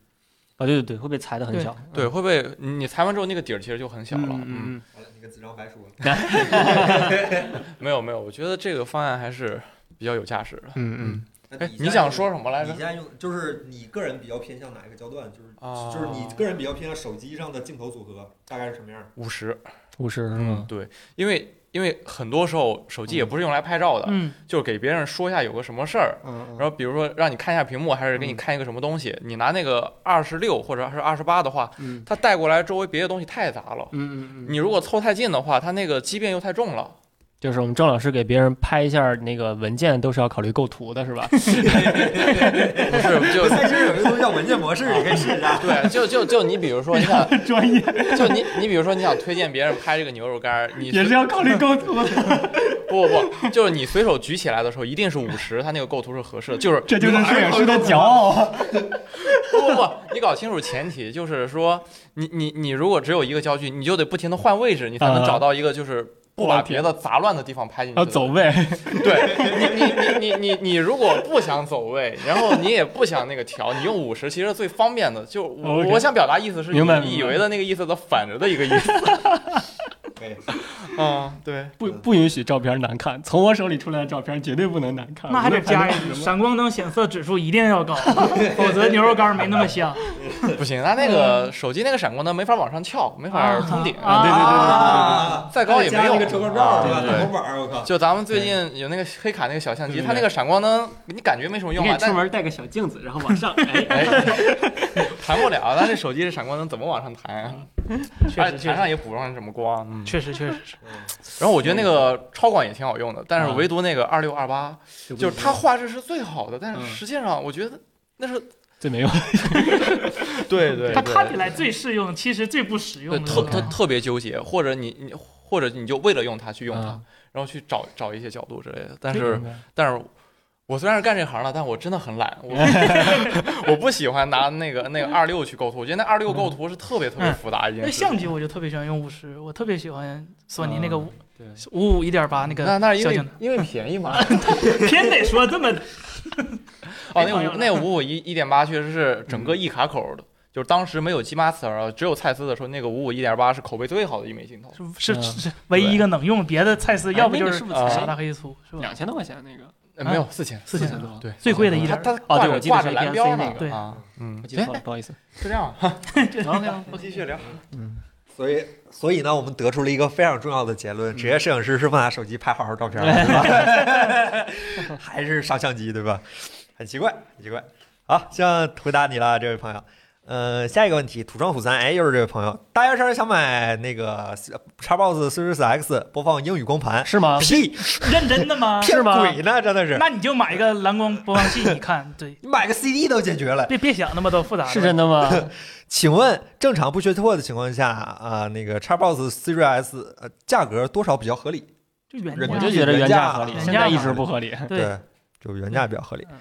S2: 啊，对对对，会被裁的很小。
S5: 对，会不会你你裁完之后那个底儿其实就很小
S2: 嗯，
S5: 了？
S2: 嗯嗯嗯，
S1: 完了，你跟子章白说了。
S5: 嗯没有没有，我觉得这个方案还是比较有价值的。
S4: 嗯嗯。
S1: 那
S5: 哎，你
S1: 现在
S5: 想
S1: 用
S5: 说什么来
S1: 你
S5: 着
S1: 现？在用就是你个人比较偏向哪一个焦段？就是
S5: 啊
S1: 就是你个人比较偏向手机上的镜头组合大概是什么样？
S5: 五十，
S2: 五十是
S5: 嗯，
S2: 吗？
S5: 对，因为因为很多时候手机也不是用来拍照的，
S3: 嗯，
S5: 就是给别人说一下有个什么事儿，
S2: 嗯，
S5: 然后比如说让你看一下屏幕，还是给你看一个什么东西，你拿那个二十六或者是二十八的话，
S2: 嗯
S5: 它带过来周围别的东西太杂了。
S2: 嗯嗯嗯，
S5: 你如果凑太近的话，它那个畸变又太重了。
S2: 就是我们郑老师给别人拍一下那个文件，都是要考虑构图的，是吧？
S5: 不是， 就啊
S1: 赛车有一个东西叫文件模式，你可以试一下。
S5: 对，就就就你比如说，你想，
S2: 专业
S5: 就你你比如说你想推荐别人拍这个牛肉干儿，你
S2: 也是要考虑构图的。
S5: 不不不，就是你随手举起来的时候，一定是五十，它那个构图是 合适的。就是
S2: 这
S1: 就是摄影师的骄
S2: 傲。啊
S5: 不不不，你搞清楚前提，就是说你你你如果只有一个焦距，你就得不停的换位置，你才
S2: 啊
S5: 能找到一个就是。不把别的杂乱的地方拍进去。
S2: 要走。位，
S5: 对你，你你你你如果不想走位，然后你也不想那个调，你用五十其实最方便的。就我
S2: OK
S5: 我想表达意思是，你
S2: 明白
S5: 你
S2: 明
S5: 以
S2: 白
S5: 为的那个意思的反着的一个意思。
S1: 可以，
S5: 嗯，对。
S2: 不不允许照片难看。从我手里出来的照片绝对不能难
S5: 啊
S2: 看。
S3: 那还得加
S2: 无
S3: 一句，
S2: 论拍成什么。
S3: 闪光灯显色指数一定要高， 否则牛肉干没那么香。
S5: 不行，他那个手机那个闪光灯没法往上翘，没法通顶，
S3: 啊
S2: 对对对对对
S1: 啊，
S5: 再高也没
S1: 加
S5: 用。啊
S1: 那个折扣罩对吧？
S5: 对
S1: 挡风板儿，
S3: 啊
S1: 我靠。
S5: 就咱们最近有那个黑卡那个小相机，
S2: 对对对
S5: 它那个闪光灯你感觉没什么
S2: 你
S5: 用
S2: 可以
S5: 啊，
S2: 出
S5: 但
S2: 门带个小镜子，然后往上，哎，
S5: 哎，弹不了，但这手机这闪光灯怎么往上弹
S2: 嗯
S5: 啊？而且弹上也补不上什么光。嗯
S3: 确实确实是，
S5: 然后我觉得那个超广也挺好用的，但是唯独那个二六二八，就是它画质是最好的，但
S2: 嗯
S5: 是实际上我觉得那是
S2: 最没用。
S5: 对对
S3: 它看起来最适用，其实最不实
S5: 对
S3: 用的。啊
S5: 特特特别纠结，或者你你或者你就为了用它去用它
S2: 嗯，
S5: 然后去找找一些角度之类的，但是。但是我虽然是干这行的，但我真的很懒，我 我不喜欢拿那个那个二六去构图，我觉得那二六构图是特别特别复杂一件
S3: 那
S5: 事。
S3: 相机我就特别喜欢用五十，我特别喜欢索尼那个五
S5: 对
S3: 五五一点八那
S5: 那
S3: 个
S5: 那是因
S3: 小
S5: 为
S3: 镜头，
S5: 因为便宜嘛。
S3: 偏得说这么
S5: 哦，
S3: 没
S5: 那
S3: 朋友
S5: 五
S3: 了
S5: 那五五一一点八确实是 整个一卡口的，就是当时没有 G Master 啊，只有蔡司的时候，那个五五一点八是口碑最好的一枚镜头。
S3: 是是
S2: 嗯
S3: 是唯一一个能用，别的蔡司要不就
S2: 哎那个是不是
S5: 才
S3: 傻大黑粗是吧
S2: 两？千多块钱那个，啊
S5: 呃没有四千，
S3: 四千多，
S5: 对，
S3: 最贵的一
S5: 它
S3: 点。
S5: 它
S2: 哦
S5: 挂
S2: 对我
S5: 着
S2: 记得
S5: 挂
S2: 是
S5: 着
S2: APS-C
S5: 蓝标
S2: 那
S5: 那
S2: 个
S5: 个
S3: 对
S5: 啊，嗯
S2: 我，记
S5: 哎
S2: 错，了，不好意思。
S5: 是这样啊，
S2: OK OK，
S5: 继续聊。
S1: 所以，所以呢，我们得出了一个非常重要的结论：职业摄影师是不拿手机拍好好照片的，对吧？ 还是上相机，对吧？很奇怪，很奇怪。好，像回答你了，这位朋友。呃，下一个问题，土装虎三，哎，又是这位朋友，大学生想买那个 Xbox Series X 播放英语光盘，
S2: 是吗？
S1: 屁，
S3: 认真的 吗？
S1: 骗
S3: 是吗？
S2: 啊
S1: 鬼呢，真的是，
S3: 那你就买一个蓝光播放器，你看，对，
S1: 你买个 CD 都解决了。
S3: 别别想那么多复杂的。
S2: 是真的 吗？
S1: 请问正常不缺货的情况下啊、那个 Xbox Series S 呃价格多少比较合理？
S3: 就原
S1: 人
S2: 我
S3: 价
S2: 就觉得原价合理，
S1: 原价
S2: 现在一直不合理。
S3: 对，
S1: 就原价比较合理
S3: 嗯。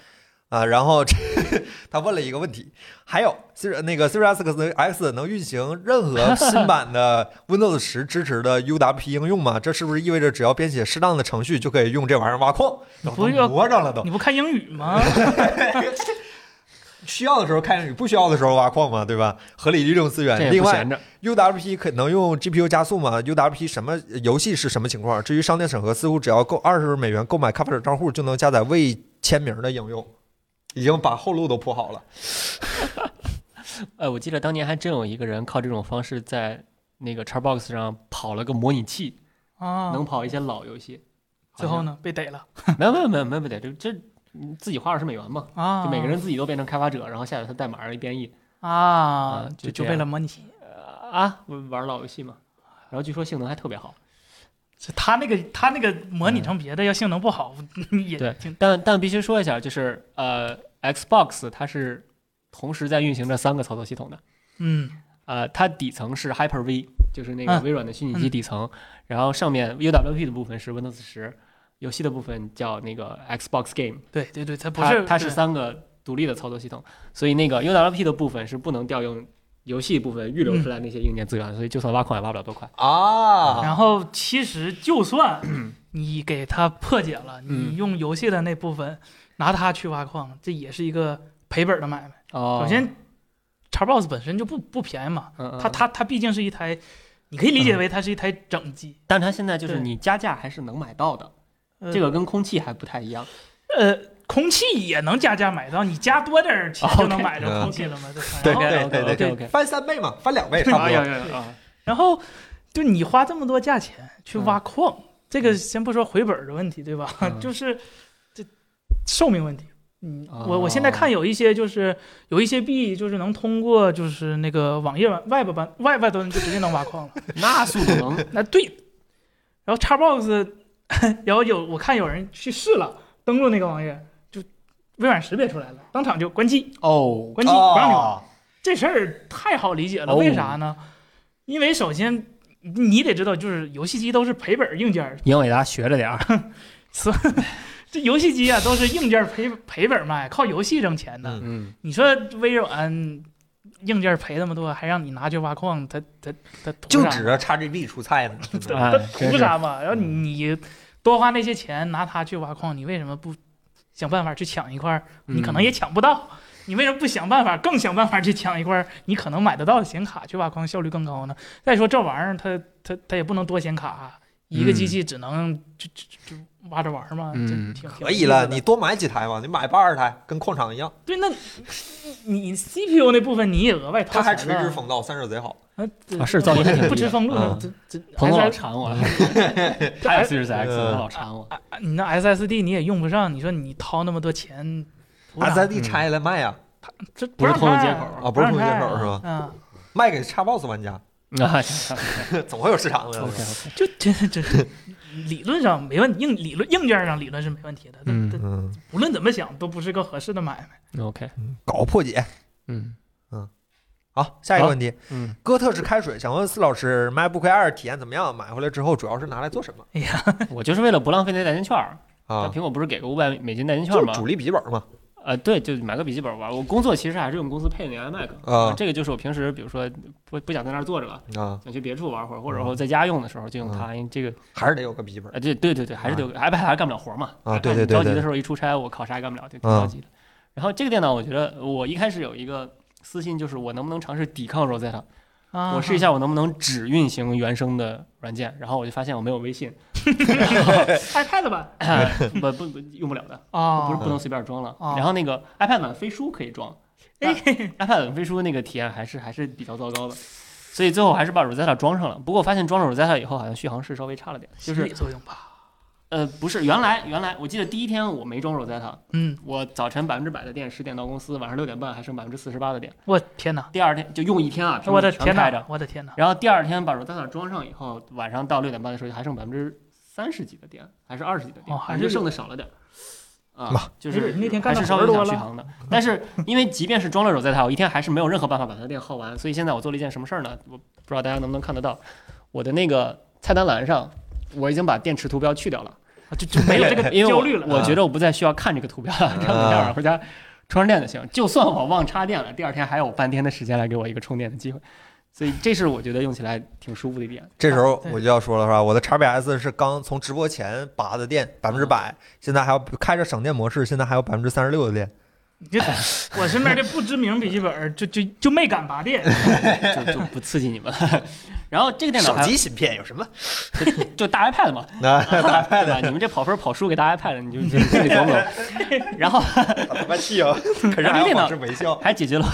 S1: 啊、啊，然后这 他问了一个问题，还有 Siri 那个 Siri X X 能运行任何新版的 Windows 十支持的 UWP 应用吗？这是不是意味着只要编写适当的程序就可以用这玩意儿挖矿？
S3: 你
S1: 都
S3: 不要
S1: 魔怔了 都，
S3: 你不看英语 吗？
S1: 需要的时候看英语，不需要的时候挖矿嘛，对吧？合理利用资
S2: 这
S1: 源。
S2: 也
S1: 另
S2: 不
S1: 外
S2: 闲着。
S1: ，UWP 可能用 GPU 加速吗？UWP 什么游戏是什么情况？至于商店审核，似乎只要购二十美元购买开发者账户就能加载未签名的应用，已经把后路都铺好了。
S2: 呃，我记得当年还真有一个人靠这种方式在那个 Xbox 上跑了个模拟器，
S3: 啊，
S2: 能啊跑一些老游戏。
S3: 最后呢被逮了
S2: 好像？没有没有没有没有没有，这这你自己花二十美元嘛，
S3: 啊！
S2: 就每个人自己都变成开发者，然后下载他代码然后一编译。
S3: 啊
S2: 啊，
S3: 就
S2: 就
S3: 就
S2: 这
S3: 为
S2: 样
S3: 了模拟器，
S2: 呃啊，玩玩老游戏嘛。然后据说性能还特别好，
S3: 就他那个他那个模拟成别的，要性能不好 也
S2: 嗯对
S3: 挺
S2: 但但必须说一下，就是呃，Xbox 它是同时在运行着三个操作系统的。
S3: 嗯
S2: 呃，它底层是 Hyper V，就是那
S3: 嗯
S2: 个微软的虚拟机底层，然后上面 UWP 的部分是 Windows 十，游戏的部分叫那个 Xbox Game，
S3: 对对对，它不
S2: 它
S3: 是
S2: 它是
S3: 对
S2: 三个独立的操作系统，所以那个 UWP 的部分是不能调用游戏部分预留出来那些硬件资源的，所以就算挖矿也挖不了多快。
S1: 嗯啊，
S3: 然后其实就 算你给它破解了，你
S2: 嗯
S3: 用游戏的那部分拿它去挖矿，这也是一个赔本的买卖。
S2: 哦
S3: 首，先，Xbox 本身就不不便宜嘛，
S2: 嗯，嗯
S3: 它，它它毕竟是一台，你可以理解
S2: 嗯
S3: 为它是一台整机。
S2: 但它现在就是
S3: 对
S2: 你加价还是能买到的，
S3: 呃
S2: 这个跟空气还不太一样。
S3: 呃，空气也能加价买到，你加多点儿
S2: 哦
S3: 钱就能买着空气了
S2: 嗯
S3: 嘛。这
S1: 对
S3: 玩意儿
S1: 对
S2: OK
S1: 对
S2: OK OK，
S1: 翻三倍嘛，翻两倍差不多。
S2: 有有啊，
S3: 然后就你花这么多价钱去挖矿，这个先不说回本儿的问题，对吧？
S2: 嗯
S3: 就是这寿命问题。嗯，我
S2: 哦
S3: 我现在看有一些就是有一些币就是能通过就是那个网页版 Web 版 Web 端就直接能挖矿了。
S2: 那速度 能
S3: 那对，然后 Xbox，然后 有我看有人去试了，登录那个网页就微软识别出来了，当场就关机，
S2: 哦，
S3: 关机不让你玩。这事儿太好理解了，
S2: 哦
S3: 为啥呢？因为首先你得知道，就是游戏机都是赔本儿硬件儿，
S2: 英伟达学着点 儿。
S3: 这游戏机啊都是硬件儿赔赔本儿卖，靠游戏挣钱的。
S1: 嗯
S4: 嗯
S3: 你说微软硬件儿赔那么多，还让你拿去挖矿，它它它图
S1: 就
S3: 啥
S1: 指着 XGB 出菜呢，真的
S2: 哎
S3: 它
S2: 真
S3: 图
S2: 是
S3: 啥嘛？然后
S1: 嗯
S3: 你多花那些钱拿它去挖矿，你为什么不想办法去抢一块儿？你
S2: 嗯
S3: 可能
S1: 嗯
S3: 也抢不到。你为什么不想办法，更想办法去抢一块儿你可能买得到的显卡去挖矿，效率更高呢？再说这玩意儿，它它它也不能多显卡啊、一个
S1: 嗯
S3: 机器只能就就就就挖着玩儿嘛，这
S4: 嗯
S3: 挺
S1: 可以了，
S3: 挺有意思的
S1: 你多买几台嘛，你买八十台，跟矿场一样，
S3: 对那你，你你 CPU 那部分你也额外掏
S1: 它还
S3: 钱
S1: 垂直
S3: 了
S1: 封道，散热贼好。
S3: 啊对
S2: 啊是噪音还挺低
S3: 不吃
S2: 的
S3: 封路
S1: 嗯，
S3: 这这
S2: 啊彭总老
S3: SS
S2: 馋 我了，太有 c 十 X
S1: 呃
S2: 了，老馋我。
S3: 啊你那 SSD 你也用不上，你说你掏那么多钱，图啥
S1: SSD 拆下来卖啊，
S3: 这不
S2: 不是
S3: 让
S2: 通用
S3: 看
S2: 接
S3: 啊
S2: 口
S1: 啊，不是通用接
S3: 不
S1: 口
S3: 让看
S1: 是吧？
S3: 啊，
S1: 卖给 Xbox 玩家，
S2: 啊
S1: 总会有市场的。
S2: ，OK OK，
S3: 就这这这理论上没问硬理论硬件上理论是没问题的，这
S4: 嗯
S3: 这
S1: 嗯，
S3: 不论怎么想都不是个合适的买卖。
S2: OK，
S1: 搞破解。
S4: 嗯
S1: 好，下一个问题，
S4: 嗯，
S1: 哥特式开水，想问四老师，MacBook Air 体验怎么样？买回来之后主要是拿来做什么
S2: 嗯我就是为了不浪费那代金券儿，但
S1: 啊？
S2: 苹果不是给个五百美金代金券
S1: 就
S2: 儿
S1: 是
S2: 吗？
S1: 主力笔记本嘛。
S2: 呃，对，就买个笔记本玩。我工作其实还是用公司配那个 iMac，
S1: 啊
S2: 这个就是我平时比如说不不想在那儿坐着了，
S1: 啊，
S2: 想去别处玩会儿，或者
S1: 嗯
S2: 说在家用的时候就用它。因为这个
S1: 还是得有个笔记本。
S2: 啊，对对对对，还是得有个 iPad 还是干不了活儿嘛。
S1: 啊对
S2: 还是
S1: 对对
S2: 着急
S1: 对
S2: 的时候一出差，我考啥也干不了，就挺
S1: 嗯
S2: 着急的。然后这个电脑，我觉得我一开始有一个私心，就是我能不能尝试抵抗 Rosetta，
S3: 啊，
S2: 我试一下我能不能只运行原生的软件。然后我就发现我没有微信，
S3: iPad 版
S2: 不不不用不了的。
S3: 啊，
S2: 不是不能随便装了。
S3: 哦
S2: 然后那个 iPad 版飞书可以装，
S3: 哎
S2: 但 iPad 版飞书那个体验还是还是比较糟糕的，所以最后还是把 Rosetta 装上了。不过我发现装了 Rosetta 以后，好像续航是稍微差了点，就
S3: 心
S2: 是
S3: 理作用吧？
S2: 呃不是原来原来我记得第一天我没装 Rosetta，
S3: 嗯，
S2: 我早晨百分之百的电，十点到公司，晚上六点半还剩百分之四十八的电，
S3: 我天哪，
S2: 第二天就用一天啊，
S3: 我的
S2: 屏幕
S3: 天
S2: 全
S3: 哪
S2: 开着，，
S3: 我的天哪，
S2: 然后第二天把 Rosetta 装上以后，晚上到六点半的时候还剩百分之三十几的电，还是二十几的电，
S3: 哦还
S2: 还
S3: 是
S2: 是剩的少了点儿。
S1: 哇
S2: 啊，就
S3: 没
S2: 是
S3: 准那天干
S2: 还
S3: 得
S2: 是稍微
S3: 活儿
S2: 有
S3: 多
S2: 点续
S3: 了
S2: 航的，但是因为即便是装了 Rosetta，我一天还是没有任何办法把它的电耗完，所以现在我做了一件什么事儿呢？我不知道大家能不能看得到，我的那个菜单栏上我已经把电池图标去掉了，啊就就没有这个因为
S3: 焦
S2: 我
S3: 虑了
S2: 我觉得我不再需要看这个图标了，这样子这样回家充上电就行。就算我忘插电了，第二天还有半天的时间来给我一个充电的机会，所以这是我觉得用起来挺舒服的一点。
S1: 这时候
S3: 对
S1: 我就要说了，是吧？我的 XPS 是刚从直播前拔的电，百分之
S2: 啊
S1: 百，现在还要开着省电模式，现在还有百分之三十六的电。
S3: 你这我身边这不知名笔记本儿就就就没敢拔 电，
S2: 就就不刺激你们了。然后这个电脑
S1: 手
S2: 还
S1: 机芯片有什么？
S2: 就大 iPad 嘛，
S1: 那
S2: 大 iPad 吧？你们这跑分跑输给大 iPad，你就你心里琢磨。然后
S1: 怎么 气啊？可是
S2: 然后
S1: 还
S2: 电
S1: 要保
S2: 脑
S1: 持微笑。
S2: 还解决了。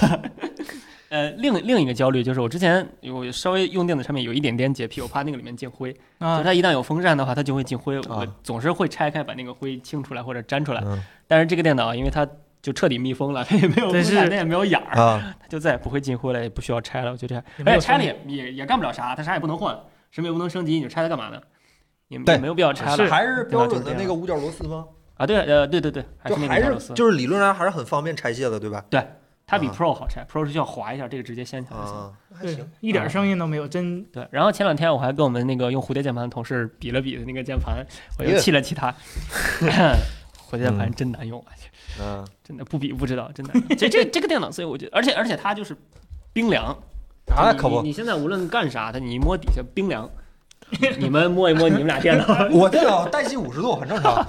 S2: 呃，另另一个焦虑就是我之前我稍微用电子产品有一点点洁癖，我怕那个里面进灰，就
S3: 啊
S2: 是，它一旦有风扇的话，它就会进灰，我
S1: 啊
S2: 总是会拆开把那个灰清出来或者粘出来。
S1: 嗯
S2: 但是这个电脑啊因为它就彻底密封了，它 也没有风
S3: 但
S2: 扇，
S3: 是
S2: 它也没有眼儿，
S1: 啊，
S2: 它就再也不会进灰了，也不需要拆了。我就这样，
S3: 也没
S2: 而
S3: 有
S2: 且拆了也也也干不了啥，它啥也不能换，什么也不能升级，你就拆它干嘛呢？也
S1: 对
S2: 也没有必要拆了
S3: 是
S1: 还是标准的那个五角螺丝吗？
S2: 啊！对，呃，对对对，还
S1: 就是
S2: 那个
S1: 还
S2: 俄
S1: 是
S2: 罗斯，
S1: 就是理论上还是很方便拆卸的，对吧？
S2: 它比
S1: 啊
S2: Pro 好拆，Pro 是需要划一下，这个直接掀起来就行。
S1: 啊，还
S3: 对
S1: 行。，
S3: 一点声音都没有，真
S2: 对，然后前两天我还跟我们那个用蝴蝶键盘的同事比了比的那个键盘，我又
S1: 耶
S2: 气了气 他，蝴蝶键盘真难用啊，
S1: 嗯，
S2: 真的不比不知道，真难用。这这这个电脑，所以我觉得，而且而且它就是冰凉，
S1: 啊，
S2: 你
S1: 可
S2: 你
S1: 不，
S2: 你现在无论干啥，它你一摸底下 冰凉，你们摸一摸你们俩电脑，
S1: 我电脑待机五十度很正 常，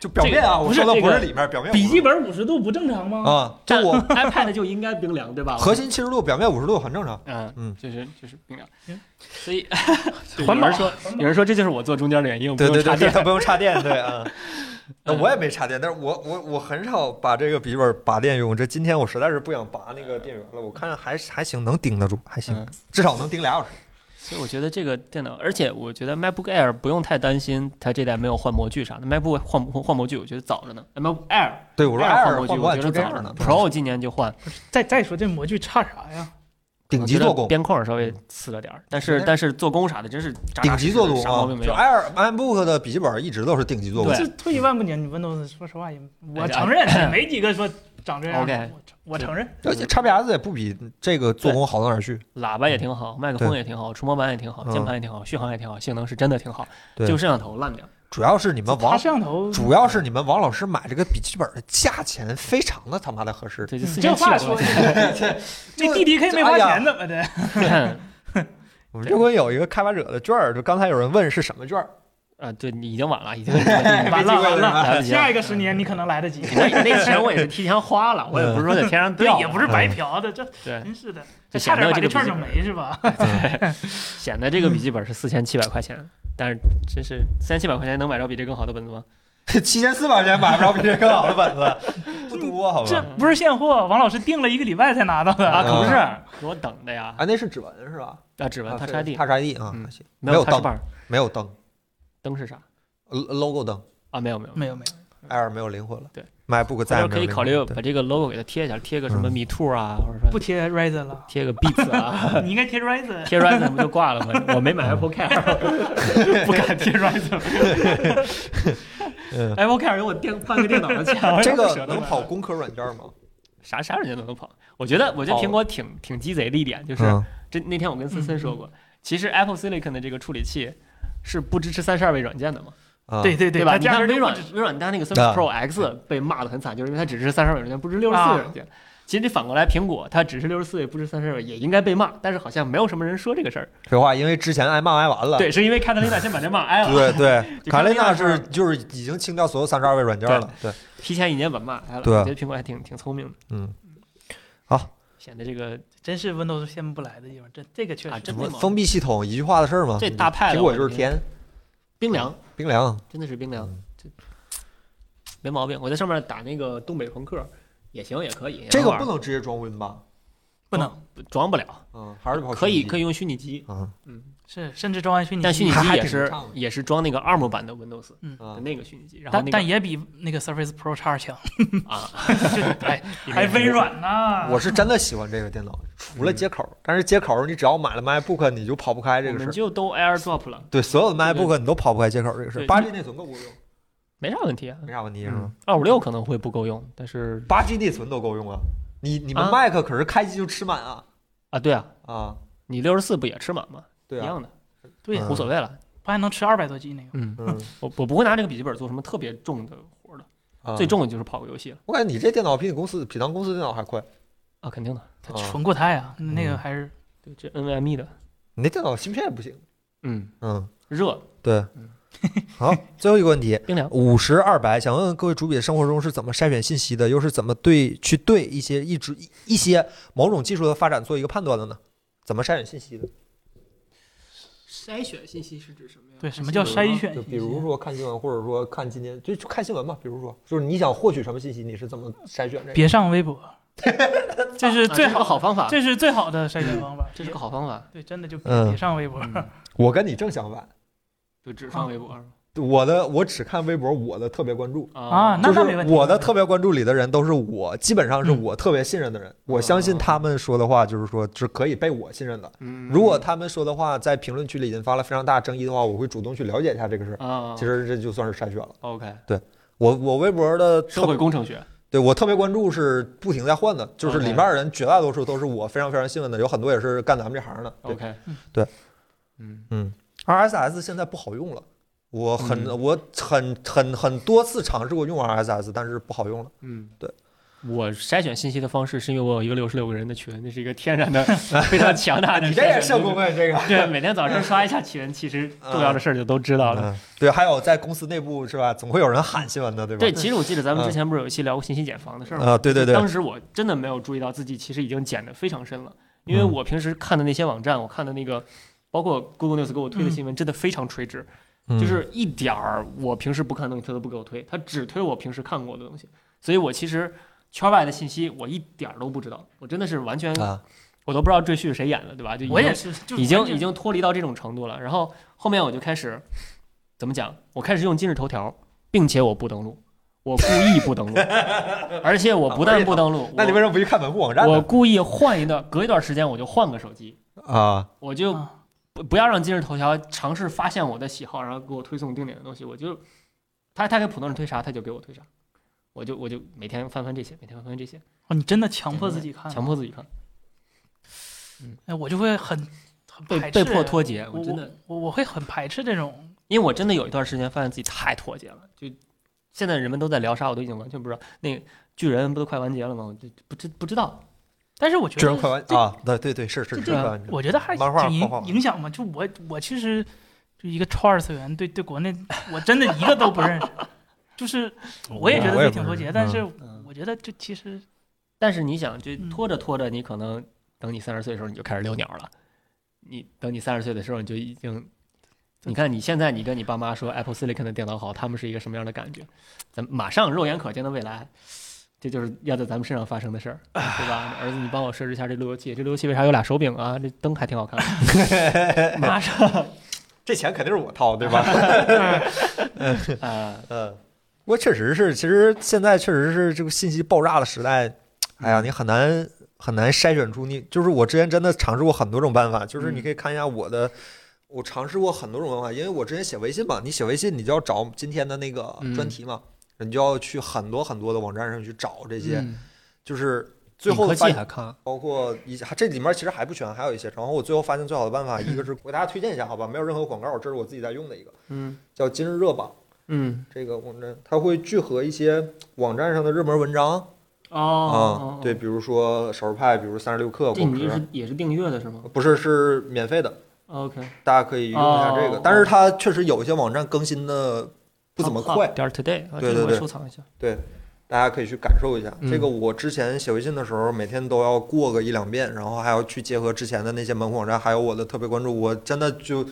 S1: 就表面啊，
S2: 这个
S1: 我
S2: 不是
S1: 说的不是
S2: 这个
S1: 里面，表面
S3: 笔记
S1: 本
S3: 本五十度不正常吗？
S1: 啊，就我
S2: iPad 就应该冰凉，对吧？
S1: 核心七十度，表面五十度很正常。
S2: 嗯
S1: 嗯
S2: 就是就是冰凉
S3: 行，
S2: 所 以有
S3: 嗯环保
S2: 人说有人说这就是我坐中间的原因，我不
S1: 对
S2: 用
S1: 对
S2: 插
S1: 对，对
S2: 电。
S1: 它不用插电，对啊。那我也没插电，但是我我我很少把这个笔记本拔电用。这今天我实在是不想拔那个电源了，我看还还行，能顶得住，还行
S2: 嗯，
S1: 至少能顶俩小时。
S2: 所以我觉得这个电脑，而且我觉得 MacBook Air 不用太担心它这代没有换模具啥的。MacBook 换换模具，我觉得早着呢。MacBook 呃 Air
S1: 对，我说
S2: Air 换模
S1: 二
S2: 具，
S1: 换
S2: 我
S1: 换
S2: 觉
S1: 就
S2: 得
S1: 这
S2: 早着
S1: 样
S2: 呢
S1: 的。。
S2: Pro 今年就换，
S3: 再再说这模具差啥呀？
S1: 顶级
S2: 我觉得
S1: 做工，
S2: 边框稍微次了点儿，但是
S1: 嗯
S2: 但是做工啥的真是扎扎
S1: 顶级做
S2: 实实
S1: 工
S2: 啥毛
S1: 啊
S2: 病！没
S1: 就
S2: 有。
S1: Air MacBook 的笔记本一直都是顶级做工
S2: 对。
S3: 这退一万步讲，你 Windows 说实话也，我
S2: 哎
S3: 承认也没几个说长这样
S2: OK
S3: 的，我承我承认。
S1: 而且 XPS 也不比这个做工好到哪儿去。
S2: 喇叭也挺好，麦克风
S1: 对
S2: 也挺好，触摸板也挺好，
S1: 嗯
S2: 键盘也挺好，续航也挺好，性能是真的挺好。
S1: 对
S2: 就摄像头烂点儿，
S1: 主要是你们
S3: 他
S1: 王，
S3: 摄像
S2: 嗯
S3: 头，
S1: 主要是你们王老师买这个笔记本的价钱非常的他妈的合适。
S2: 对，就
S3: 你
S2: 四
S3: 这
S2: 千七
S3: 话说的，这 DDK 没花钱
S2: 哎
S3: 怎么的？
S1: 我们这回有一个开发者的券儿，就刚才有人问是什么券儿，
S2: 啊，对你已经晚了， 已经完
S3: 完了完
S2: 来不
S3: 了，
S2: 及了哎
S3: 下一个十年你可能来得及。
S2: 我那 钱我也是提前花了，我也不是说在天上
S3: 对
S2: 掉，，啊嗯
S3: 也不是白嫖的，这
S2: 对，
S3: 真是的，
S2: 就
S3: 这差
S2: 显得
S3: 点把
S2: 这个
S3: 券儿
S2: 笔记
S3: 整没是吧？
S2: 显得这 个笔记本是四千七百块钱，但是真是四千七百块钱能买着比这更好的本子吗？
S1: 七千四百块钱买不着比这更好的本子，不多
S2: 哦
S1: 好
S3: 这
S1: 吧？
S3: 不是现货，王老师订了一个礼拜才拿到的
S2: 啊，可不
S1: 嗯
S2: 是，给我等的呀！
S1: 啊，那是指纹是吧？
S2: 啊，指纹、
S1: 啊
S2: Touch ID
S1: 是 Touch ID 啊，
S2: 嗯
S1: 还行
S2: 没
S1: 有
S2: 有 Touch
S1: 灯
S2: Bar，
S1: 没有灯
S2: 灯是啥
S1: 呃，logo 灯
S2: 啊？没有没有，
S3: 没有没
S1: ，Air 没有灵魂了。
S2: 嗯对
S1: ，MacBook 再
S2: 或
S1: 也
S2: 者
S1: 没有
S2: 可
S1: 灵
S2: 以考
S1: 魂
S2: 虑
S1: 了
S2: 把这个 logo 给它贴一下，贴个什么
S1: 嗯
S2: 米兔啊，或者
S3: 有，不
S2: 说
S3: 贴 Ryzen 了，
S2: 贴个 Beats 啊，
S3: 你应该贴 Ryzen。
S2: 贴 Ryzen 不就挂了吗？我没买 Apple Care，不 敢贴 Ryzen。
S1: 嗯
S2: Apple Care 给我垫半个电脑的钱，我也
S1: 这
S2: 不
S1: 个
S2: 舍得
S1: 能
S2: 买
S1: 跑工科软件吗？
S2: 啥啥软件都能跑。我觉得，我觉得苹果挺挺鸡贼的一点就是，
S1: 嗯
S2: 这那天我跟森
S3: 嗯
S2: 森说过，其实 Apple Silicon 的这个处理器是不支持三十二位软件的嘛，
S1: 啊
S3: 对对
S2: 哦吧？
S3: 它
S2: 你
S3: 价
S2: 看
S3: 格
S2: 微
S3: 就
S2: 软
S3: 不止
S2: 微软它那个 Surface Pro X 被骂的很惨，就是因为它只支持三十二位软件，不支持六十四
S3: 啊
S2: 位软件。其实你反过来，苹果它只是六十四位，不支持三十二位，也应该被骂，但是好像没有什么人说这个事儿。
S1: 废话，因为之前挨骂挨完了。
S2: 对，是因为卡特琳娜先把这骂挨了，
S1: 对对，
S2: 就
S1: 卡
S2: 像
S1: 雷
S2: 那
S1: 娜
S2: 样
S1: 是
S2: 是
S1: 就是已经清掉所有三十二位软件了。对，
S2: 提前一年把骂挨了。
S1: 对啊
S2: 我觉得苹果还挺挺聪明的，
S1: 嗯，
S2: 显得这个
S3: 真是 Windows 先不来的地方，这这个确
S2: 啊
S3: 实
S2: 真
S1: 什
S2: 的
S1: 么
S2: 吗
S1: 封闭系统一句话的事儿吗？
S2: 这大派了
S1: 苹果就是天，
S2: 冰凉，
S1: 冰凉。
S2: 真的是冰凉
S1: 嗯，
S2: 这没毛病。我在上面打那个东北朋克也行，也可以。
S1: 这个
S2: 偶尔
S1: 不能直接装 Win 吧？
S3: 不能
S2: 装不了，
S1: 嗯，还是跑
S2: 可以可
S1: 以。
S2: 以用虚拟机，
S1: 嗯
S2: 嗯，
S3: 是，甚至装完虚拟机，
S2: 但虚拟
S1: 还
S2: 机
S1: 嗯还
S2: 也
S1: 挺
S2: 是
S1: 畅的
S2: 也是装那个 ARM 版的 Windows 的
S1: 啊，
S2: 那个虚拟机，然后
S3: 但
S2: 那
S3: 但
S2: 个
S3: 也比那个 Surface Pro 叉强，
S2: 啊，
S3: 就 哎，还微 软呢。
S1: 我是真的喜欢这个电脑，除了接口，但是接口你只要买了 MacBook，你就跑不开
S2: 我
S1: 这个事
S2: 们
S1: 儿。
S2: 就都 AirDrop 了，
S1: 对，所有的
S2: 对对
S1: MacBook 你都跑不开接口这个事儿。
S2: 对
S1: 八 G 内存够不够用？
S2: 没啥问题啊。
S1: 没啥问题是吗？
S2: 二五六可能会不够用，但是
S1: 八 G 内存都够用啊！你你们
S2: 啊
S1: Mac 可是开机就吃满啊
S2: 啊，对啊，
S1: 啊！
S2: 你六十四不也吃满吗？
S1: 对
S2: 一
S1: 啊，
S2: 样的，
S3: 对呀
S1: 嗯
S2: 无所谓了。
S3: 发现能吃二百多 G 那个。
S2: 嗯，
S1: 嗯，
S2: 我我不会拿这个笔记本做什么特别重的活儿的，
S1: 啊
S2: 最，重的就是跑个游戏了
S1: 我感觉你这电脑比你公司比咱公司电脑还快。
S2: 啊，肯定的，
S3: 它
S1: 啊
S3: 纯固态啊，那
S2: 嗯
S3: 个还是
S2: 对，这 NVMe E 的
S1: 你那电脑芯片也不行。
S4: 嗯，
S1: 嗯，
S2: 热
S1: 对
S4: 嗯。
S1: 好，最后一个问题，啊
S2: 冰凉，
S1: 五十二百，想问问各位主笔生活中是怎么筛选信息的，又是怎么对去对一些一直一一些某种技术的发展做一个判断的呢？怎么筛选信息的？
S2: 筛选信息是指什么呀
S3: 对什么叫筛选
S1: 就
S3: 信息？
S1: 比如说看新闻，或者说看今天就就看新闻吧。比如说，就是你想获取什么信息，你是怎么筛选这个？
S3: 别上微博，这是最
S2: 啊这个
S3: 好，
S2: 好方法，
S3: 这是最好的筛选方法。
S2: 这是个好方法，
S3: 对，真的就
S1: 嗯
S3: 别别上微博。
S1: 我跟你正相反，
S2: 就只上微博
S1: 我的我只看微博，我的特别关注。
S3: 啊那
S1: 就是
S3: 没问题
S1: 我的特别关注里的人都是我，基本上是
S3: 嗯
S1: 我特别信任的人。我相信他们说的话，就是说是可以被我信任的。
S4: 嗯
S1: 如果他们说的话在评论区里引发了非常大争议的话，我会主动去了解一下这个事儿。
S2: 啊，
S1: 其实这就算是筛选了。
S2: OK，
S1: 哦我我微博的
S2: 社会
S1: 特
S2: 工程学，
S1: 对我特别关注是不停在换的，就是里
S2: OK
S1: 面的人绝大多数都是我非常非常信任的，有很多也是干咱们这行的。对
S2: OK，
S4: 嗯
S1: RSS 现在不好用了，我很、
S4: 嗯
S1: 我很很很多次尝试过用 RSS，但是不好用了。
S4: 嗯
S2: 我筛选信息的方式是因为我有一个六十六个人的群，那是一个天 然的非常强大的。
S1: 你这也社工啊呗，这个。
S2: 对，每天早上刷一下群，其实重要的事儿就都知道了。
S1: 嗯，对，还有在公司内部是吧，总会有人喊新闻的，对吧？
S2: 对，其实我记得咱
S1: 嗯
S2: 们之前不是有一期聊过信息茧房的事儿吗？
S1: 啊、对对对，
S2: 当时我真的没有注意到自己其实已经剪得非常深了，因为
S1: 嗯
S2: 我平时看的那些网站，我看的那个。包括 Google News 给我推的新闻真的非常垂直，
S1: 嗯
S2: 就是一点儿我平时不看的东西它都不给我推，它只推我平时看过的东西，所以我其实圈外的信息我一点儿都不知道，我真的是完全
S1: 啊，
S2: 我都不知道赘婿是谁演的，对吧？就已经
S3: 我也是，就是
S2: 已经
S3: 完全
S2: 已经脱离到这种程度了。然后后面我就开始怎么讲？我开始用今日头条，并且我不登录，我故意不登 录，而且我不但不登录，
S1: 那你为什么不去看文部网站
S2: 我我
S1: 呢？
S2: 故意换一段，隔一段时间我就换个手机，
S1: 啊，
S2: 我就
S3: 啊
S2: 不不要让今日头条尝试发现我的喜好，然后给我推送定点的东西，我就他他给普通人推啥，他就给我推啥。我就我就每天翻翻这些，每天翻翻这些，
S3: 哦，你真的强迫自己看，
S2: 嗯强迫自己看，
S3: 哎，我就会很很
S2: 被
S3: 排斥
S2: 被迫脱节，
S3: 我
S2: 我真的
S3: 我我会很排斥这种，
S2: 因为我真的有一段时间发现自己太脱节了，就现在人们都在聊啥，我都已经完全不知道。那个巨人不都快完结了吗？我就不知不知道。
S3: 但是我觉
S1: 巨人快
S3: 得，
S1: 完
S3: 这
S1: 啊，对对对，是是
S3: 这
S1: 是
S3: 这
S1: 快完结，
S3: 我觉得还
S1: 漫画
S3: 挺
S1: 画画
S3: 影影响嘛。就我我其实就一个超二次元，对对国内我真的一个都不认识，就是我也觉得
S1: 哦我
S3: 自
S1: 也
S3: 己
S1: 不
S3: 挺脱节，
S1: 认识
S3: 但是
S2: 嗯
S3: 我觉得这其实
S2: 但是你想，就
S3: 嗯
S2: 拖着拖着，你可能等你三十岁的时候，你就开始遛鸟了。你等你三十岁的时候，你就已经，你看你现在你跟你爸妈说 Apple Silicon 的电脑好，他们是一个什么样的感觉？咱们马上肉眼可见的未来，这就是要在咱们身上发生的事儿，对吧？儿子，你帮我设置一下这路由器，这路由器为啥有俩手柄啊？这灯还挺好 看的。马上，
S1: 这钱肯定是我掏，对吧？
S2: 呃，
S1: 嗯，不过确实是，其实现在确实是这个信息爆炸的时代，哎呀，你很难很难筛选出你。就是我之前真的尝试过很多种办法，就是你可以看一下我的，我尝试过很多种办法，因为我之前写微信嘛，你写微信你就要找今天的那个专题嘛，你就要去很多很多的网站上去找这些，就是最后
S2: 嗯科
S1: 的
S2: 技啊
S1: 发
S2: 还看，
S1: 包括一些这里面其实还不全，还有一些。然后我最后发现最好的办法，一个是我给大家推荐一下，好吧，没有任何广告，这是我自己在用的一个，
S2: 嗯
S1: 叫今日热榜。
S2: 嗯
S1: 这个网站，它会聚合一些网站上的热门文章啊、
S2: 哦，
S1: 对，比如说少数派，比如三十六氪、
S2: 这
S1: 果
S2: 你
S1: 壳，
S2: 是也是订阅的是吗哦
S1: 不是是免费的，
S2: ？OK，
S1: 大家可以用一下这个。
S2: 哦
S1: 但是它确实有一些网站更新的不怎么快，
S2: 点 today，啊
S1: 对对
S2: 这个我
S1: 对
S2: 收藏一下。
S1: 大家可以去感受一下。
S2: 嗯
S1: 这个我之前写微信的时候，每天都要过个一两遍，然后还要去结合之前的那些门户网站，还有我的特别关注，我真的就。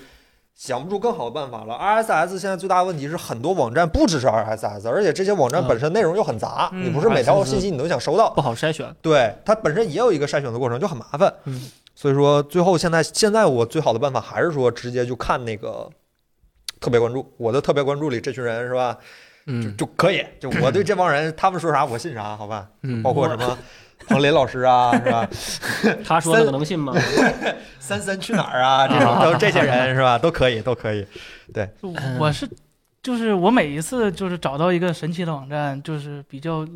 S1: 想不出更好的办法了。RSS 现在最大的问题是，很多网站不支持 RSS，而且这些网站
S2: 嗯
S1: 本身内容又很杂，
S3: 嗯
S1: 你不是每条
S2: RSS
S1: 信息你都想收到。
S2: 不好筛选，
S1: 对，它本身也有一个筛选的过程，就很麻烦。
S2: 嗯，
S1: 所以说最后现在现在我最好的办法还是说直接就看那个特别关注，我的特别关注里这群人是吧，就
S4: 嗯
S1: 就可以， 就我对这帮人他们说啥我信啥， 好吧，
S4: 嗯
S1: 包括什么。 彭林老师啊，是吧？
S2: 他说那个能信吗？
S1: 三三去哪儿啊？ 这种都这些人是吧？都可以，都可以。
S3: 我
S1: 嗯
S3: 我是就是我每一次就是找到一个神奇的网站，就是比
S1: 嗯
S3: 较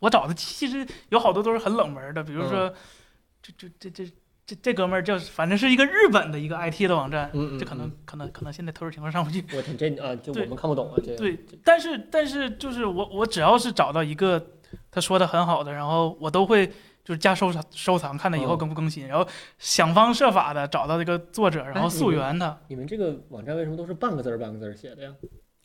S3: 我找的其实有好多都是很冷门的，比如说这这这这这这哥们儿叫，反正是一个日本的一个 IT 的网站，
S2: 嗯嗯
S3: 这可能可能可能现在特殊情况上不去。
S2: 我天，这啊，就
S3: 对
S2: 我们看不懂啊，这个
S3: 对，但是但是就是我我只要是找到一个他说的很好的，然后我都会就是加收藏收藏，看他以后
S2: 嗯
S3: 更不更新，然后想方设法的找到这个作者，然后溯源他。
S2: 你们这个网站为什么都是半个字儿半个字儿写的呀？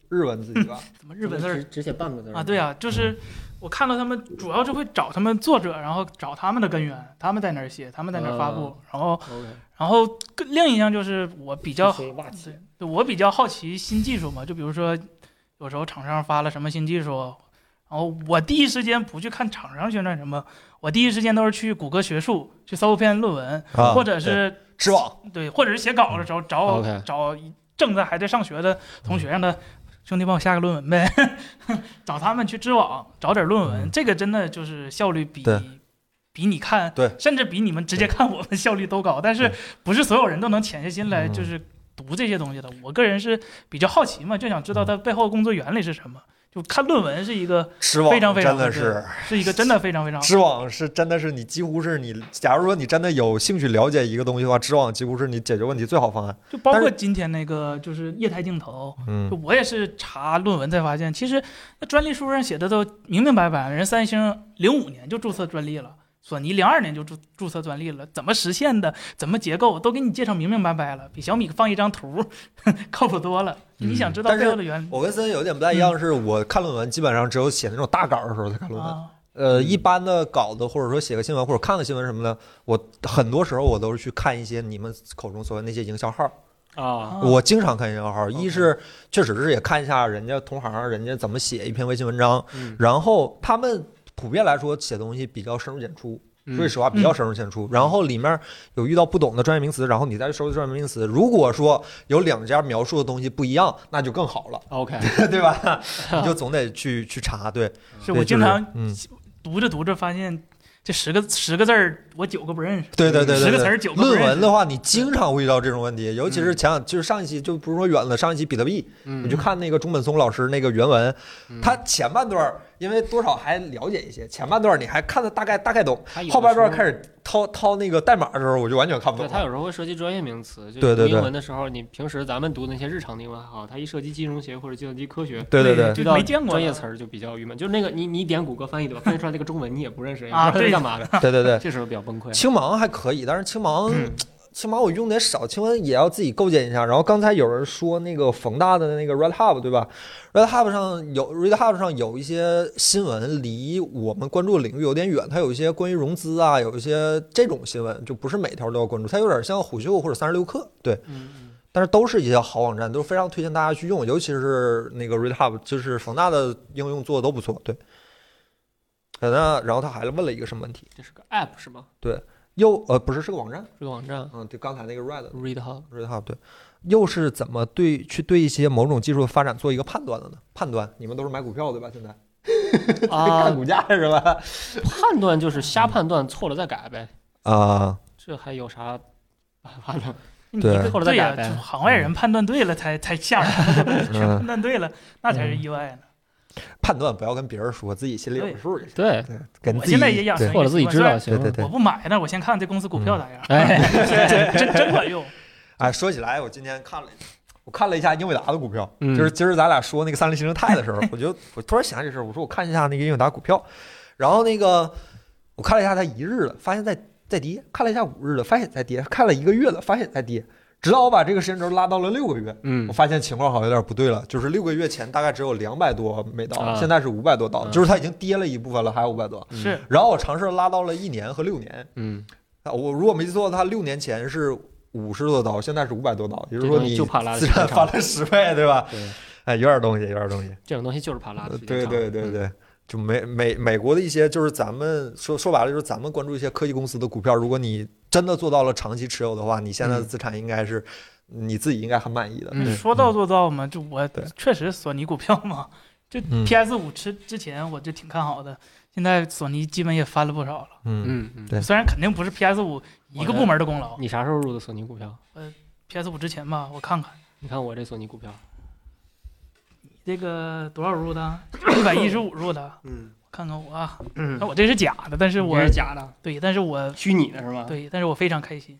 S1: 日文自己吧，
S3: 怎么日本字
S2: 怎么
S3: 儿
S2: 只只写半个字儿
S3: 啊？对
S2: 呀，
S3: 啊，就是我看到他们主要就会找他们作者，然后找他们的根源，他们在哪儿写，他们在哪儿发布，然后
S2: OK，
S3: 然后更另一样就是我比较
S2: 谁哇气，
S3: 对我比较好奇新技术嘛，就比如说有时候厂商发了什么新技术，然后我第一时间不去看厂商宣传什么，我第一时间都是去谷歌学术去搜篇论文，
S1: 啊
S3: 或者是
S1: 知网
S3: 对，或者是写稿的时候
S1: 嗯
S3: 找
S2: OK
S3: 找正在还在上学的同学，让他兄弟帮我下个论文呗， 找他们去知网找点论文，
S1: 嗯
S3: 这个真的就是效率比
S1: 对
S3: 比你看
S1: 对
S3: 甚至比你们直接看我们效率都高，但是
S1: 对
S3: 不是所有人都能潜下心来
S1: 嗯
S3: 就是读这些东西的。我个人是比较好奇嘛，就想知道
S1: 嗯
S3: 它背后工作原理是什么。就看论文是一个
S1: 知网
S3: 非常非常
S1: 真的
S3: 对
S1: 是
S3: 是一个真的非常非常
S1: 知网是真的是你几乎是你，假如说你真的有兴趣了解一个东西的话，知网几乎是你解决问题最好方案。
S3: 就包
S1: 但
S3: 括
S1: 是
S3: 今天那个就是液态镜头，
S1: 嗯
S3: 就我也是查论文才发现，其实那专利书上写的都明明白白，人三星零五年就注册专利了，索尼零二年就注注册专利了，怎么实现的，怎么结构都给你介绍明明白白了，比小米放一张图 靠谱多了。
S4: 嗯
S3: 你想知道
S1: 但是
S3: 背后的原理
S1: 我跟森有点不太一样，是我看论文基本上只有写那种大稿的时候才看论文。
S3: 啊？
S1: 呃，一般的稿子或者说写个新闻或者看个新闻什么的，我很多时候我都是去看一些你们口中所谓那些营销号。
S2: 啊，
S3: 嗯
S1: 我经常看营销号，一是确实是也看一下人家同行人家怎么写一篇微信文章，
S4: 嗯
S1: 然后他们普遍来说写东西比较深入浅出。
S4: 嗯
S1: 说句实话，比较深入浅
S3: 嗯
S1: 出。然后里面有遇到不懂的专业名词，然后你再去收集专业名词。如果说有两家描述的东西不一样，那就更好了，
S2: OK，
S1: 对 吧？你就总得去去查，对。
S3: 是
S1: 对
S3: 我经常，
S1: 就是嗯，
S3: 读着读着发现这十个十个字儿我九个不认识，
S1: 对对对
S3: 十
S1: 对
S3: 个词
S1: 对。
S3: 儿九个不
S1: 论
S3: 认
S1: 文
S3: 识。
S1: 的话，你经常会遇到这种问题，尤其是前两，就是上一期就不是说远了，上一期比特币，你
S4: 嗯
S1: 去看那个中本聪老师那个原文，
S4: 嗯
S1: 他前半段儿因为多少还了解一些，前半段儿你还看的大概大概懂，
S2: 他有的
S1: 后半段儿
S2: 时候
S1: 开始掏掏那个代码的时候，我就完全看不
S2: 对
S1: 懂
S2: 他
S1: 了。
S2: 有时候会涉及专业名词，就
S1: 对对
S2: 读英
S1: 对
S2: 文的时候，你平时咱们读那些日常的英文还好，他一涉及金融学或者计算机科学，
S1: 对对对，
S2: 遇
S3: 就
S2: 到
S3: 没见过
S2: 专业词儿就比较郁闷。就是那个你你点谷歌翻译对吧？翻译出来那个中文你也不认识，也
S3: 啊
S2: 不知道
S3: 对
S2: 是干嘛的，
S1: 对对对。
S2: 这时候比较崩溃。
S1: 青芒还可以，但是青芒，青芒我用的也少，青芒也要自己构建一下。然后刚才有人说那个冯大的那个 Red Hub 对吧？Red Hub 上有 Red Hub 上有一些新闻离我们关注的领域有点远，它有一些关于融资啊，有一些这种新闻，就不是每条都要关注，它有点像虎嗅或者三十六氪，对。
S2: 嗯嗯
S1: 但是都是一些好网站，都非常推荐大家去用，尤其是那个 Red Hub，就是冯大的应用做的都不错，对。呃那然后他还问了一个什么问题？
S2: 这是个 app 是吗？
S1: 又呃不是是个网站。
S2: 这个网站
S1: 嗯，对，刚才那个 Red
S2: ReadHub
S1: Red Hub 对，又是怎么对去对一些某种技术的发展做一个判断的呢？判断，你们都是买股票对吧？现在、看
S2: 啊，
S1: 股价是 吧？
S2: 判断就是瞎判断，错了再改呗。
S1: 啊、
S2: 这还有啥办法呢？
S3: 你
S1: 对
S3: 这
S2: 后来再
S3: 对呀、
S2: 改呗
S3: 就行外人判断对了才才吓人，
S1: 嗯，
S3: 判断对了那才是意外呢。
S1: 判断不要跟别人说，自己心里有数就行。
S2: 对，
S1: 对，跟
S3: 我
S1: 自己
S3: 现在也养成
S1: 对
S3: 一
S2: 错了自己知道行
S1: 对对
S2: 了。
S1: 对
S3: 我。不买，但是我先看这公司股票咋样。
S2: 哎，
S3: 真 真真管用。
S1: 哎，说起来，我今天看了一下，我看了一下英伟达的股票，
S2: 嗯
S1: 就是今儿咱俩说那个三菱新生态的时 候，我就我突然想起这事儿，我说我看一下那个英伟达股票，然后那个我看了一下它一日的，发现在在跌，看了一下五日的，发现也在跌，看了一个月了，发现也在跌，直到我把这个时间轴拉到了六个月，
S4: 嗯
S1: 我发现情况好像有点不对了，就是六个月前大概只有两百多美刀，
S2: 啊
S1: 现在是五百多刀，
S2: 嗯
S1: 就是它已经跌了一部分了，还有五百多，
S3: 是
S1: 然后我尝试拉到了一年和六年，
S4: 嗯
S1: 啊，我如果没记错，它六年前是五十多刀，现在是五百多刀，也就是说
S2: 这东西
S1: 你
S2: 就怕拉的
S1: 资
S2: 时间
S1: 产翻
S2: 长，
S1: 了十倍，对吧？
S4: 对
S1: 哎，有点东西，有点东西。
S2: 这种东西就是怕拉的时间
S1: 对
S2: 长。
S1: 对对对，就美美美国的一些，就是咱们说说白了，就是咱们关注一些科技公司的股票，如果你真的做到了长期持有的话，你现在的资产应该是你自己应该很满意的。
S4: 嗯
S1: 对
S3: 说到做到嘛，就我
S1: 对
S3: 确实索尼股票嘛，就
S1: 嗯
S3: PS 五之之前我就挺看好的，现在索尼基本也翻了不少了。
S1: 嗯
S4: 嗯嗯
S1: 对
S3: 虽然肯定不是 PS 五一个部门的功劳
S2: 你啥时候入的索尼股票？
S3: ，PS 五之前吧，我看看
S2: 你看我这索尼股票，
S3: 这个多少入的，一百一十五入的，
S4: 嗯
S3: 看看我啊，
S4: 嗯
S3: 那我这是假的，但是我
S2: 这是假的，
S3: 对，但是我
S2: 虚拟的是吗？，
S3: 对，但是我非常开心。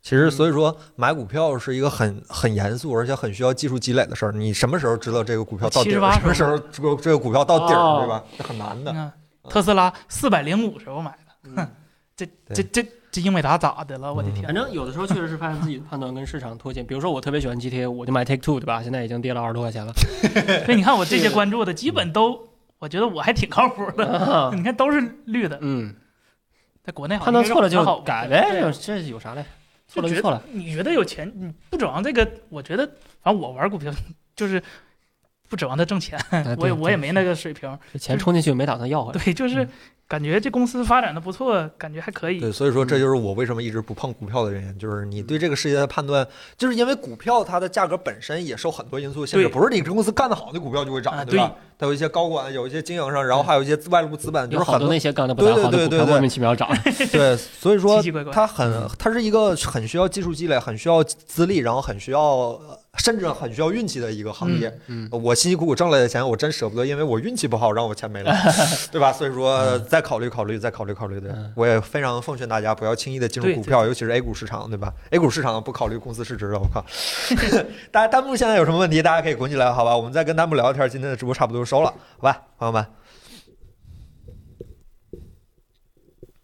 S1: 其实，所以说买股票是一个很很严肃，而且很需要技术积累的事儿。你什么时候知道这个股票到底儿？
S3: 78
S1: 什么时候这个这个股票到底儿，
S2: 哦
S1: 对吧？这很难
S3: 你
S1: 的。
S3: 看
S2: 嗯
S3: 特斯拉四百零五时候买的，这这这这英伟达咋的了？我的天
S2: 反！正有的时候确实是发现自己的判断跟市场脱节。比如说我特别喜欢 GTA，我就买 Take Two 对吧？现在已经跌了二十多块钱了。
S3: 所以你看我这些关注的，基本
S2: 嗯
S3: 都我觉得我还挺靠谱的。
S2: 啊
S3: 你看都是绿的，
S4: 嗯，
S3: 在国内好
S2: 判
S3: 像
S2: 断错了
S3: 应该是
S2: 就
S3: 不太好
S2: 改呗，
S3: 对
S2: 这这有啥嘞？错了
S3: 就
S2: 就
S3: 觉
S2: 错了。
S3: 你觉得有钱，你不指望这个？我觉得，反正我玩股票就是不指望它挣钱，
S2: 哎
S3: 我也
S2: 对
S3: 我也
S2: 对
S3: 没那个水平。
S2: 这钱冲进去没打算要回来。
S3: 对，就是
S2: 嗯
S3: 感觉这公司发展的不错，感觉还可以。啊
S1: 对，所以说这就是我为什么一直不碰股票的原因，就是你对这个世界的判断，就是因为股票它的价格本身也受很多因素限制，
S3: 对
S1: 不是你公司干得好，那股票就会涨，
S3: 啊
S1: 对吧？它有一些高管，有一些经营上，然后还有一些外部资本，就
S2: 有
S1: 是
S2: 好
S1: 很
S2: 多
S1: 多
S2: 那些干的不
S1: 对
S2: 太
S1: 对
S2: 好的
S1: 对
S2: 股
S1: 对
S2: 票
S1: 对
S2: 莫名其 妙涨，
S1: 对，所以说
S3: 奇奇怪怪
S1: 它很，它是一个很需要技术积累、很需要资历，然后很需要，呃甚至很需要运气的一个行业。
S4: 嗯
S1: 我辛辛苦苦挣来的钱，我真舍不得，因为我运气不好让我钱 没了，对吧？所以
S3: 嗯
S1: 说再考虑考虑，再考虑考虑对，
S2: 嗯
S1: 我也非常奉劝大家不要轻易的进入
S3: 对
S1: 股票，尤其是 A 股市场，对吧？A 股市场不考虑公司市值了，我 靠！大家弹幕现在有什么问题，大家可以滚起来，好吧？我们再跟弹幕聊一天，今天的直播差不多就收了，好吧，朋友们。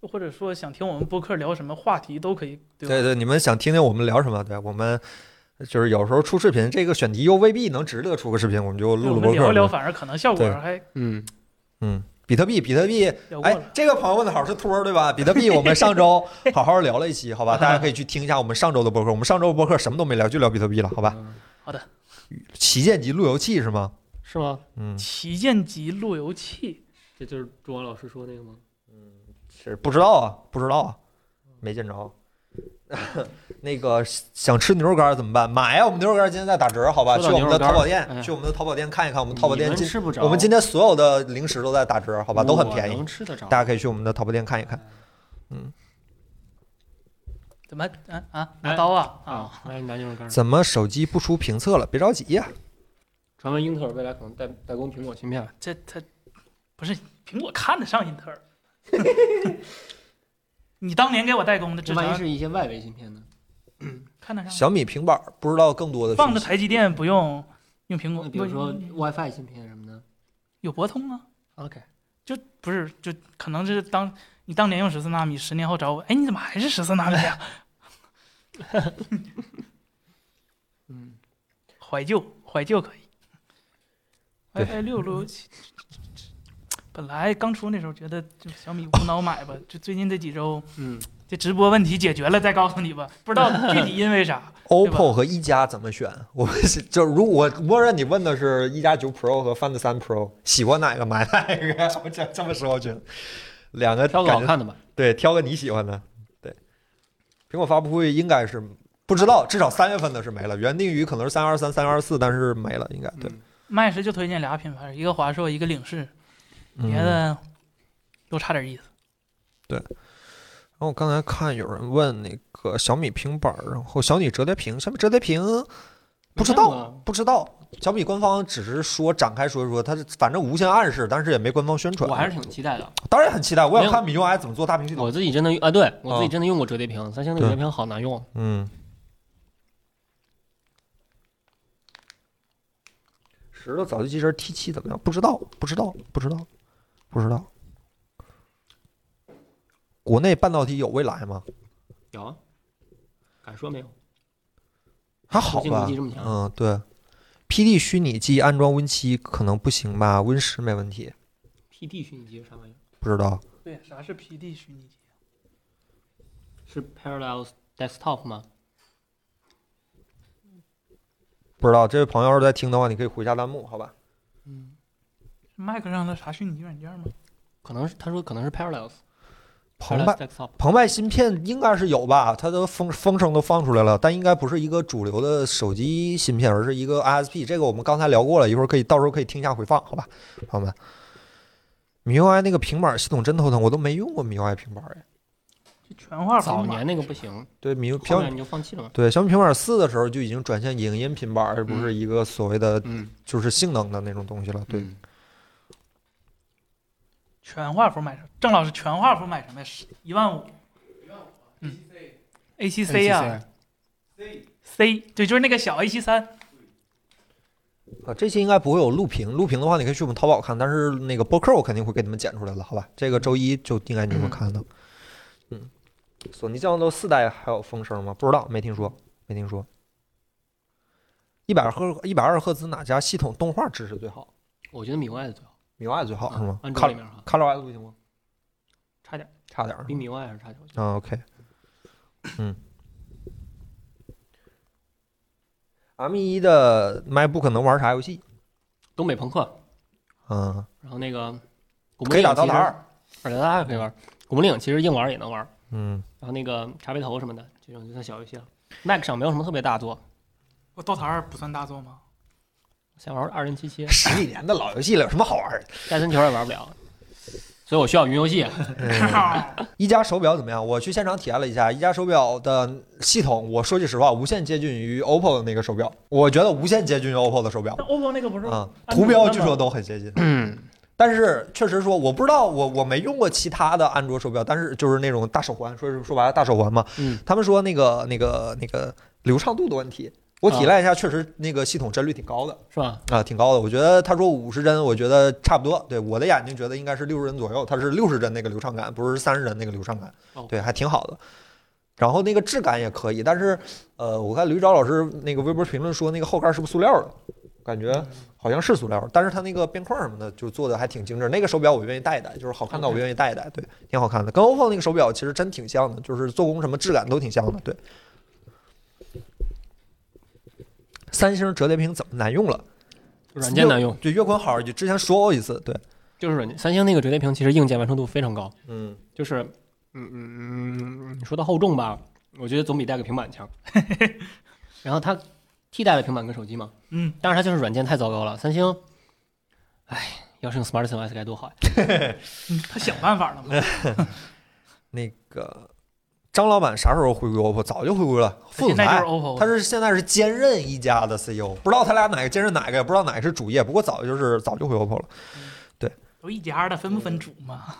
S3: 或者说想听我们播客聊什么话题都可以，对吧？
S1: 对对，你们想听听我们聊什么？对，我们就是有时候出视频，这个选题又未必能值得出个视频，我们就
S3: 对
S1: 录
S3: 我
S1: 录播
S3: 们
S1: 客
S3: 聊
S1: 吧。
S3: 一聊，反而可能效果
S1: 对
S3: 还
S4: 嗯
S1: 嗯，比特币，比特币，
S3: 聊过
S1: 哎
S3: 了。，
S1: 这个朋友问的好是托儿对 吧？比特币，我们上周好好聊了一期，好吧？大家可以去听一下我们上周的播客，我们上周播客什么都没聊，就聊比特币了，好吧？
S2: 嗯
S3: 好的，
S1: 旗舰级路由器是吗？
S2: 是吗？
S1: 嗯，
S3: 旗舰级路由器，
S2: 这就是朱王老师说那个吗？
S1: 是不知道啊，不知道啊，没见着。 那个想吃牛肉干儿怎么办？买啊呀，我们牛肉干儿今天在打折，好吧？去
S2: 说到
S1: 我们的
S2: 牛肉干
S1: 淘
S2: 儿
S1: 宝店
S2: 哎，呀
S1: 去我们的淘宝店看一看，我们淘宝店
S2: 你
S1: 今
S2: 们吃不着，
S1: 我们今天所有的零食都在打折，好
S2: 好
S1: 吧，都很便宜
S2: 能，吃得着。
S1: 大家可以去我们的淘宝店看一看。
S3: 怎么啊啊拿
S2: 哎
S3: 刀啊啊！
S2: 啊，来拿牛肉干。
S1: 怎么手机不出评测了？别着急呀、
S2: 传闻英特尔未来可能代代工苹果芯片，
S3: 这它不是苹果看得上英 特尔。你当年给我代工的，
S2: 这
S3: 至
S2: 万一
S3: 少
S2: 是一些外围芯片呢？
S3: 看得上。
S1: 小米平板儿不知道更多的
S3: 放着
S1: 信息
S3: 台积电不用用苹果，
S2: 比如说
S3: 不
S2: WiFi 芯片什么的。
S3: 有博通啊，
S2: OK，
S3: 就不是就可能是当你当年用十四纳米，十年后找我，哎，你怎么还是十四纳米啊？
S4: 嗯
S3: 怀旧，怀旧可以。
S1: 对
S3: WiFi 六路由器，本来刚出那时候觉得就小米无脑买吧，就最近这几周
S4: 嗯
S3: 这直播问题解决了，再告诉你吧，不知道具体因为啥。
S1: OPPO 和一加怎么选？ 我们是就如果默认你问的是一加九 Pro 和 Find 三 Pro，喜欢哪个买哪个， 我这这么说我觉得两个
S2: 挑个
S1: 感
S2: 好
S1: 觉
S2: 看的吧。
S1: 对，挑个你喜欢的。对，苹果发布会应该是不知道，至少三月份的是没了，原定于可能是三二三、三二四，但是没了，应该
S2: 嗯
S1: 对。
S3: 麦氏就推荐俩品牌，一个华硕，一个领事，
S1: 嗯
S3: 别的都差点意思。
S1: 然后我刚才看有人问那个小米平板儿，然后小米折叠屏，小米折叠屏不知
S2: 没见过
S1: 道
S2: 啊，
S1: 不知道。小米官方只是说展开说一说，它是反正无限暗示，但是也没官方宣传。
S2: 我还是挺期待的。
S1: 当然很期待，我
S2: 没
S1: 想
S2: 有
S1: 看米 UI 怎么做大屏系统。
S2: 我自己真的用啊，对我
S1: 啊
S2: 自己真的用过折叠屏，三星的
S1: 对
S2: 折叠屏好难用。
S1: 嗯，石头早就机器人 T 七怎么样？不知道，不知道，不知道，不知道。国内半导体有未来吗？
S2: 有啊，敢说没有？
S1: 还好
S2: 竞争
S1: 吧
S2: 力这么？强
S1: 嗯，对。PD 虚拟机安装 Win 七可能不行吧？Win 十没问题，
S2: PD 虚拟机是啥玩意儿？
S1: 不知道。
S3: 对，啥是 PD 虚拟机？
S2: 是 Parallel Desktop 吗？
S1: 不知道，这位朋友要是在听的话，你可以回一下弹幕，好吧？
S3: 是 Mac 上的啥虚拟软件吗？
S2: 可能是他说可能是 Parallels
S1: 澎
S2: Parallels
S1: 湃
S2: Desktop。
S1: 澎湃芯片应该是有吧？它的风风声都放出来了，但应该不是一个主流的手机芯片，而是一个 ISP。这个我们刚才聊过了，一会儿可以到时候可以听一下回放，好吧，朋友们。MIUI 那个平板系统真头疼，我都没用过 MIUI 平板哎。
S3: 就全画
S2: 早
S3: 风
S2: 年
S3: 嘛。
S2: 那个不行，
S1: 对，米
S2: 后
S1: 小
S2: 面你就放弃了嘛。
S1: 对小米平板四的时候就已经转向影音平板，而不是一个所谓的
S4: 嗯
S1: 嗯就是性能的那种东西了。对，
S4: 嗯
S3: 全画幅买什么？郑老师全画幅买什么呀？十一万五。嗯，A 七 C 啊 C 对，就是那个小 A 七三，
S1: 啊，这期应该不会有录屏，录屏的话你可以去我们淘宝看，但是那个播客我肯定会给你们剪出来的，好吧？这个周一就应该你们看到。嗯，索尼降落四代还有风声吗？不知道，没听说，没听说。一百赫一百二十赫兹哪家系统动画支持最好？
S2: 我觉得米 u i 的最好，啊
S1: 米 UI 最好哦是吗
S2: 按这里
S1: ？Color
S2: 面嗯哈，
S1: Color S 不行吗？
S2: 差点儿，
S1: 差点儿。
S2: 比米 u i 还是差点儿。我觉得
S1: 啊，OK，嗯，M 一的 MacBook 能玩啥游戏？
S2: 东北朋克，
S1: 嗯，
S2: 然后那个古墓
S1: 可以
S2: 丽影
S1: 打刀
S2: 其实
S1: 塔二，
S2: 打刀塔二可以玩，古墓丽影其实硬玩也能玩，
S1: 嗯，
S2: 然后那个茶杯头什么的，这种就算小游戏了。Mac 上没有什么特别大作，
S3: 我 DOTA 二不算大作吗？
S2: 想玩二零七七，
S1: 十几年的老游戏了，有什么好玩的？
S2: 盖森球也玩不了，所以我需要云游戏。
S1: 一加手表怎么样？我去现场体验了一下一加手表的系统，我说句实话，无限接近于 OPPO 的那个手表，我觉得无限接近于 OPPO 的手表
S3: 那 OPPO 那个不是
S1: 啊、
S3: 嗯安卓
S1: 图标
S3: 的
S1: 据
S3: 吗
S1: 说都很接近。
S2: 嗯，
S1: 但是确实说，我不知道，我我没用过其他的安卓手表，但是就是那种大手环，说是说白了大手环嘛，
S2: 嗯
S1: 他们说那个那个那个流畅度的问题，我
S3: 啊
S1: 体验一下，确实那个系统帧率挺高的
S2: 是吧？
S1: 啊、挺高的。我觉得他说五十帧，我觉得差不多，对我的眼睛觉得应该是六十帧左右，它是六十帧那个流畅感，不是三十帧那个流畅感
S2: 哦，
S1: 对，还挺好的。然后那个质感也可以，但是呃，我看吕钊老师那个微博评论说那个后盖是不是塑料的，感觉。好像是塑料，但是它那个边框什么的就做的还挺精致。那个手表我愿意戴一戴，就是好看到我
S2: OK
S1: 愿意戴一戴，对，挺好看的。跟 OPPO 那个手表其实真挺像的，就是做工什么质感都挺像的，对。三星折叠屏怎么难用了？
S2: 软件难用，
S1: 对，岳坤好像就之前说过一次，对，
S2: 就是软件。三星那个折叠屏其实硬件完成度非常高，
S1: 嗯，
S2: 就是嗯嗯嗯，你说到厚重吧，我觉得总比带个平板 强。然后它替代了平板跟手机嘛，
S3: 嗯，
S2: 但是它就是软件太糟糕了。三星，哎，要是用 SmartOS 该多好呀！
S3: 嗯他想办法了吗？
S1: 那个张老板啥时候回归 OPPO？早就回归了，副总
S3: 现在就是
S1: 裁。
S3: OPPO，
S1: 他是现在是兼任一家的 CEO，不知道他俩哪个兼任哪个，也不知道哪个是主业。不过早就是早就回 OPPO 了。
S3: 都一家的，分不分组嘛？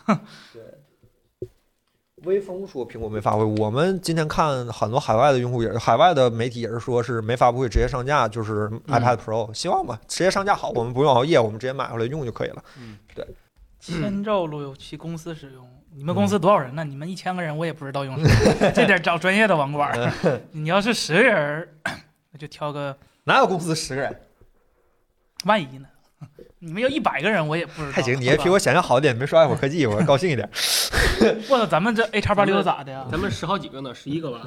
S1: 微风说苹果没发布会，我们今天看很多海外的用户也是，海外的媒体也是说是没发布会直接上架，就是
S3: 嗯
S1: iPad Pro，、希望吧，直接上架好，我们不用熬夜，我们直接买回来用就可以了。
S3: 千
S1: 嗯
S3: 兆路由器公司使用。你们公司多少人呢？你们一千个人，我也不知道用什么， 这点找专业的网管儿。
S1: 嗯
S3: 你要是十个人儿，那就挑个
S1: 哪有公司十个人？
S3: 万一呢？ 你们要一百个人，我也不知道。
S1: 还行，你也比我想象好一点，没说爱火科技，我高兴一点。
S3: 我操，咱们这 A 叉八六咋的呀？
S2: 啊咱们十好几个呢，十一个 吧？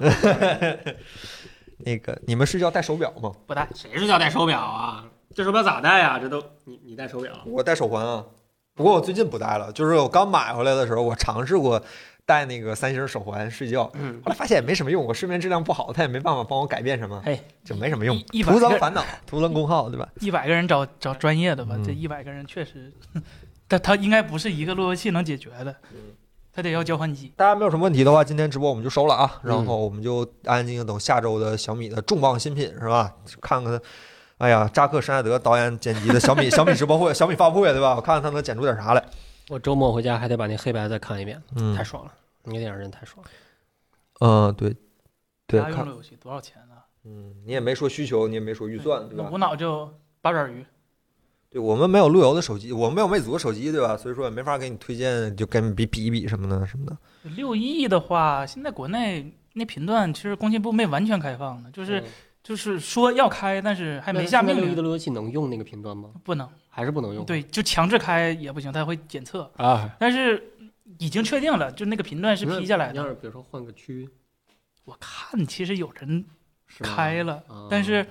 S1: 那个，你们睡觉戴手表吗？
S3: 不带，
S2: 谁睡觉戴手表啊？这手表咋戴呀、这都你你戴手表，
S1: 我戴手环啊，不过我最近不戴了，就是我刚买回来的时候，我尝试过戴那个三星手环睡觉，
S2: 嗯，
S1: 后来发现也没什么用，我睡眠质量不好，它也没办法帮我改变什么，
S2: 嘿，
S1: 就没什么用，
S3: 哎一一百
S1: 徒增
S3: 个
S1: 烦 恼，徒增功耗，对吧？
S3: 一百个人找找专业的吧。
S1: 嗯
S3: 这一百个人确实，但他应该不是一个路由器能解决的，
S1: 嗯
S3: 他得要交换机。
S1: 大家没有什么问题的话，今天直播我们就收了啊，然后我们就安安静静等下周的小米的重磅新品是吧？看看，哎呀，扎克施耐德导演剪辑的小米小米直播会、小米发布会对吧？我看看他能剪出点啥来。
S2: 我周末回家还得把那黑白再看一遍，
S1: 嗯
S2: 太爽了，那个电影真太爽了。
S1: 嗯，对对，
S3: 家用
S1: 看
S3: 路由器多少钱呢？
S1: 嗯，你也没说需求，你也没说预算对吧
S3: 无？脑就八爪鱼。
S1: 对我们没有路由的手机，我们没有魅族的手机对吧？所以说也没法给你推荐，就跟比比一比什么的什么的。
S3: 六亿的话，现在国内那频段其实工信部没完全开放呢，就是、就是说要开，但嗯是还
S2: 还
S3: 没下命
S2: 六一的
S3: 令，
S2: 路由器能用那个频段吗？
S3: 不能
S2: 还是不能用？
S3: 对，就强制开也不行，它会检测。
S2: 啊，
S3: 但是已经确定了，就那个频段是批下来
S2: 要
S3: 的。
S2: 是比如说换个区
S3: 我看其实有人
S2: 是吗
S3: 开，了，嗯
S2: 啊
S3: 但是。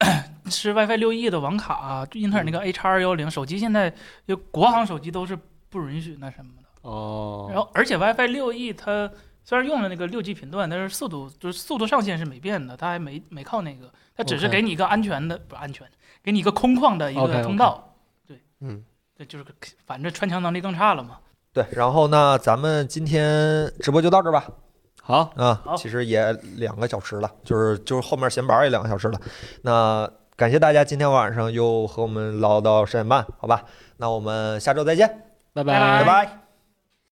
S3: 是 WiFi 六 E 的网卡、就英特尔那个 H 二幺零手机，现在就国行手机都是不允许那什么的。
S2: 哦，
S3: 然后，而且 WiFi 六 E 它虽然用了那个六 G 频段，但是速度就是速度上限是没变的，它还没没靠那个，它只是
S2: OK
S3: 给你一个安全的不是安全，给你一个空旷的一
S2: OK，OK
S3: 个通道。对，
S2: 嗯，
S3: 这就是个反正穿墙能力更差了嘛。
S1: 对，然后那咱们今天直播就到这儿吧。
S2: 好，
S1: 啊，
S3: 好
S1: 其实也两个小时了，就是就是后面闲玩也两个小时了。那感谢大家今天晚上又和我们唠到十点半，好吧？那我们下周再见，
S6: 拜
S7: 拜
S2: 拜拜。